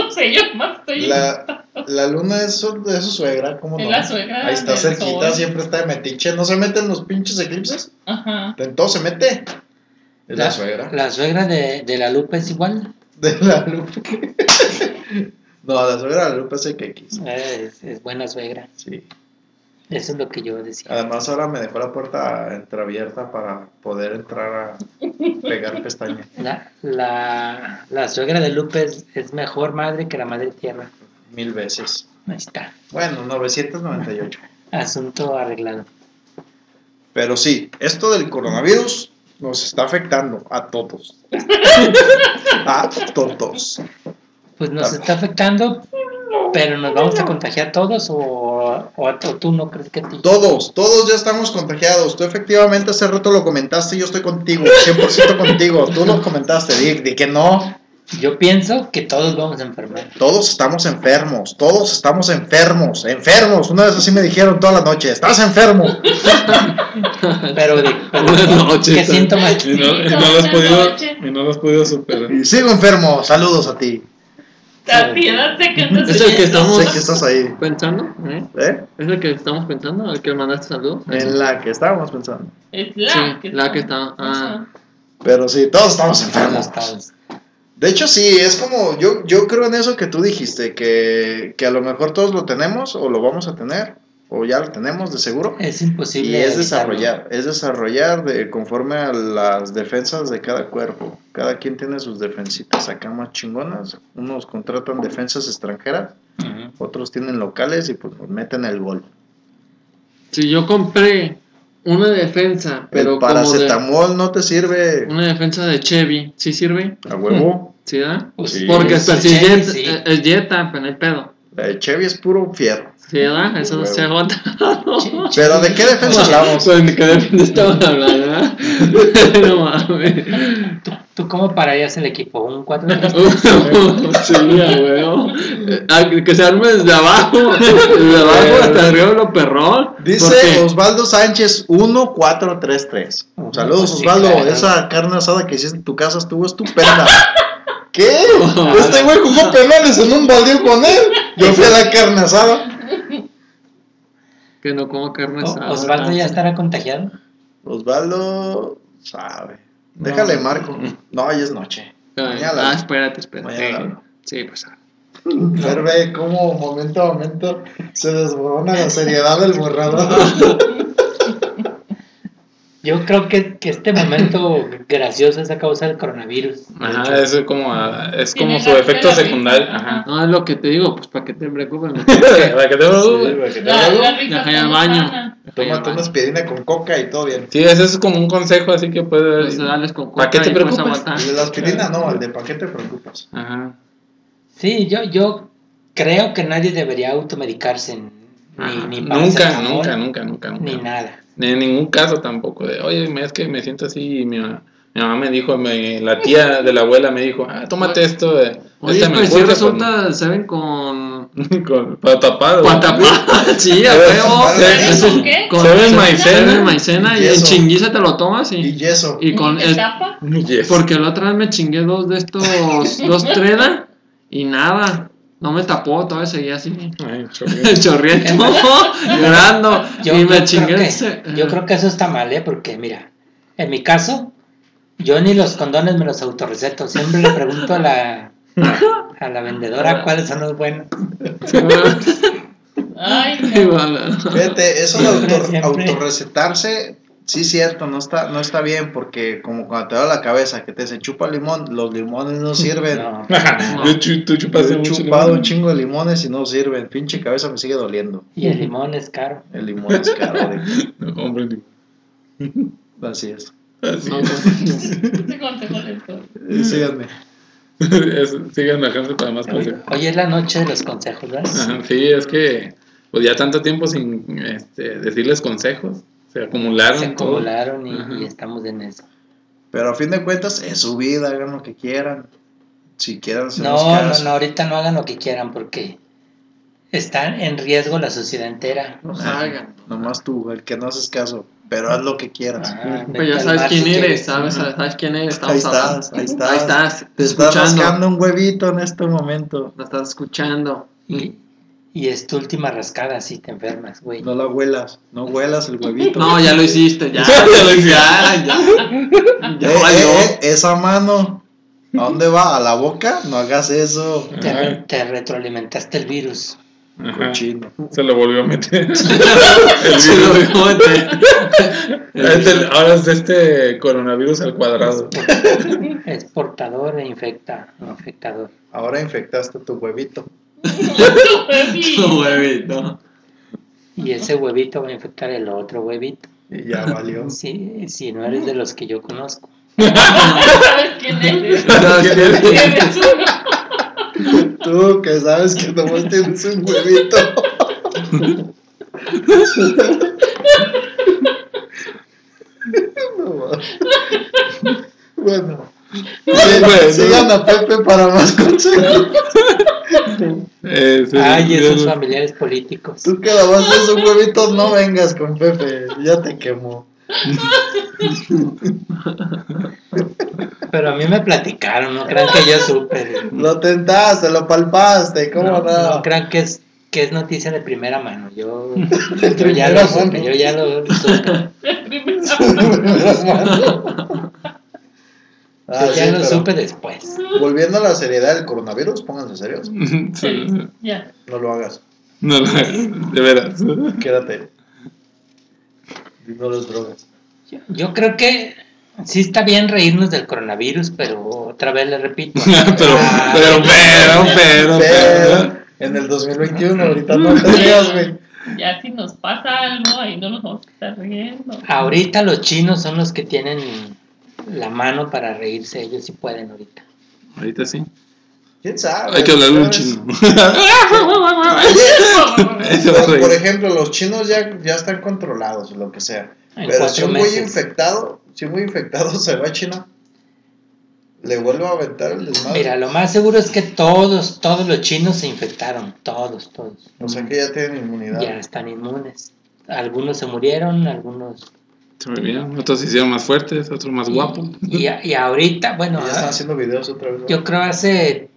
[SPEAKER 7] No sé, yo más estoy.
[SPEAKER 6] La, la luna es su, de su suegra, ¿cómo
[SPEAKER 7] Es
[SPEAKER 6] no?
[SPEAKER 7] la suegra
[SPEAKER 6] Ahí está
[SPEAKER 7] del
[SPEAKER 6] cerquita,
[SPEAKER 7] sol.
[SPEAKER 6] siempre está de metiche. ¿No se meten los pinches eclipses?
[SPEAKER 7] Ajá.
[SPEAKER 6] En todo se mete. Es la, suegra.
[SPEAKER 5] La suegra de, de la lupa es igual.
[SPEAKER 6] De la Lupe. no, la suegra de la Lupe es el que quiso.
[SPEAKER 5] Eh, Es, es buena suegra.
[SPEAKER 6] Sí.
[SPEAKER 5] Eso es lo que yo decía.
[SPEAKER 6] Además, ahora me dejó la puerta entreabierta para poder entrar a pegar pestaña.
[SPEAKER 5] La, la, la suegra de Lupe es, es mejor madre que la madre tierra.
[SPEAKER 6] Mil veces.
[SPEAKER 5] Ahí está.
[SPEAKER 6] Bueno, 998.
[SPEAKER 5] Asunto arreglado.
[SPEAKER 6] Pero sí, esto del coronavirus nos está afectando a todos. a todos.
[SPEAKER 5] Pues nos está afectando, pero nos vamos a contagiar todos o, o, o tú no crees que a ti.
[SPEAKER 6] Todos, todos ya estamos contagiados. Tú efectivamente hace rato lo comentaste y yo estoy contigo, 100% contigo. Tú lo comentaste, di, di que no.
[SPEAKER 5] Yo pienso que todos vamos a enfermar.
[SPEAKER 6] Todos estamos enfermos, todos estamos enfermos, enfermos. Una vez así me dijeron toda la noche, estás enfermo.
[SPEAKER 5] Pero de pero
[SPEAKER 3] Buenas noches.
[SPEAKER 5] ¿qué síntomas?
[SPEAKER 3] Y no, y no lo has podido, y no lo has podido superar.
[SPEAKER 6] Y sigo enfermo, saludos a ti.
[SPEAKER 7] Tatiana se canta
[SPEAKER 4] Es el que estamos
[SPEAKER 6] Sé que estás ahí.
[SPEAKER 4] pensando. ¿eh?
[SPEAKER 6] ¿Eh?
[SPEAKER 4] Es el que estamos pensando, el que mandaste saludos.
[SPEAKER 6] En la que estábamos pensando.
[SPEAKER 7] Es
[SPEAKER 4] Sí,
[SPEAKER 7] la que
[SPEAKER 4] la
[SPEAKER 7] está.
[SPEAKER 4] que está. Ah,
[SPEAKER 7] Ajá.
[SPEAKER 6] Pero sí, todos estamos enfermos.
[SPEAKER 5] Todos, todos.
[SPEAKER 6] De hecho, sí, es como, yo, yo creo en eso que tú dijiste, que, que a lo mejor todos lo tenemos o lo vamos a tener, o ya lo tenemos de seguro.
[SPEAKER 5] Es imposible.
[SPEAKER 6] Y es
[SPEAKER 5] evitarlo.
[SPEAKER 6] desarrollar, es desarrollar de, conforme a las defensas de cada cuerpo. Cada quien tiene sus defensitas acá más chingonas. Unos contratan defensas extranjeras,
[SPEAKER 5] Ujú.
[SPEAKER 6] otros tienen locales y pues nos meten el gol.
[SPEAKER 4] si yo compré una defensa, pero
[SPEAKER 6] el
[SPEAKER 4] como de,
[SPEAKER 6] paracetamol no te sirve
[SPEAKER 4] una defensa de Chevy, ¿sí sirve?
[SPEAKER 6] a huevo.
[SPEAKER 4] ¿Sí da?
[SPEAKER 5] Pues
[SPEAKER 6] Sí.
[SPEAKER 4] Porque
[SPEAKER 5] sí,
[SPEAKER 4] hasta si
[SPEAKER 5] sí,
[SPEAKER 4] es Jetta,
[SPEAKER 5] sí.
[SPEAKER 4] eh, es Jetta, pero no hay pedo.
[SPEAKER 6] La de Chevy es puro fierro.
[SPEAKER 4] ¿Sí da? Eso
[SPEAKER 6] Huevo.
[SPEAKER 4] se aguanta. Pues,
[SPEAKER 6] Pero ¿de qué defensa hablamos?
[SPEAKER 4] ¿De qué depende estaban hablando? verdad? no mames.
[SPEAKER 5] ¿Tú cómo pararías el equipo? ¿Un 4
[SPEAKER 4] sí, a huevo. Eh, ah, que- Que se arme desde abajo, desde abajo hasta arriba lo perrón.
[SPEAKER 6] Eh. Dice
[SPEAKER 4] porque-
[SPEAKER 6] Osvaldo Sánchez 1433.
[SPEAKER 5] Ujú,
[SPEAKER 6] Saludos
[SPEAKER 5] pues sí,
[SPEAKER 6] Osvaldo,
[SPEAKER 5] claro.
[SPEAKER 6] esa carne asada que hiciste en tu casa estuvo estupenda. ¿Qué? Este güey jugó penales en un baldío con él. Yo fui a la carne asada.
[SPEAKER 4] que no como carne asada.
[SPEAKER 5] Osvaldo ya estará contagiado.
[SPEAKER 6] Osvaldo sabe. Déjale marco. No, hoy es noche.
[SPEAKER 4] Ay,
[SPEAKER 6] Mañana.
[SPEAKER 4] Ah, espérate, espérate.
[SPEAKER 6] Mañana.
[SPEAKER 4] Sí, pues. ah.
[SPEAKER 6] Pero ve cómo momento a momento se desborona la seriedad del borrador.
[SPEAKER 5] Yo creo que, que este momento gracioso es a causa del coronavirus. de hecho.
[SPEAKER 3] Ajá, eso es como, ah, es como
[SPEAKER 7] Tiene
[SPEAKER 3] su
[SPEAKER 7] la-
[SPEAKER 3] efecto
[SPEAKER 7] la-
[SPEAKER 3] secundario. Ajá.
[SPEAKER 8] No, es lo que te digo, pues para que te preocupes. ¿no?
[SPEAKER 3] Para que te-
[SPEAKER 6] Sí, güey, que te
[SPEAKER 7] La,
[SPEAKER 6] hago,
[SPEAKER 7] la risa
[SPEAKER 8] Deja ya
[SPEAKER 7] tan
[SPEAKER 8] baño.
[SPEAKER 7] sana.
[SPEAKER 6] Tómate una aspirina con coca y todo bien.
[SPEAKER 3] Sí, ese es como un consejo así que puede
[SPEAKER 8] Pues dales con
[SPEAKER 3] ¿Para qué te
[SPEAKER 8] coca y puedes
[SPEAKER 3] preocupas?
[SPEAKER 8] aguantar.
[SPEAKER 6] El de la aspirina no, el de pa' qué te preocupas.
[SPEAKER 3] Ajá.
[SPEAKER 5] Sí, yo, yo creo que nadie debería automedicarse. Ni,
[SPEAKER 3] Ajá.
[SPEAKER 5] ni
[SPEAKER 3] nunca,
[SPEAKER 5] paracetamol,
[SPEAKER 3] nunca, nunca, nunca, nunca.
[SPEAKER 5] Ni nada.
[SPEAKER 3] Ni en ningún caso tampoco. De, Oye, me- es que me siento así y mi, ma- mi mamá me dijo, me- la tía de la abuela me dijo, ah, tómate esto. De,
[SPEAKER 8] Oye,
[SPEAKER 3] este
[SPEAKER 8] pues si
[SPEAKER 3] menjurje
[SPEAKER 8] resulta, ¿saben? Con.
[SPEAKER 3] con- con- para tapar. güey.
[SPEAKER 8] Patapá, sí, a
[SPEAKER 3] A ver,
[SPEAKER 8] huevo.
[SPEAKER 7] ¿sabes
[SPEAKER 8] Ese-
[SPEAKER 7] con qué?
[SPEAKER 3] Sabe
[SPEAKER 8] se-
[SPEAKER 3] maicena.
[SPEAKER 8] sabe maicena y
[SPEAKER 6] Y
[SPEAKER 8] en
[SPEAKER 6] eso.
[SPEAKER 8] chinguiza te lo tomas
[SPEAKER 6] Y
[SPEAKER 8] y,
[SPEAKER 6] yeso.
[SPEAKER 8] y con.
[SPEAKER 7] ¿Te
[SPEAKER 8] es-
[SPEAKER 7] tapa?
[SPEAKER 3] Yes.
[SPEAKER 8] porque la otra vez me chingué dos de estos. dos treda y nada. No me tapó, todavía seguía así.
[SPEAKER 3] Ay, chorrito.
[SPEAKER 8] chorriendo, llorando.
[SPEAKER 5] Yo,
[SPEAKER 8] y
[SPEAKER 5] yo
[SPEAKER 8] me chingué.
[SPEAKER 5] creo que,
[SPEAKER 8] ese-
[SPEAKER 5] yo creo que eso está mal, ¿eh? Porque, mira, en mi caso, yo ni los condones me los autorreceto. Siempre le pregunto a la, a la vendedora cuáles son los buenos.
[SPEAKER 8] eh,
[SPEAKER 7] Ay,
[SPEAKER 8] Sí,
[SPEAKER 7] no.
[SPEAKER 8] vale.
[SPEAKER 6] Fíjate, eso de
[SPEAKER 5] Siempre,
[SPEAKER 6] autor-
[SPEAKER 5] siempre.
[SPEAKER 6] autorrecetarse, sí cierto, no está, no está bien, porque como cuando te da la cabeza que te se chupa limón, los limones no sirven.
[SPEAKER 5] No.
[SPEAKER 3] Yo chu- tú
[SPEAKER 6] Yo
[SPEAKER 3] chupas
[SPEAKER 6] he
[SPEAKER 3] mucho
[SPEAKER 6] chupado
[SPEAKER 3] limón.
[SPEAKER 6] un chingo de limones y no sirven. Pinche cabeza me sigue doliendo.
[SPEAKER 5] Y el limón es caro.
[SPEAKER 6] El limón es caro. ahorita.
[SPEAKER 3] No, hombre, digo,
[SPEAKER 6] Así es.
[SPEAKER 3] así.
[SPEAKER 8] No,
[SPEAKER 7] Este consejo de todo.
[SPEAKER 6] Eh, Síganme.
[SPEAKER 3] Es- Sigan a gente para más consejos.
[SPEAKER 5] Hoy es la noche de los consejos, ¿verdad?
[SPEAKER 3] Ajá, Sí, es que pues ya tanto tiempo sin este, decirles consejos, se acumularon.
[SPEAKER 5] Se
[SPEAKER 3] todo.
[SPEAKER 5] acumularon y,
[SPEAKER 3] Ajá.
[SPEAKER 5] y estamos en eso.
[SPEAKER 6] Pero a fin de cuentas, es su vida, hagan lo que quieran. Si quieran, se los
[SPEAKER 5] No, no,
[SPEAKER 6] caso.
[SPEAKER 5] no, ahorita no hagan lo que quieran porque están en riesgo la sociedad entera.
[SPEAKER 8] No salgan.
[SPEAKER 6] Nomás tú, el que no haces caso. Pero haz lo que quieras.
[SPEAKER 5] Ah,
[SPEAKER 8] Pues ya
[SPEAKER 5] vete al
[SPEAKER 8] sabes
[SPEAKER 5] bar si
[SPEAKER 8] quién eres,
[SPEAKER 5] quieres.
[SPEAKER 8] sabes, sabes, sabes quién eres, estamos
[SPEAKER 6] Ahí estás,
[SPEAKER 8] hablando.
[SPEAKER 6] ahí estás.
[SPEAKER 8] Ahí estás,
[SPEAKER 6] Te estás
[SPEAKER 8] escuchando.
[SPEAKER 6] rascando un huevito en este momento.
[SPEAKER 8] Lo estás escuchando.
[SPEAKER 5] Y, y es tu última rascada si te enfermas, güey.
[SPEAKER 6] No la huelas. No huelas el huevito.
[SPEAKER 8] No, ya lo hiciste, ya.
[SPEAKER 3] Ya lo hiciste.
[SPEAKER 8] Ya, ya. Ya
[SPEAKER 6] Eh,
[SPEAKER 8] valió.
[SPEAKER 6] eh, eh, esa mano. ¿A dónde va? ¿A la boca? No hagas eso.
[SPEAKER 5] Te, te retroalimentaste el virus.
[SPEAKER 3] Ajá.
[SPEAKER 6] Cochino.
[SPEAKER 3] Se lo volvió a meter.
[SPEAKER 6] eh.
[SPEAKER 8] Se lo eh. bigote.
[SPEAKER 3] Es del- ahora es este coronavirus al cuadrado.
[SPEAKER 5] Es portador e infecta, infectador.
[SPEAKER 6] Ahora infectaste tu huevito.
[SPEAKER 8] Tu huevito.
[SPEAKER 5] Y ese huevito va a infectar el otro huevito.
[SPEAKER 6] Y ya valió.
[SPEAKER 5] Si, si no eres de los que yo conozco.
[SPEAKER 7] ¿Sabes quién es? Eres uno.
[SPEAKER 6] Tú que sabes que nomás tienes un huevito. No mames. bueno. Sí,
[SPEAKER 3] Bueno.
[SPEAKER 6] Sigan a Pepe para más consejos.
[SPEAKER 3] Eh, sí,
[SPEAKER 5] Ay,
[SPEAKER 3] ya
[SPEAKER 5] esos
[SPEAKER 3] lo-
[SPEAKER 5] familiares políticos.
[SPEAKER 6] Tú que nomás tienes un huevito, no vengas con Pepe. Ya te quemó.
[SPEAKER 5] Pero a mí me platicaron, no crean que yo supe.
[SPEAKER 6] Lo tentaste, lo palpaste. ¿Cómo
[SPEAKER 5] No,
[SPEAKER 6] no?
[SPEAKER 5] no crean que es, que es noticia de primera mano. Yo, yo
[SPEAKER 6] primera
[SPEAKER 5] ya lo supe,
[SPEAKER 6] mano.
[SPEAKER 5] yo ya lo supe.
[SPEAKER 6] Ah,
[SPEAKER 5] yo ya
[SPEAKER 6] sí,
[SPEAKER 5] lo
[SPEAKER 6] pero
[SPEAKER 5] supe después.
[SPEAKER 6] Volviendo a la seriedad del coronavirus, pónganse serios.
[SPEAKER 3] Sí,
[SPEAKER 7] Ya.
[SPEAKER 6] No lo hagas.
[SPEAKER 3] No lo hagas, de veras.
[SPEAKER 6] Quédate. No las drogas.
[SPEAKER 5] Yo creo que sí está bien reírnos del coronavirus, pero otra vez le repito.
[SPEAKER 3] Pero, pero, pero, pero, pero. ¿eh?
[SPEAKER 6] Pero en el 2021, ahorita no te digas, güey.
[SPEAKER 7] Ya si nos pasa algo, ahí no nos vamos a estar riendo.
[SPEAKER 5] Ahorita los chinos son los que tienen la mano para reírse, ellos sí pueden ahorita.
[SPEAKER 3] Ahorita sí.
[SPEAKER 6] ¿Quién sabe?
[SPEAKER 3] Hay que hablar de un
[SPEAKER 6] ¿Sabes?
[SPEAKER 3] chino. Ese va a
[SPEAKER 6] Por,
[SPEAKER 3] reír.
[SPEAKER 6] por ejemplo, los chinos ya, ya están controlados, lo que sea.
[SPEAKER 5] En
[SPEAKER 6] Pero si
[SPEAKER 5] cuatro
[SPEAKER 6] un güey
[SPEAKER 5] meses.
[SPEAKER 6] infectado, si un güey infectado se va a China, le vuelvo a aventar el desmadre.
[SPEAKER 5] Mira, lo más seguro es que todos, todos los chinos se infectaron, todos, todos.
[SPEAKER 6] o
[SPEAKER 3] Mm.
[SPEAKER 6] sea que ya tienen inmunidad.
[SPEAKER 5] Ya están inmunes. Algunos se murieron, algunos
[SPEAKER 3] Se me olvidó. Otros se hicieron más fuertes, otros más guapos.
[SPEAKER 5] Y, y ahorita, bueno,
[SPEAKER 6] Y ya están haciendo videos otra vez. ¿no?
[SPEAKER 5] ah, yo creo hace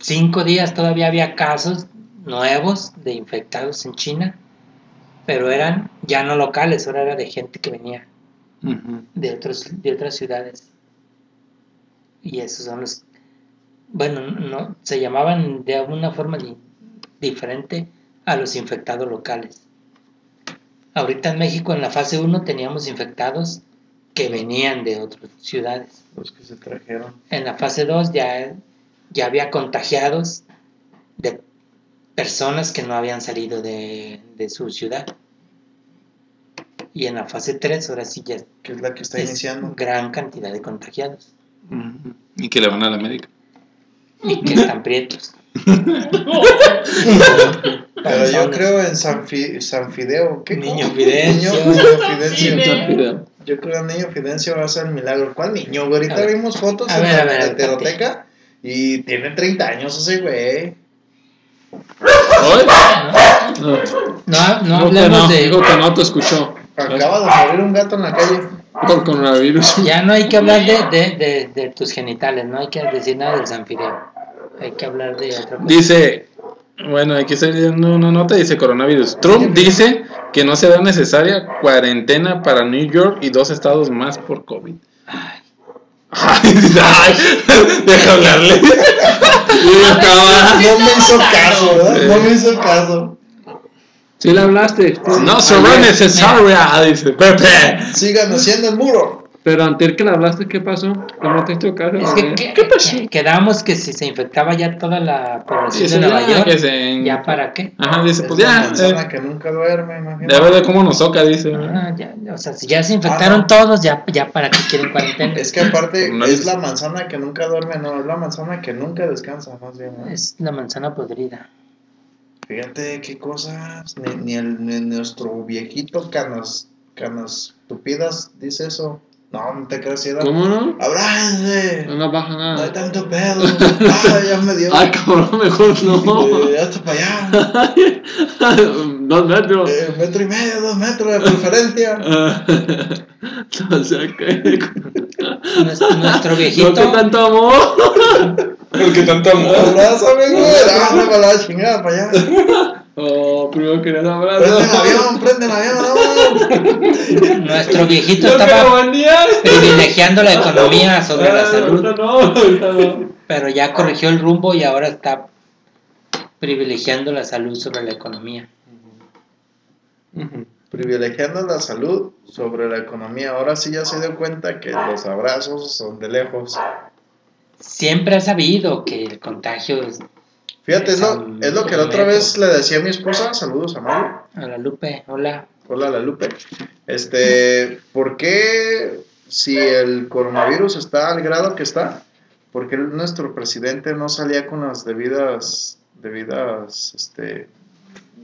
[SPEAKER 5] cinco días todavía había casos nuevos de infectados en China, pero eran ya no locales, ahora era de gente que venía
[SPEAKER 3] Ujú.
[SPEAKER 5] de, otros, de otras ciudades. Y esos son los, bueno, no, se llamaban de alguna forma di- diferente a los infectados locales. Ahorita en México en la fase 1 teníamos infectados que venían de otras ciudades.
[SPEAKER 6] Los que se trajeron.
[SPEAKER 5] En la fase 2 ya, ya había contagiados de personas que no habían salido de, de su ciudad. Y en la fase 3 ahora sí ya
[SPEAKER 6] Que es la que está
[SPEAKER 5] es
[SPEAKER 6] iniciando.
[SPEAKER 5] gran cantidad de contagiados
[SPEAKER 3] Ujú. Y que le van a la América.
[SPEAKER 5] y que están prietos.
[SPEAKER 6] Pero yo creo en San, Fi- San Fideo. ¿Qué
[SPEAKER 5] Niño
[SPEAKER 6] cómo?
[SPEAKER 5] Fidencio.
[SPEAKER 6] Niño, niño
[SPEAKER 7] San
[SPEAKER 6] Fidencio.
[SPEAKER 7] Fideo.
[SPEAKER 8] Fideo.
[SPEAKER 6] Yo creo que el niño Fidencio va a hacer el milagro. ¿Cuál niño? güey?
[SPEAKER 5] A
[SPEAKER 6] Ahorita
[SPEAKER 5] ver.
[SPEAKER 6] vimos fotos
[SPEAKER 5] A
[SPEAKER 6] en
[SPEAKER 5] ver,
[SPEAKER 6] la
[SPEAKER 5] a ver, a ver,
[SPEAKER 6] heteroteca y tiene 30 años ese güey.
[SPEAKER 8] ¿Oye? No,
[SPEAKER 5] No, no
[SPEAKER 8] digo que no,
[SPEAKER 5] hablemos de...
[SPEAKER 8] digo que no te escuchó.
[SPEAKER 6] Acaba de morir un gato en
[SPEAKER 3] Ah,
[SPEAKER 6] la calle.
[SPEAKER 8] Por coronavirus.
[SPEAKER 5] Ya no hay que hablar de, de, de, de tus genitales, no hay que decir nada del Sanfideo. Hay que hablar de otra cosa.
[SPEAKER 3] Dice, bueno, aquí está no una nota, dice coronavirus. Trump dice que no será necesaria cuarentena para New York y dos estados más por COVID. Ay, ay, deja hablarle.
[SPEAKER 8] Y acaba.
[SPEAKER 6] No me hizo caso, ¿verdad? No me hizo caso.
[SPEAKER 8] Sí le hablaste.
[SPEAKER 3] No será necesaria, ah, dice Pepe.
[SPEAKER 6] Sigan haciendo el muro.
[SPEAKER 8] Pero antes que le hablaste, ¿qué pasó? ¿Cómo te hizo caso?
[SPEAKER 5] Es que, que- quedamos que si se infectaba ya toda la población
[SPEAKER 3] Dice,
[SPEAKER 5] de Nueva
[SPEAKER 3] ya,
[SPEAKER 5] York,
[SPEAKER 3] que se-
[SPEAKER 5] ¿ya para qué?
[SPEAKER 3] Ajá, dice,
[SPEAKER 6] Es
[SPEAKER 3] pues
[SPEAKER 6] una
[SPEAKER 3] ya.
[SPEAKER 6] manzana
[SPEAKER 3] eh,
[SPEAKER 6] que nunca duerme,
[SPEAKER 3] Ya
[SPEAKER 6] imagínate.
[SPEAKER 3] ver de cómo nos toca, dice.
[SPEAKER 5] Ah, ya, o sea, si ya se infectaron todos, ya, ya para qué quieren cuarentena.
[SPEAKER 6] Es que aparte
[SPEAKER 3] No
[SPEAKER 6] es
[SPEAKER 3] es-
[SPEAKER 6] la manzana que nunca duerme, no, es la manzana que nunca descansa, más bien. ¿no?
[SPEAKER 5] Es la manzana podrida.
[SPEAKER 6] Fíjate qué cosas, ni, ni el, ni nuestro viejito canas, canas tupidas dice eso. No, no te creas, si era.
[SPEAKER 8] ¿Cómo no?
[SPEAKER 6] ¡Abrájense!
[SPEAKER 8] No nos baja
[SPEAKER 6] No hay
[SPEAKER 8] nada.
[SPEAKER 6] tanto pedo. Ah, ya me dio.
[SPEAKER 8] Ay, cabrón, mejor no.
[SPEAKER 6] Eh, hasta para allá.
[SPEAKER 8] Dos metros.
[SPEAKER 6] Eh, metro y medio, dos metros de preferencia.
[SPEAKER 8] Ah, No sé qué.
[SPEAKER 5] Nues- Nuestro
[SPEAKER 8] No que
[SPEAKER 5] viejito,
[SPEAKER 8] tanto amor.
[SPEAKER 3] El que tanto
[SPEAKER 6] Abrázame, güey. Ándale para la chingada, para allá.
[SPEAKER 8] Oh, primero querías
[SPEAKER 6] Prende el
[SPEAKER 8] abrazar.
[SPEAKER 6] avión, prende el avión,
[SPEAKER 5] nuestro viejito
[SPEAKER 8] No quiero
[SPEAKER 5] estaba
[SPEAKER 8] bañar.
[SPEAKER 5] privilegiando la
[SPEAKER 6] Ah,
[SPEAKER 5] economía sobre la salud,
[SPEAKER 8] Ah, No, no, no.
[SPEAKER 5] pero ya corrigió el rumbo y ahora está privilegiando la salud sobre la economía.
[SPEAKER 6] no. Privilegiando la salud sobre la economía. Ahora sí ya se dio cuenta que los abrazos son de lejos.
[SPEAKER 5] Siempre ha sabido que el contagio es
[SPEAKER 6] Fíjate, es lo, es lo que la otra vez le decía a mi esposa. Saludos a Mario.
[SPEAKER 5] a la Lupe, hola.
[SPEAKER 6] Hola, la Lupe. Este, ¿por qué si el coronavirus está al grado que está, por qué nuestro presidente no salía con las debidas, debidas, este,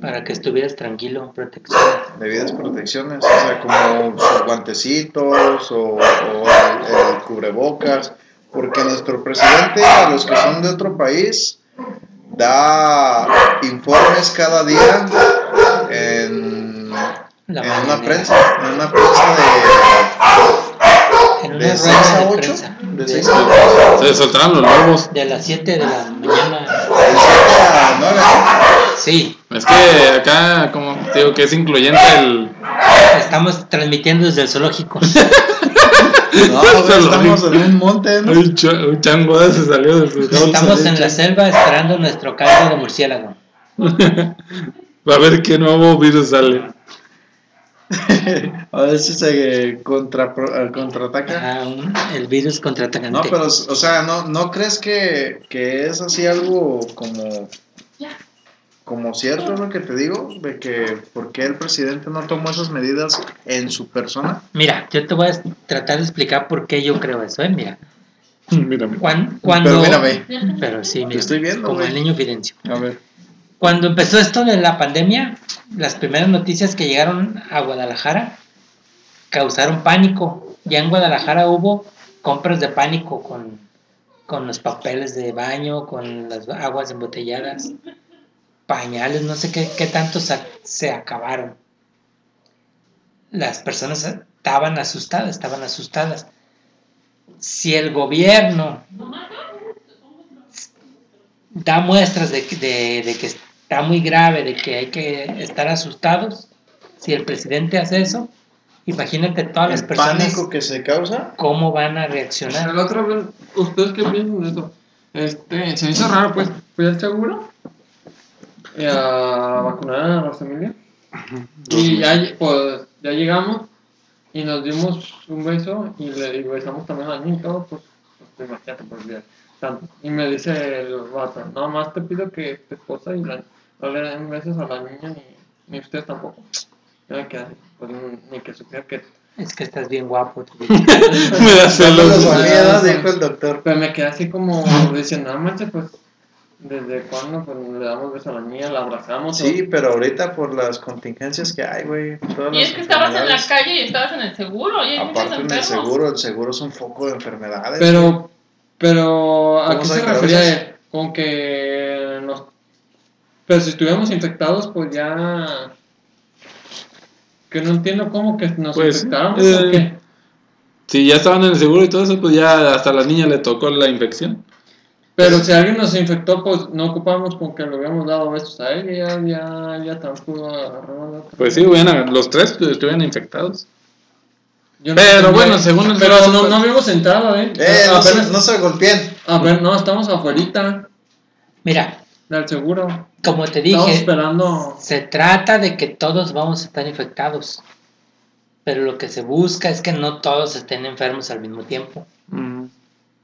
[SPEAKER 5] Para que estuvieras tranquilo, protección.
[SPEAKER 6] debidas protecciones? O sea, como sus guantecitos o, o el, el cubrebocas. Porque nuestro presidente, a los que son de otro país, da informes cada día en,
[SPEAKER 5] La
[SPEAKER 6] en una
[SPEAKER 5] mañanera.
[SPEAKER 6] prensa, en una prensa de
[SPEAKER 5] En una
[SPEAKER 6] De
[SPEAKER 5] rueda
[SPEAKER 6] 6 a
[SPEAKER 5] de
[SPEAKER 6] 8.
[SPEAKER 5] prensa.
[SPEAKER 6] De
[SPEAKER 5] De,
[SPEAKER 6] 6 a 8.
[SPEAKER 3] Se soltaron los lobos.
[SPEAKER 5] de las 7 de la mañana.
[SPEAKER 6] De 7 a 9.
[SPEAKER 5] Sí,
[SPEAKER 3] Es que acá, como te digo, que es incluyente el.
[SPEAKER 5] estamos transmitiendo desde el zoológico.
[SPEAKER 6] No,
[SPEAKER 3] Se
[SPEAKER 6] güey,
[SPEAKER 3] lo
[SPEAKER 6] estamos
[SPEAKER 3] digo.
[SPEAKER 6] en un monte, ¿no?
[SPEAKER 3] El, cha- el chango ah, se salió de su bolsa.
[SPEAKER 5] Estamos en la selva esperando nuestro caldo de murciélago.
[SPEAKER 3] A ver qué nuevo virus sale.
[SPEAKER 6] A ver si se contra, contraataca.
[SPEAKER 5] Ajá, Ah, un- el virus contraatacante.
[SPEAKER 6] No, pero, o sea, ¿no, no crees que, que es así algo como, como cierto lo que te digo? De que, ¿por qué el presidente no tomó esas medidas en su persona?
[SPEAKER 5] Mira, yo te voy a tratar de explicar por qué yo creo eso, ¿eh? Mira,
[SPEAKER 3] Mírame.
[SPEAKER 5] cuan- cuando...
[SPEAKER 6] Pero mírame,
[SPEAKER 5] Pero sí, mira,
[SPEAKER 6] estoy viendo,
[SPEAKER 5] como
[SPEAKER 6] güey.
[SPEAKER 5] el niño Fidencio.
[SPEAKER 6] a ver.
[SPEAKER 5] Cuando empezó esto de la pandemia, las primeras noticias que llegaron a Guadalajara causaron pánico. Ya en Guadalajara hubo compras de pánico con, con los papeles de baño, con las aguas embotelladas, pañales, no sé qué, qué tanto sa- se acabaron. Las personas estaban asustadas, estaban asustadas. Si el gobierno da muestras de, que- de- de que está muy grave, de que hay que estar asustados. Si el presidente hace eso, imagínate todas las
[SPEAKER 6] El
[SPEAKER 5] personas
[SPEAKER 6] pánico que se causa.
[SPEAKER 5] cómo van a reaccionar.
[SPEAKER 4] La otra vez, ¿ustedes qué piensan de eso? Este, se me hizo raro, pues, fui al seguro eh, y a vacunar a la familia. Y ya, lle- pues, ya llegamos Y nos dimos un beso y le y besamos también al niño y todo, pues, pues imagínate, pues bien. Tanto. Y me dice el vato, nada más te pido que tu esposa y la, no le den besos a la niña ni, ni ustedes tampoco. Yo me quedé así, pues ni- ni que supiera que
[SPEAKER 5] Es que estás bien guapo. tú.
[SPEAKER 8] Me da
[SPEAKER 6] Los
[SPEAKER 8] celos.
[SPEAKER 6] valía, dijo el doctor.
[SPEAKER 4] Pues me quedé así como diciendo, no manches, pues, ¿desde cuándo pues, le damos beso a la niña? ¿La abrazamos?
[SPEAKER 6] Sí, pero ahorita por las contingencias que hay, güey. todas
[SPEAKER 7] Y
[SPEAKER 6] las
[SPEAKER 7] es que estabas en la
[SPEAKER 6] enfermedades.
[SPEAKER 7] calle y estabas en el seguro. Y hay muchos
[SPEAKER 6] Aparte en el
[SPEAKER 7] enfermos.
[SPEAKER 6] seguro, el seguro es un foco de enfermedades.
[SPEAKER 4] Pero, pero, ¿a
[SPEAKER 6] ¿Cómo
[SPEAKER 4] qué
[SPEAKER 6] sabe
[SPEAKER 4] se
[SPEAKER 6] que a
[SPEAKER 4] refería
[SPEAKER 6] veces?
[SPEAKER 4] él? Con que nos... Pero si estuviéramos infectados, pues ya... Que no entiendo cómo que nos
[SPEAKER 3] Pues,
[SPEAKER 4] infectáramos
[SPEAKER 3] eh,
[SPEAKER 4] o qué.
[SPEAKER 3] Si ya estaban en el seguro y todo eso, pues ya hasta a la niña le tocó la infección.
[SPEAKER 4] Pero
[SPEAKER 6] pues,
[SPEAKER 4] si alguien nos infectó, pues no ocupamos con que le hubiéramos dado besos a él. Ya, ya, ya tampoco agarró
[SPEAKER 3] Pues sí, bueno, los tres pues, estuvieron infectados.
[SPEAKER 4] Yo
[SPEAKER 3] Pero
[SPEAKER 4] entendía-
[SPEAKER 3] bueno, según el
[SPEAKER 4] Pero
[SPEAKER 3] caso,
[SPEAKER 4] no,
[SPEAKER 3] pues-
[SPEAKER 4] no habíamos entrado, ¿eh?
[SPEAKER 6] Eh, no,
[SPEAKER 4] apenas,
[SPEAKER 6] se, no se golpeen.
[SPEAKER 4] A ver, Ah, no, estamos afuerita
[SPEAKER 5] Mira,
[SPEAKER 4] del seguro.
[SPEAKER 5] como te
[SPEAKER 4] Estamos
[SPEAKER 5] dije,
[SPEAKER 4] esperando.
[SPEAKER 5] se trata de que todos vamos a estar infectados. Pero lo que se busca es que no todos estén enfermos al mismo tiempo.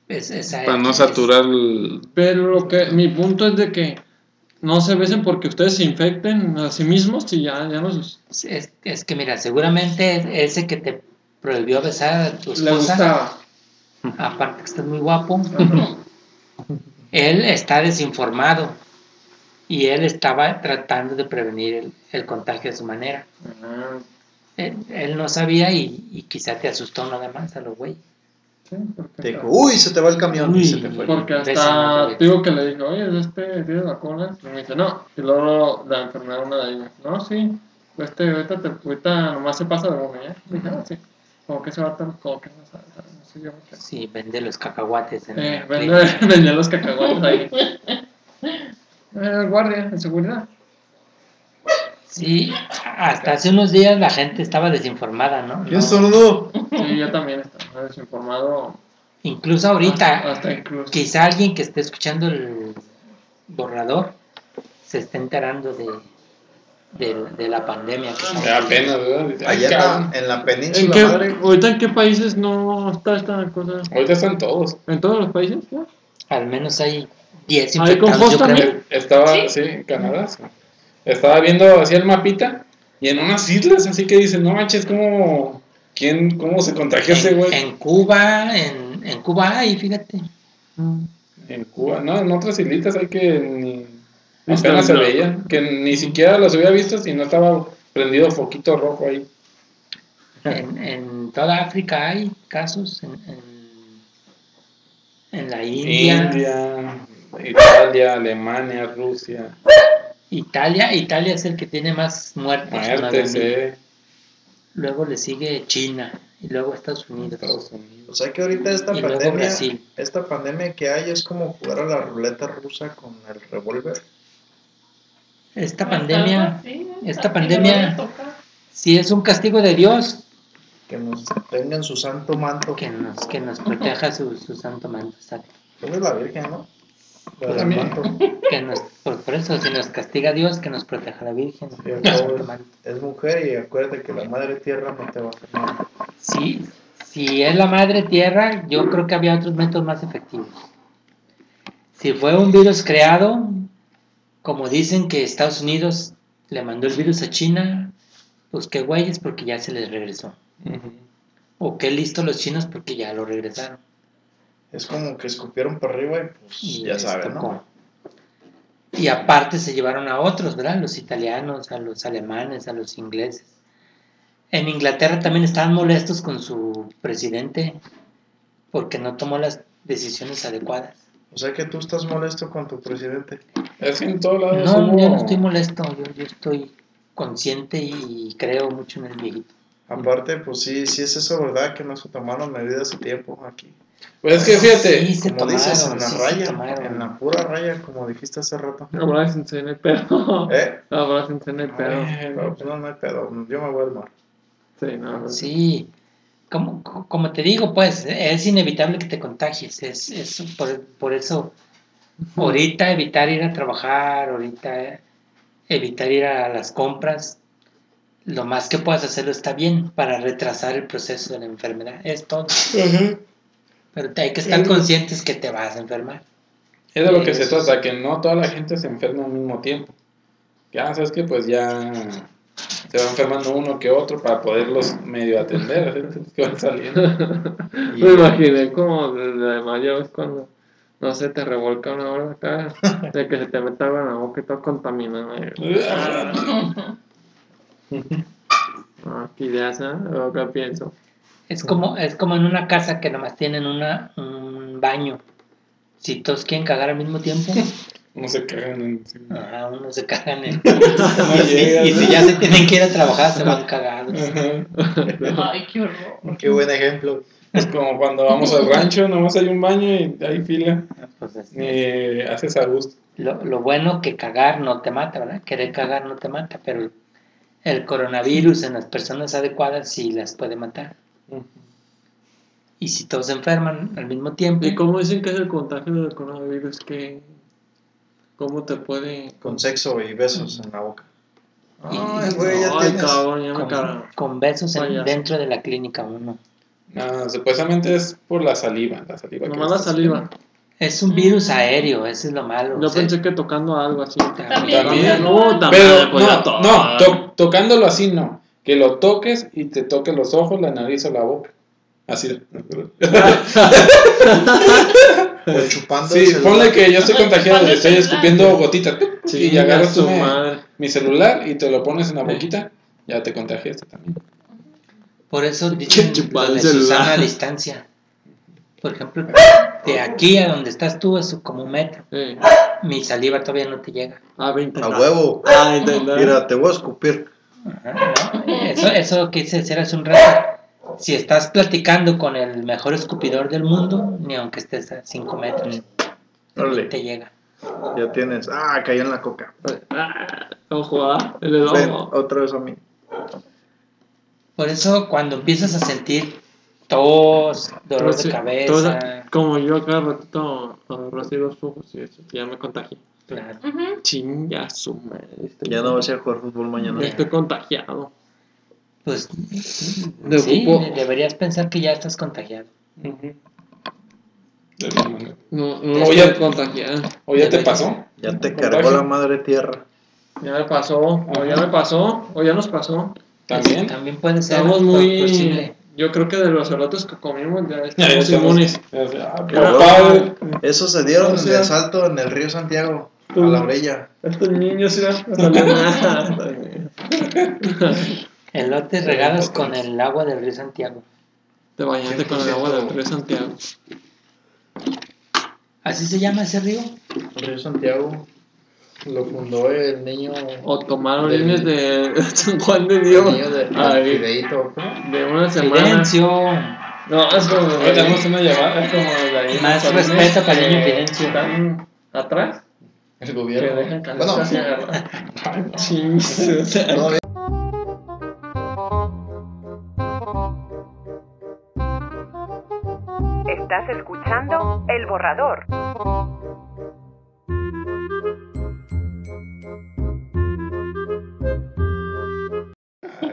[SPEAKER 5] Es- esa
[SPEAKER 3] Para
[SPEAKER 5] es-
[SPEAKER 3] no
[SPEAKER 5] es-
[SPEAKER 3] saturar el...
[SPEAKER 4] Pero lo que mi punto es de que no se besen porque ustedes se infecten a sí mismos y ya, ya nos
[SPEAKER 5] Es, es que mira, seguramente ese que te prohibió besar a tu
[SPEAKER 4] le
[SPEAKER 5] esposa,
[SPEAKER 4] gustaba.
[SPEAKER 5] aparte que estás muy guapo,
[SPEAKER 4] Ajá.
[SPEAKER 5] él está desinformado y él estaba tratando de prevenir el, el contagio de su manera.
[SPEAKER 4] Ah,
[SPEAKER 5] Él, él no sabía y, y quizá te asustó nada más a los güey.
[SPEAKER 4] sí, porque-
[SPEAKER 6] Te dijo, uy, se te va el camión y se te fue.
[SPEAKER 4] Porque
[SPEAKER 5] Bésame,
[SPEAKER 4] hasta
[SPEAKER 5] güey.
[SPEAKER 4] digo que le dije, oye, este tiene vacunas. Y me dice, no. Y luego la enfermera una de ellas, no, sí. Este, ahorita, te, ahorita nomás se pasa de una, ¿ya? Dije, ah, sí. Como que se va tan, como que no sabe, sabe, no sé yo me quedé.
[SPEAKER 5] Sí, vende los cacahuates. En
[SPEAKER 4] Eh,
[SPEAKER 5] la
[SPEAKER 4] vende,
[SPEAKER 5] clínica.
[SPEAKER 4] vende los cacahuates ahí. El guardia, en seguridad.
[SPEAKER 5] Sí, hasta hace unos días la gente estaba desinformada, ¿no?
[SPEAKER 6] ¿Quién
[SPEAKER 5] No,
[SPEAKER 6] estornudó?
[SPEAKER 4] Sí, yo también estaba desinformado.
[SPEAKER 5] Incluso ahorita,
[SPEAKER 4] Hasta incluso.
[SPEAKER 5] quizá alguien que esté escuchando el borrador se está enterando de, de- de la pandemia. que estamos viviendo.
[SPEAKER 3] ¿verdad?
[SPEAKER 6] Allá en la, en la
[SPEAKER 4] ¿En
[SPEAKER 6] península,
[SPEAKER 4] qué,
[SPEAKER 6] madre.
[SPEAKER 4] ahorita en qué países no está esta cosa?
[SPEAKER 3] Ahorita están todos.
[SPEAKER 4] ¿En todos los países? ¿Ya?
[SPEAKER 5] Al menos hay 10
[SPEAKER 4] ¿Ahí con
[SPEAKER 5] infectados,
[SPEAKER 4] Jos
[SPEAKER 5] yo creo.
[SPEAKER 3] ¿eh?
[SPEAKER 4] también?
[SPEAKER 3] Estaba,
[SPEAKER 7] ¿Sí?
[SPEAKER 3] sí, Canadá. sí. Estaba viendo así el mapita y en unas islas, así que dicen, no manches, ¿cómo, quién, cómo se contagió ese
[SPEAKER 5] En,
[SPEAKER 3] güey? En,
[SPEAKER 5] en Cuba, en, en Cuba hay, fíjate.
[SPEAKER 3] Cuba, no, en otras islitas hay que ni.
[SPEAKER 4] Está
[SPEAKER 3] Apenas se
[SPEAKER 4] loco.
[SPEAKER 3] veía, que ni siquiera los había visto si no estaba prendido foquito rojo ahí.
[SPEAKER 5] En, en toda África hay casos. En, en- en la India,
[SPEAKER 3] India, Italia, Alemania, Rusia,
[SPEAKER 5] Italia. Italia es el que tiene más muertos.
[SPEAKER 3] muertes,
[SPEAKER 5] 9,000.
[SPEAKER 3] eh,
[SPEAKER 5] Luego le sigue China y luego Estados Unidos.
[SPEAKER 3] Estados Unidos.
[SPEAKER 6] O sea que ahorita esta
[SPEAKER 5] Y luego
[SPEAKER 6] pandemia,
[SPEAKER 5] Brasil.
[SPEAKER 6] esta pandemia que hay es como jugar a la ruleta rusa con el revólver.
[SPEAKER 5] Esta
[SPEAKER 7] Pues, algo
[SPEAKER 5] pandemia
[SPEAKER 7] así, ¿no?
[SPEAKER 5] esta
[SPEAKER 7] Así
[SPEAKER 5] pandemia-
[SPEAKER 7] no le toca.
[SPEAKER 5] sí es un castigo de Dios
[SPEAKER 6] Que nos tengan su santo manto.
[SPEAKER 5] que nos, que nos proteja su, su santo manto. exacto.
[SPEAKER 6] Tú eres Pues la virgen, ¿no? La
[SPEAKER 3] Yo
[SPEAKER 6] del
[SPEAKER 3] también.
[SPEAKER 6] manto.
[SPEAKER 5] Que nos, por, por eso, si nos castiga Dios, que nos proteja la Virgen.
[SPEAKER 6] Y al
[SPEAKER 5] su
[SPEAKER 6] cabo
[SPEAKER 5] santo
[SPEAKER 6] es-
[SPEAKER 5] manto.
[SPEAKER 6] Es mujer y acuérdate que la madre tierra no te va a quemar.
[SPEAKER 5] Sí, si es la madre tierra, yo creo que había otros métodos más efectivos. Si fue un virus creado, como dicen que Estados Unidos le mandó el virus a China, pues qué güeyes porque ya se les regresó. O qué listo los chinos porque ya lo regresaron.
[SPEAKER 6] Es como que escupieron para arriba y pues
[SPEAKER 5] Y
[SPEAKER 6] ya
[SPEAKER 5] les
[SPEAKER 6] saben, ¿no?
[SPEAKER 5] tocó. Y aparte se llevaron a otros, ¿verdad? Los italianos, a los alemanes, a los ingleses. En Inglaterra también estaban molestos con su presidente porque no tomó las decisiones adecuadas.
[SPEAKER 6] O sea que tú estás molesto con tu presidente.
[SPEAKER 3] Es que en todos lados.
[SPEAKER 6] Pues,
[SPEAKER 5] No,
[SPEAKER 3] hubo-
[SPEAKER 5] yo no estoy molesto, yo, yo estoy consciente y creo mucho en el viejito.
[SPEAKER 6] Aparte, pues sí, sí es eso, ¿verdad? Que no se tomaron medidas a tiempo aquí.
[SPEAKER 3] Pues es que fíjate,
[SPEAKER 5] Sí, se
[SPEAKER 6] como dices, en
[SPEAKER 5] tomaron,
[SPEAKER 6] la
[SPEAKER 5] sí, se
[SPEAKER 6] raya,
[SPEAKER 5] tomaron.
[SPEAKER 6] en la pura raya, como dijiste hace rato.
[SPEAKER 4] Abrácense, no hay pedo.
[SPEAKER 6] ¿Eh?
[SPEAKER 4] Abrácense, no hay pedo.
[SPEAKER 3] Ah,
[SPEAKER 6] Pero, pues, no, no hay pedo, yo me voy al mar.
[SPEAKER 4] Sí, no, no.
[SPEAKER 5] Sí, como, co- como te digo, pues es inevitable que te contagies, es, es por, por eso ahorita evitar ir a trabajar, ahorita evitar ir a las compras, lo más que puedas hacerlo está bien para retrasar el proceso de la enfermedad. Es todo.
[SPEAKER 3] Ujú.
[SPEAKER 5] Pero te- hay que estar
[SPEAKER 3] Sí.
[SPEAKER 5] conscientes que te vas a enfermar.
[SPEAKER 3] Es de lo que se trata, que no toda la gente se enferma al mismo tiempo. Ya, ¿sabes que Pues ya se va enfermando uno que otro para poderlos medio atender, ¿sí? que van saliendo.
[SPEAKER 4] Me imaginé como de mayo es cuando, no sé, te revolca una hora acá, de que se te meta algo en la boca y todo contaminado. eh. Ah, qué ideas, ¿eh? Lo que pienso.
[SPEAKER 5] Es como, es como en una casa que nomás tienen una, un baño. Si todos quieren cagar al mismo tiempo,
[SPEAKER 3] No se cagan encima.
[SPEAKER 5] ajá, uno se cagan en
[SPEAKER 3] No
[SPEAKER 5] y, si,
[SPEAKER 3] llegas,
[SPEAKER 5] y si
[SPEAKER 3] ¿no?
[SPEAKER 5] ya se tienen que ir a trabajar, se van cagados.
[SPEAKER 3] Ajá.
[SPEAKER 7] Ay, qué horror.
[SPEAKER 6] Qué buen ejemplo.
[SPEAKER 3] Es como cuando vamos al rancho, nomás hay un baño y hay fila.
[SPEAKER 5] Pues es-
[SPEAKER 3] Ni haces a gusto.
[SPEAKER 5] lo, lo bueno que cagar no te mata, ¿verdad? Querer cagar no te mata, pero el coronavirus en las personas adecuadas sí las puede matar. Y si todos se enferman al mismo tiempo,
[SPEAKER 4] ¿Y cómo dicen que es el contagio del coronavirus? que ¿Cómo te puede...?
[SPEAKER 6] Con sexo y besos en la boca.
[SPEAKER 4] Ay,
[SPEAKER 6] güey, ya
[SPEAKER 4] Ay,
[SPEAKER 6] tienes-
[SPEAKER 4] cabrón, ya me
[SPEAKER 5] con,
[SPEAKER 4] cagaron.
[SPEAKER 5] con besos en-
[SPEAKER 4] Vaya.
[SPEAKER 5] dentro de la clínica uno.
[SPEAKER 3] No, Ah, supuestamente es por la saliva. La saliva que
[SPEAKER 4] Nomás la
[SPEAKER 3] estás-
[SPEAKER 4] saliva.
[SPEAKER 5] Es
[SPEAKER 3] Mm.
[SPEAKER 5] un virus aéreo, eso es lo malo.
[SPEAKER 4] Yo
[SPEAKER 5] o sea,
[SPEAKER 3] pues,
[SPEAKER 4] pensé que tocando algo así.
[SPEAKER 7] También.
[SPEAKER 3] También,
[SPEAKER 7] no,
[SPEAKER 3] Pero no, no to- tocándolo así no. Que lo toques y te toque los ojos, la nariz o la boca. Así.
[SPEAKER 6] O chupando el
[SPEAKER 3] Sí,
[SPEAKER 6] celular.
[SPEAKER 3] ponle que yo estoy contagiado y estoy escupiendo gotitas.
[SPEAKER 4] Sí,
[SPEAKER 3] y agarras
[SPEAKER 4] su
[SPEAKER 3] tu mi,
[SPEAKER 4] madre.
[SPEAKER 3] mi celular y te lo pones en la boquita, ya te contagiaste también.
[SPEAKER 5] Por eso dicen
[SPEAKER 4] chupar
[SPEAKER 5] lo de
[SPEAKER 4] el celular.
[SPEAKER 5] Susana a distancia. Por ejemplo, de aquí a donde estás tú es como un metro.
[SPEAKER 4] Eh,
[SPEAKER 5] Mi saliva todavía no te llega.
[SPEAKER 4] a Ah, 20.
[SPEAKER 6] A huevo.
[SPEAKER 4] A intentar.
[SPEAKER 6] Mira, te voy a escupir.
[SPEAKER 5] Ajá, ¿no? Eso, eso quise hacer hace un rato. Si estás platicando con el mejor escupidor del mundo, ni aunque estés a 5 metros,
[SPEAKER 6] Órale,
[SPEAKER 5] te llega.
[SPEAKER 6] ya tienes. Ah, cayó en la coca.
[SPEAKER 4] Ah, Ojo, ah, el dedo.
[SPEAKER 6] Ven, otra vez a mí.
[SPEAKER 5] Por eso cuando empiezas a sentir tos, dolor de
[SPEAKER 4] Entonces,
[SPEAKER 5] cabeza,
[SPEAKER 4] toda- como yo cada ratito agarro así los ojos y eso, ya me contagié.
[SPEAKER 5] claro.
[SPEAKER 7] Ujú.
[SPEAKER 4] Chinga su madre. Estoy,
[SPEAKER 6] Ya no vas a ir a jugar fútbol mañana.
[SPEAKER 4] ya estoy contagiado.
[SPEAKER 5] pues
[SPEAKER 4] De
[SPEAKER 5] sí,
[SPEAKER 4] ocupo-
[SPEAKER 5] de- deberías pensar que ya estás contagiado.
[SPEAKER 3] De alguna manera.
[SPEAKER 4] No,
[SPEAKER 3] O
[SPEAKER 4] no voy
[SPEAKER 3] ya-
[SPEAKER 4] a contagiar.
[SPEAKER 3] ¿O ya te pasó?
[SPEAKER 6] Ya te
[SPEAKER 3] Contagio.
[SPEAKER 6] cargó la madre tierra.
[SPEAKER 4] Ya me pasó, o ya me pasó, o ya nos pasó.
[SPEAKER 3] También.
[SPEAKER 5] También puede ser
[SPEAKER 4] Estamos muy.
[SPEAKER 5] posible.
[SPEAKER 4] Yo creo que de los ratos que comimos pues ya
[SPEAKER 3] Ya, ya
[SPEAKER 4] estamos inmunes.
[SPEAKER 3] estamos- Ah,
[SPEAKER 4] Era
[SPEAKER 3] pero-
[SPEAKER 4] padre.
[SPEAKER 6] Eso se dieron
[SPEAKER 4] O
[SPEAKER 6] en
[SPEAKER 4] sea-
[SPEAKER 6] el salto en el río Santiago, a
[SPEAKER 4] Tú.
[SPEAKER 6] la orilla.
[SPEAKER 4] Estos niños ya no sabían nada.
[SPEAKER 5] Elotes regados con el agua del río Santiago.
[SPEAKER 4] Te bañaste con el agua del río Santiago.
[SPEAKER 5] ¿Así se llama ese río?
[SPEAKER 6] El río Santiago lo fundó el niño,
[SPEAKER 4] O tomaron
[SPEAKER 6] Del-
[SPEAKER 4] líneas de San Juan de
[SPEAKER 6] el
[SPEAKER 4] Dios.
[SPEAKER 6] niño de
[SPEAKER 4] Ay,
[SPEAKER 6] Fideito. ¿cómo?
[SPEAKER 4] de una semana.
[SPEAKER 5] Fidencio.
[SPEAKER 4] No, es como.
[SPEAKER 3] Ahí tenemos una llamada, es como de ahí.
[SPEAKER 5] Más
[SPEAKER 4] Cuando
[SPEAKER 5] respeto para el niño
[SPEAKER 4] que
[SPEAKER 5] Fidencio.
[SPEAKER 4] están atrás,
[SPEAKER 6] El
[SPEAKER 4] que Ah,
[SPEAKER 6] gobierno.
[SPEAKER 4] dejan
[SPEAKER 6] Bueno.
[SPEAKER 4] casi agarrar. Chis.
[SPEAKER 6] No,
[SPEAKER 2] Estás escuchando El Borrador.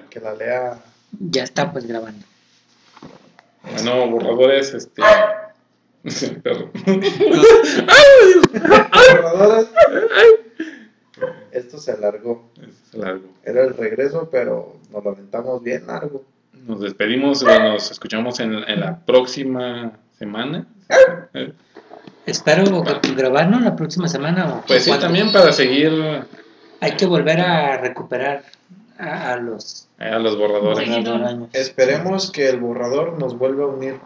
[SPEAKER 6] que la lea.
[SPEAKER 5] Ya está pues grabando.
[SPEAKER 3] Bueno, borradores, este. el perro.
[SPEAKER 6] Esto se alargó.
[SPEAKER 3] Es largo.
[SPEAKER 6] Era el regreso, pero nos lamentamos bien largo.
[SPEAKER 3] Nos despedimos, eh, nos escuchamos en, en la próxima semana.
[SPEAKER 5] Espero que- grabarnos la próxima semana. O
[SPEAKER 3] Pues sí,
[SPEAKER 5] cuando-
[SPEAKER 3] también para seguir eh,
[SPEAKER 5] Hay que volver a recuperar a, a los
[SPEAKER 3] eh, a los borradores.
[SPEAKER 7] Sí. Seguidores.
[SPEAKER 5] años.
[SPEAKER 6] Esperemos que el borrador nos vuelva a unir.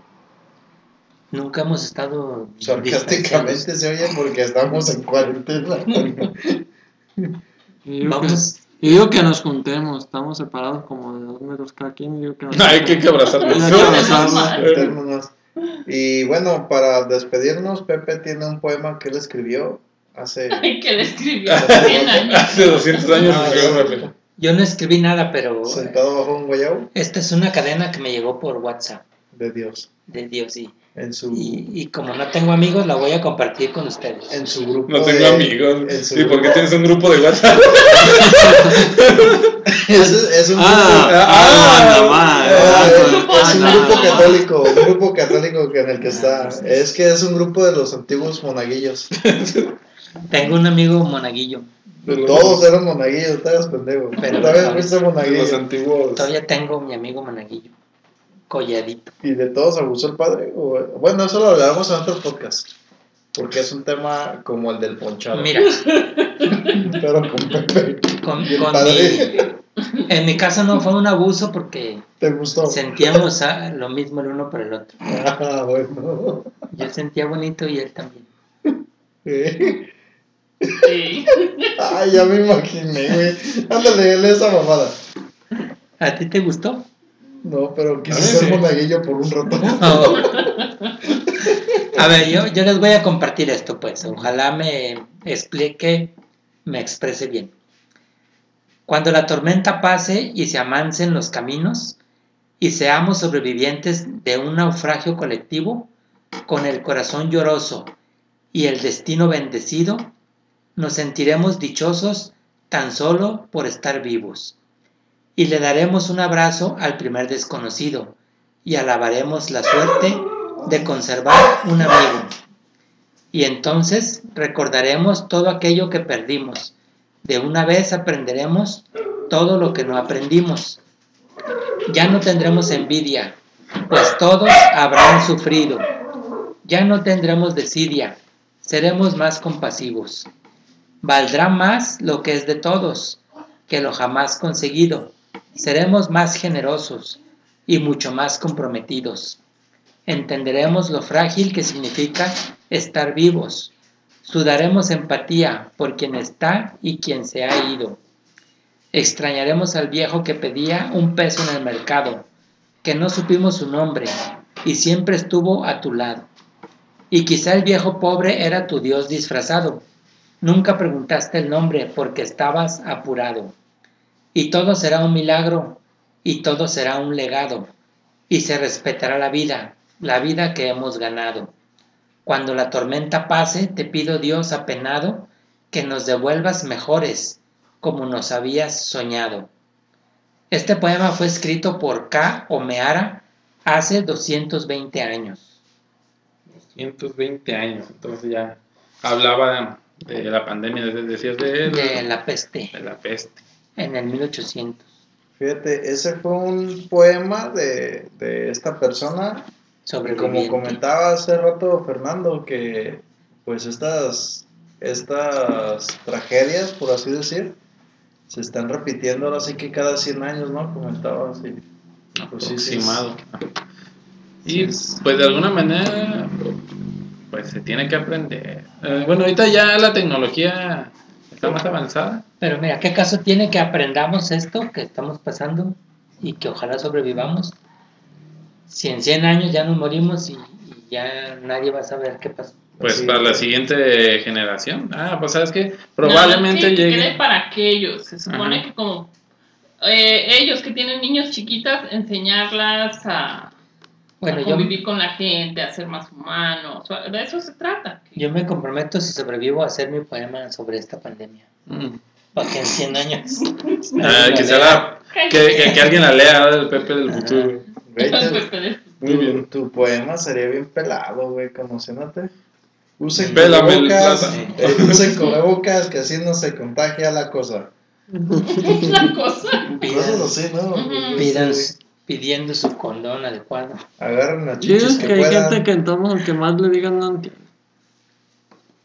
[SPEAKER 5] Nunca hemos estado distanciados.
[SPEAKER 6] Sarcásticamente se oye porque estamos en cuarentena.
[SPEAKER 4] Y digo que-
[SPEAKER 5] Vamos,
[SPEAKER 4] y digo que nos juntemos, estamos separados como de dos metros cada quien. Digo que nos
[SPEAKER 3] Hay que, que abrazarnos.
[SPEAKER 4] Hay que abrazarnos.
[SPEAKER 6] Meternos. Y bueno, para despedirnos, Pepe tiene un poema que él escribió hace.
[SPEAKER 7] Ay, que le escribió. Cien años.
[SPEAKER 3] Hace 200 años
[SPEAKER 6] Ah,
[SPEAKER 3] escribió
[SPEAKER 6] ya.
[SPEAKER 3] una película.
[SPEAKER 5] yo no escribí nada, pero eh,
[SPEAKER 6] Sentado bajo un guayabo.
[SPEAKER 5] esta es una cadena que me llegó por WhatsApp.
[SPEAKER 6] de Dios
[SPEAKER 5] de Dios. Y,
[SPEAKER 6] en su,
[SPEAKER 5] y, y como no tengo amigos, la voy a compartir con ustedes.
[SPEAKER 6] en su grupo.
[SPEAKER 3] No tengo
[SPEAKER 6] de- en
[SPEAKER 3] amigos.
[SPEAKER 6] su
[SPEAKER 3] ¿Y por qué
[SPEAKER 6] grupo.
[SPEAKER 3] tienes un grupo de WhatsApp?
[SPEAKER 6] Es, es un
[SPEAKER 9] Ah,
[SPEAKER 6] grupo,
[SPEAKER 9] ah, anda mal,
[SPEAKER 3] eh.
[SPEAKER 6] ah,
[SPEAKER 7] anda mal,
[SPEAKER 6] es un
[SPEAKER 7] anda
[SPEAKER 6] grupo
[SPEAKER 7] mal.
[SPEAKER 6] católico, un grupo católico que en el que
[SPEAKER 5] Ah,
[SPEAKER 6] está.
[SPEAKER 5] sí.
[SPEAKER 6] Es que es un grupo de los antiguos monaguillos.
[SPEAKER 5] Tengo un amigo monaguillo.
[SPEAKER 6] Todos eran monaguillos, estabas pendejo.
[SPEAKER 5] Pero-
[SPEAKER 6] Todavía fuiste
[SPEAKER 3] De los
[SPEAKER 6] monaguillo.
[SPEAKER 3] antiguos.
[SPEAKER 5] Todavía tengo mi amigo monaguillo. Colladito.
[SPEAKER 6] ¿Y de todos abusó el padre? o- Bueno, eso lo hablaremos en otro podcast. Porque es un tema como el del ponchado.
[SPEAKER 5] Mira,
[SPEAKER 6] Pero con Pepe.
[SPEAKER 5] con,
[SPEAKER 6] Y el
[SPEAKER 5] con
[SPEAKER 6] padre.
[SPEAKER 5] mi- en mi caso no fue un abuso porque
[SPEAKER 6] ¿Te gustó?
[SPEAKER 5] sentíamos ah, lo mismo el uno por el otro.
[SPEAKER 6] Ah, bueno.
[SPEAKER 5] Yo sentía bonito y él también.
[SPEAKER 6] Eh,
[SPEAKER 7] Sí.
[SPEAKER 6] Ay, ya me imaginé, güey. Ándale, lee esa mamada.
[SPEAKER 5] ¿A ti te gustó?
[SPEAKER 6] No, pero quise
[SPEAKER 3] A mí
[SPEAKER 6] ser
[SPEAKER 3] sí.
[SPEAKER 6] monaguillo por un rato.
[SPEAKER 5] A ver, yo, yo les voy a compartir esto, pues. Ojalá me explique, me exprese bien. Cuando la tormenta pase y se amancen los caminos y seamos sobrevivientes de un naufragio colectivo, con el corazón lloroso y el destino bendecido, nos sentiremos dichosos tan solo por estar vivos. Y le daremos un abrazo al primer desconocido y alabaremos la suerte de conservar un amigo. Y entonces recordaremos todo aquello que perdimos. De una vez aprenderemos todo lo que no aprendimos. Ya no tendremos envidia, pues todos habrán sufrido. Ya no tendremos desidia, seremos más compasivos. Valdrá más lo que es de todos que lo jamás conseguido. Seremos más generosos y mucho más comprometidos entenderemos lo frágil que significa estar vivos. Sudaremos empatía por quien está y quien se ha ido. Extrañaremos al viejo que pedía un peso en el mercado, que no supimos su nombre y siempre estuvo a tu lado. Y quizá el viejo pobre era tu Dios disfrazado. Nunca preguntaste el nombre porque estabas apurado. Y todo será un milagro y todo será un legado y se respetará la vida, la vida que hemos ganado. Cuando la tormenta pase, te pido Dios apenado, que nos devuelvas mejores, como nos habías soñado. Este poema fue escrito por K. Omeara hace 220 años.
[SPEAKER 3] 120 años, entonces ya hablaba de la pandemia, de- decías de,
[SPEAKER 5] De la peste,
[SPEAKER 3] de la peste.
[SPEAKER 5] en el 1800.
[SPEAKER 6] Fíjate, ese fue un poema de, de esta persona.
[SPEAKER 5] Sobre
[SPEAKER 6] Y como comentaba hace rato Fernando, que pues estas, estas tragedias, por así decir, se están repitiendo ahora sí que cada 100 años, ¿no? Comentaba así. Pues sí, sí, es-
[SPEAKER 3] aproximado. Y pues de alguna manera, pues se tiene que aprender. Eh, bueno, ahorita ya la tecnología está más avanzada.
[SPEAKER 5] Pero mira, ¿qué caso tiene que aprendamos esto que estamos pasando y que ojalá sobrevivamos? Si en 100 años ya nos morimos y, y ya nadie va a saber qué pasó.
[SPEAKER 3] Pues
[SPEAKER 6] Sí.
[SPEAKER 3] para la siguiente generación. Ah, pues sabes que probablemente
[SPEAKER 7] Nada más que
[SPEAKER 3] llegue.
[SPEAKER 7] quede para aquellos. Se supone
[SPEAKER 3] Ajá.
[SPEAKER 7] que como eh, ellos que tienen niños chiquitas, enseñarlas a,
[SPEAKER 5] Bueno,
[SPEAKER 7] a
[SPEAKER 5] yo,
[SPEAKER 7] convivir con la gente, a ser más humanos. De eso se trata.
[SPEAKER 5] yo me comprometo, si sobrevivo, a hacer mi poema sobre esta pandemia.
[SPEAKER 3] Mm.
[SPEAKER 5] Para que en 100 años.
[SPEAKER 3] Ah,
[SPEAKER 5] nadie
[SPEAKER 3] que,
[SPEAKER 5] lo
[SPEAKER 3] sea
[SPEAKER 5] lea.
[SPEAKER 3] la- que, que- que alguien la lea el Pepe del
[SPEAKER 5] Ajá.
[SPEAKER 3] futuro.
[SPEAKER 6] Güey, te-
[SPEAKER 7] Pues, pero-
[SPEAKER 3] Muy
[SPEAKER 6] tu-
[SPEAKER 3] bien.
[SPEAKER 6] Tu poema sería bien pelado, güey, conociéndote. Usen
[SPEAKER 3] Pélame el
[SPEAKER 6] cubrebocas,
[SPEAKER 3] plátano.
[SPEAKER 6] eh, usen cubrebocas, que así no se contagia la cosa.
[SPEAKER 7] la cosa.
[SPEAKER 6] Cosas
[SPEAKER 5] Pidan,
[SPEAKER 6] así, ¿no? Pues
[SPEAKER 7] Ujú.
[SPEAKER 5] pidan-
[SPEAKER 6] Sí.
[SPEAKER 5] pidiendo su condón adecuado.
[SPEAKER 6] Agarren las chichis
[SPEAKER 8] Dices
[SPEAKER 6] que,
[SPEAKER 8] que hay
[SPEAKER 6] puedan.
[SPEAKER 8] gente que entonces aunque más le digan no entiende.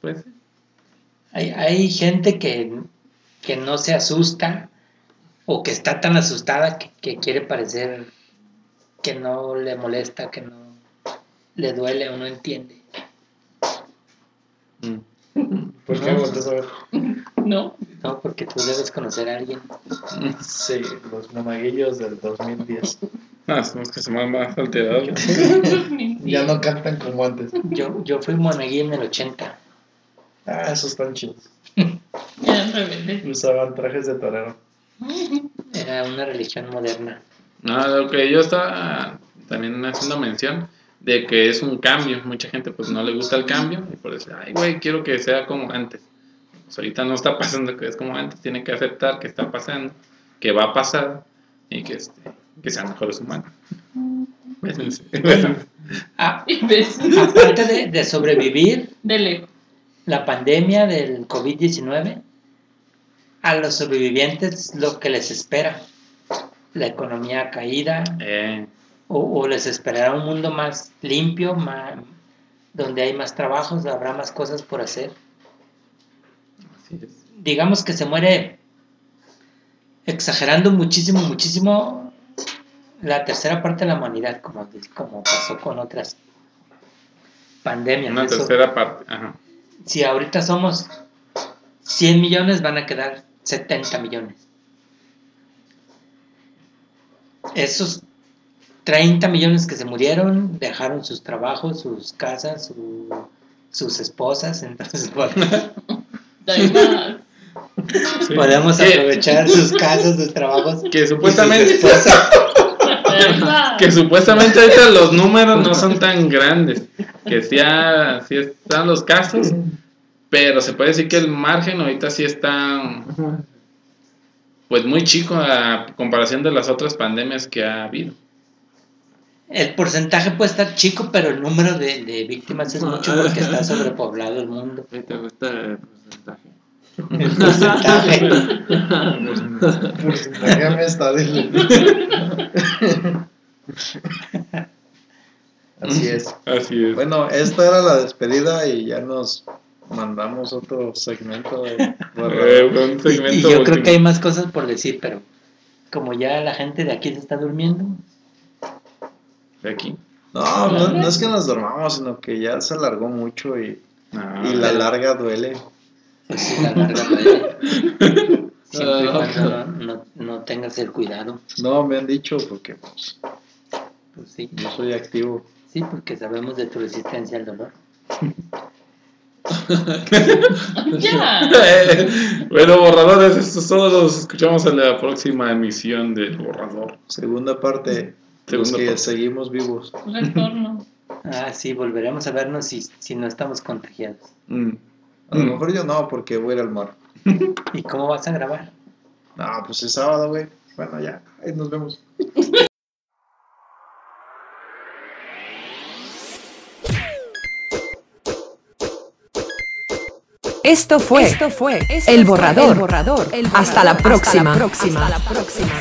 [SPEAKER 3] Pues,
[SPEAKER 5] Hay, hay gente que, que no se asusta o que está tan asustada que, que quiere parecer que no le molesta, que no le duele o no entiende.
[SPEAKER 3] mm.
[SPEAKER 6] ¿Por qué volteas a ver?
[SPEAKER 7] No,
[SPEAKER 5] No, porque tú debes conocer a alguien.
[SPEAKER 6] Sí, los monaguillos del 2010.
[SPEAKER 3] Ah, somos que somos más alterados.
[SPEAKER 6] Ya no cantan como antes.
[SPEAKER 5] Yo, yo fui monaguillo en el 80.
[SPEAKER 6] Ah, esos están chidos.
[SPEAKER 7] ya al revés.
[SPEAKER 6] Usaban trajes de torero.
[SPEAKER 5] Era una religión moderna.
[SPEAKER 3] No, lo que yo estaba también hace una mención de que es un cambio. Mucha gente pues no le gusta el cambio y por decir, ay, güey, quiero que sea como antes. Pues ahorita no está pasando que es como antes, tiene que aceptar que está pasando, que va a pasar y que, este, que sean mejores humanos. Bésense.
[SPEAKER 7] Ah, y ves,
[SPEAKER 5] Aparte de, de sobrevivir
[SPEAKER 7] de lejos.
[SPEAKER 5] la pandemia del COVID-19, a los sobrevivientes lo que les espera, la economía caída,
[SPEAKER 3] Eh,
[SPEAKER 5] o, o les esperará un mundo más limpio, más, donde hay más trabajos, habrá más cosas por hacer.
[SPEAKER 3] así es.
[SPEAKER 5] digamos que se muere exagerando muchísimo, muchísimo la tercera parte de la humanidad, como, como pasó con otras pandemias.
[SPEAKER 3] Una
[SPEAKER 5] Eso,
[SPEAKER 3] tercera parte. Ajá.
[SPEAKER 5] Si ahorita somos 100 millones, van a quedar 70 millones. Esos 30 millones que se murieron dejaron sus trabajos, sus casas, su- sus esposas, entonces bueno,
[SPEAKER 7] De ahí más.
[SPEAKER 3] Sí.
[SPEAKER 5] Podemos
[SPEAKER 3] Que-
[SPEAKER 5] aprovechar sus casas, sus trabajos.
[SPEAKER 3] Que supuestamente,
[SPEAKER 7] De ahí más.
[SPEAKER 3] que supuestamente ahorita los números no son tan grandes. Que sí, ha- sí están los casos, pero se puede decir que el margen ahorita sí está pues muy chico a comparación de las otras pandemias que ha habido.
[SPEAKER 5] El porcentaje puede estar chico, pero el número de, de víctimas
[SPEAKER 3] Ah.
[SPEAKER 5] es mucho porque está sobrepoblado el mundo.
[SPEAKER 8] ¿Y te gusta pues, el porcentaje?
[SPEAKER 5] El porcentaje.
[SPEAKER 6] Déjame estar. Así es.
[SPEAKER 3] Así es.
[SPEAKER 6] Bueno, esta era la despedida y ya nos mandamos otro segmento de
[SPEAKER 3] Eh, fue un
[SPEAKER 5] Y, y
[SPEAKER 3] segmento
[SPEAKER 5] yo creo
[SPEAKER 3] último.
[SPEAKER 5] que hay más cosas por decir, pero como ya la gente de aquí se está durmiendo,
[SPEAKER 3] de aquí.
[SPEAKER 6] No, no, no es que nos dormamos, sino que ya se alargó mucho y,
[SPEAKER 3] Ah,
[SPEAKER 6] y la larga duele.
[SPEAKER 5] pues sí, la larga duele. Siempre y
[SPEAKER 3] Ah,
[SPEAKER 5] cuando no, no- no tengas el cuidado.
[SPEAKER 6] No, me han dicho porque pues,
[SPEAKER 5] Pues sí,
[SPEAKER 6] yo soy activo.
[SPEAKER 5] sí, porque sabemos de tu resistencia al dolor.
[SPEAKER 7] Ya.
[SPEAKER 3] bueno, borradores, estos todos los escuchamos en la próxima emisión del borrador.
[SPEAKER 6] Segunda parte, los
[SPEAKER 3] Segunda
[SPEAKER 6] que
[SPEAKER 3] parte.
[SPEAKER 6] seguimos vivos.
[SPEAKER 7] Retorno.
[SPEAKER 5] Ah, sí, volveremos a vernos si, si no estamos contagiados.
[SPEAKER 3] Mm.
[SPEAKER 6] A lo
[SPEAKER 3] Mm.
[SPEAKER 6] mejor yo no, porque voy a ir al mar.
[SPEAKER 5] ¿Y cómo vas a grabar?
[SPEAKER 6] No, pues es sábado, güey. Bueno, ya, ahí nos vemos.
[SPEAKER 9] Esto fue, El Borrador. Hasta la próxima. Hasta la próxima.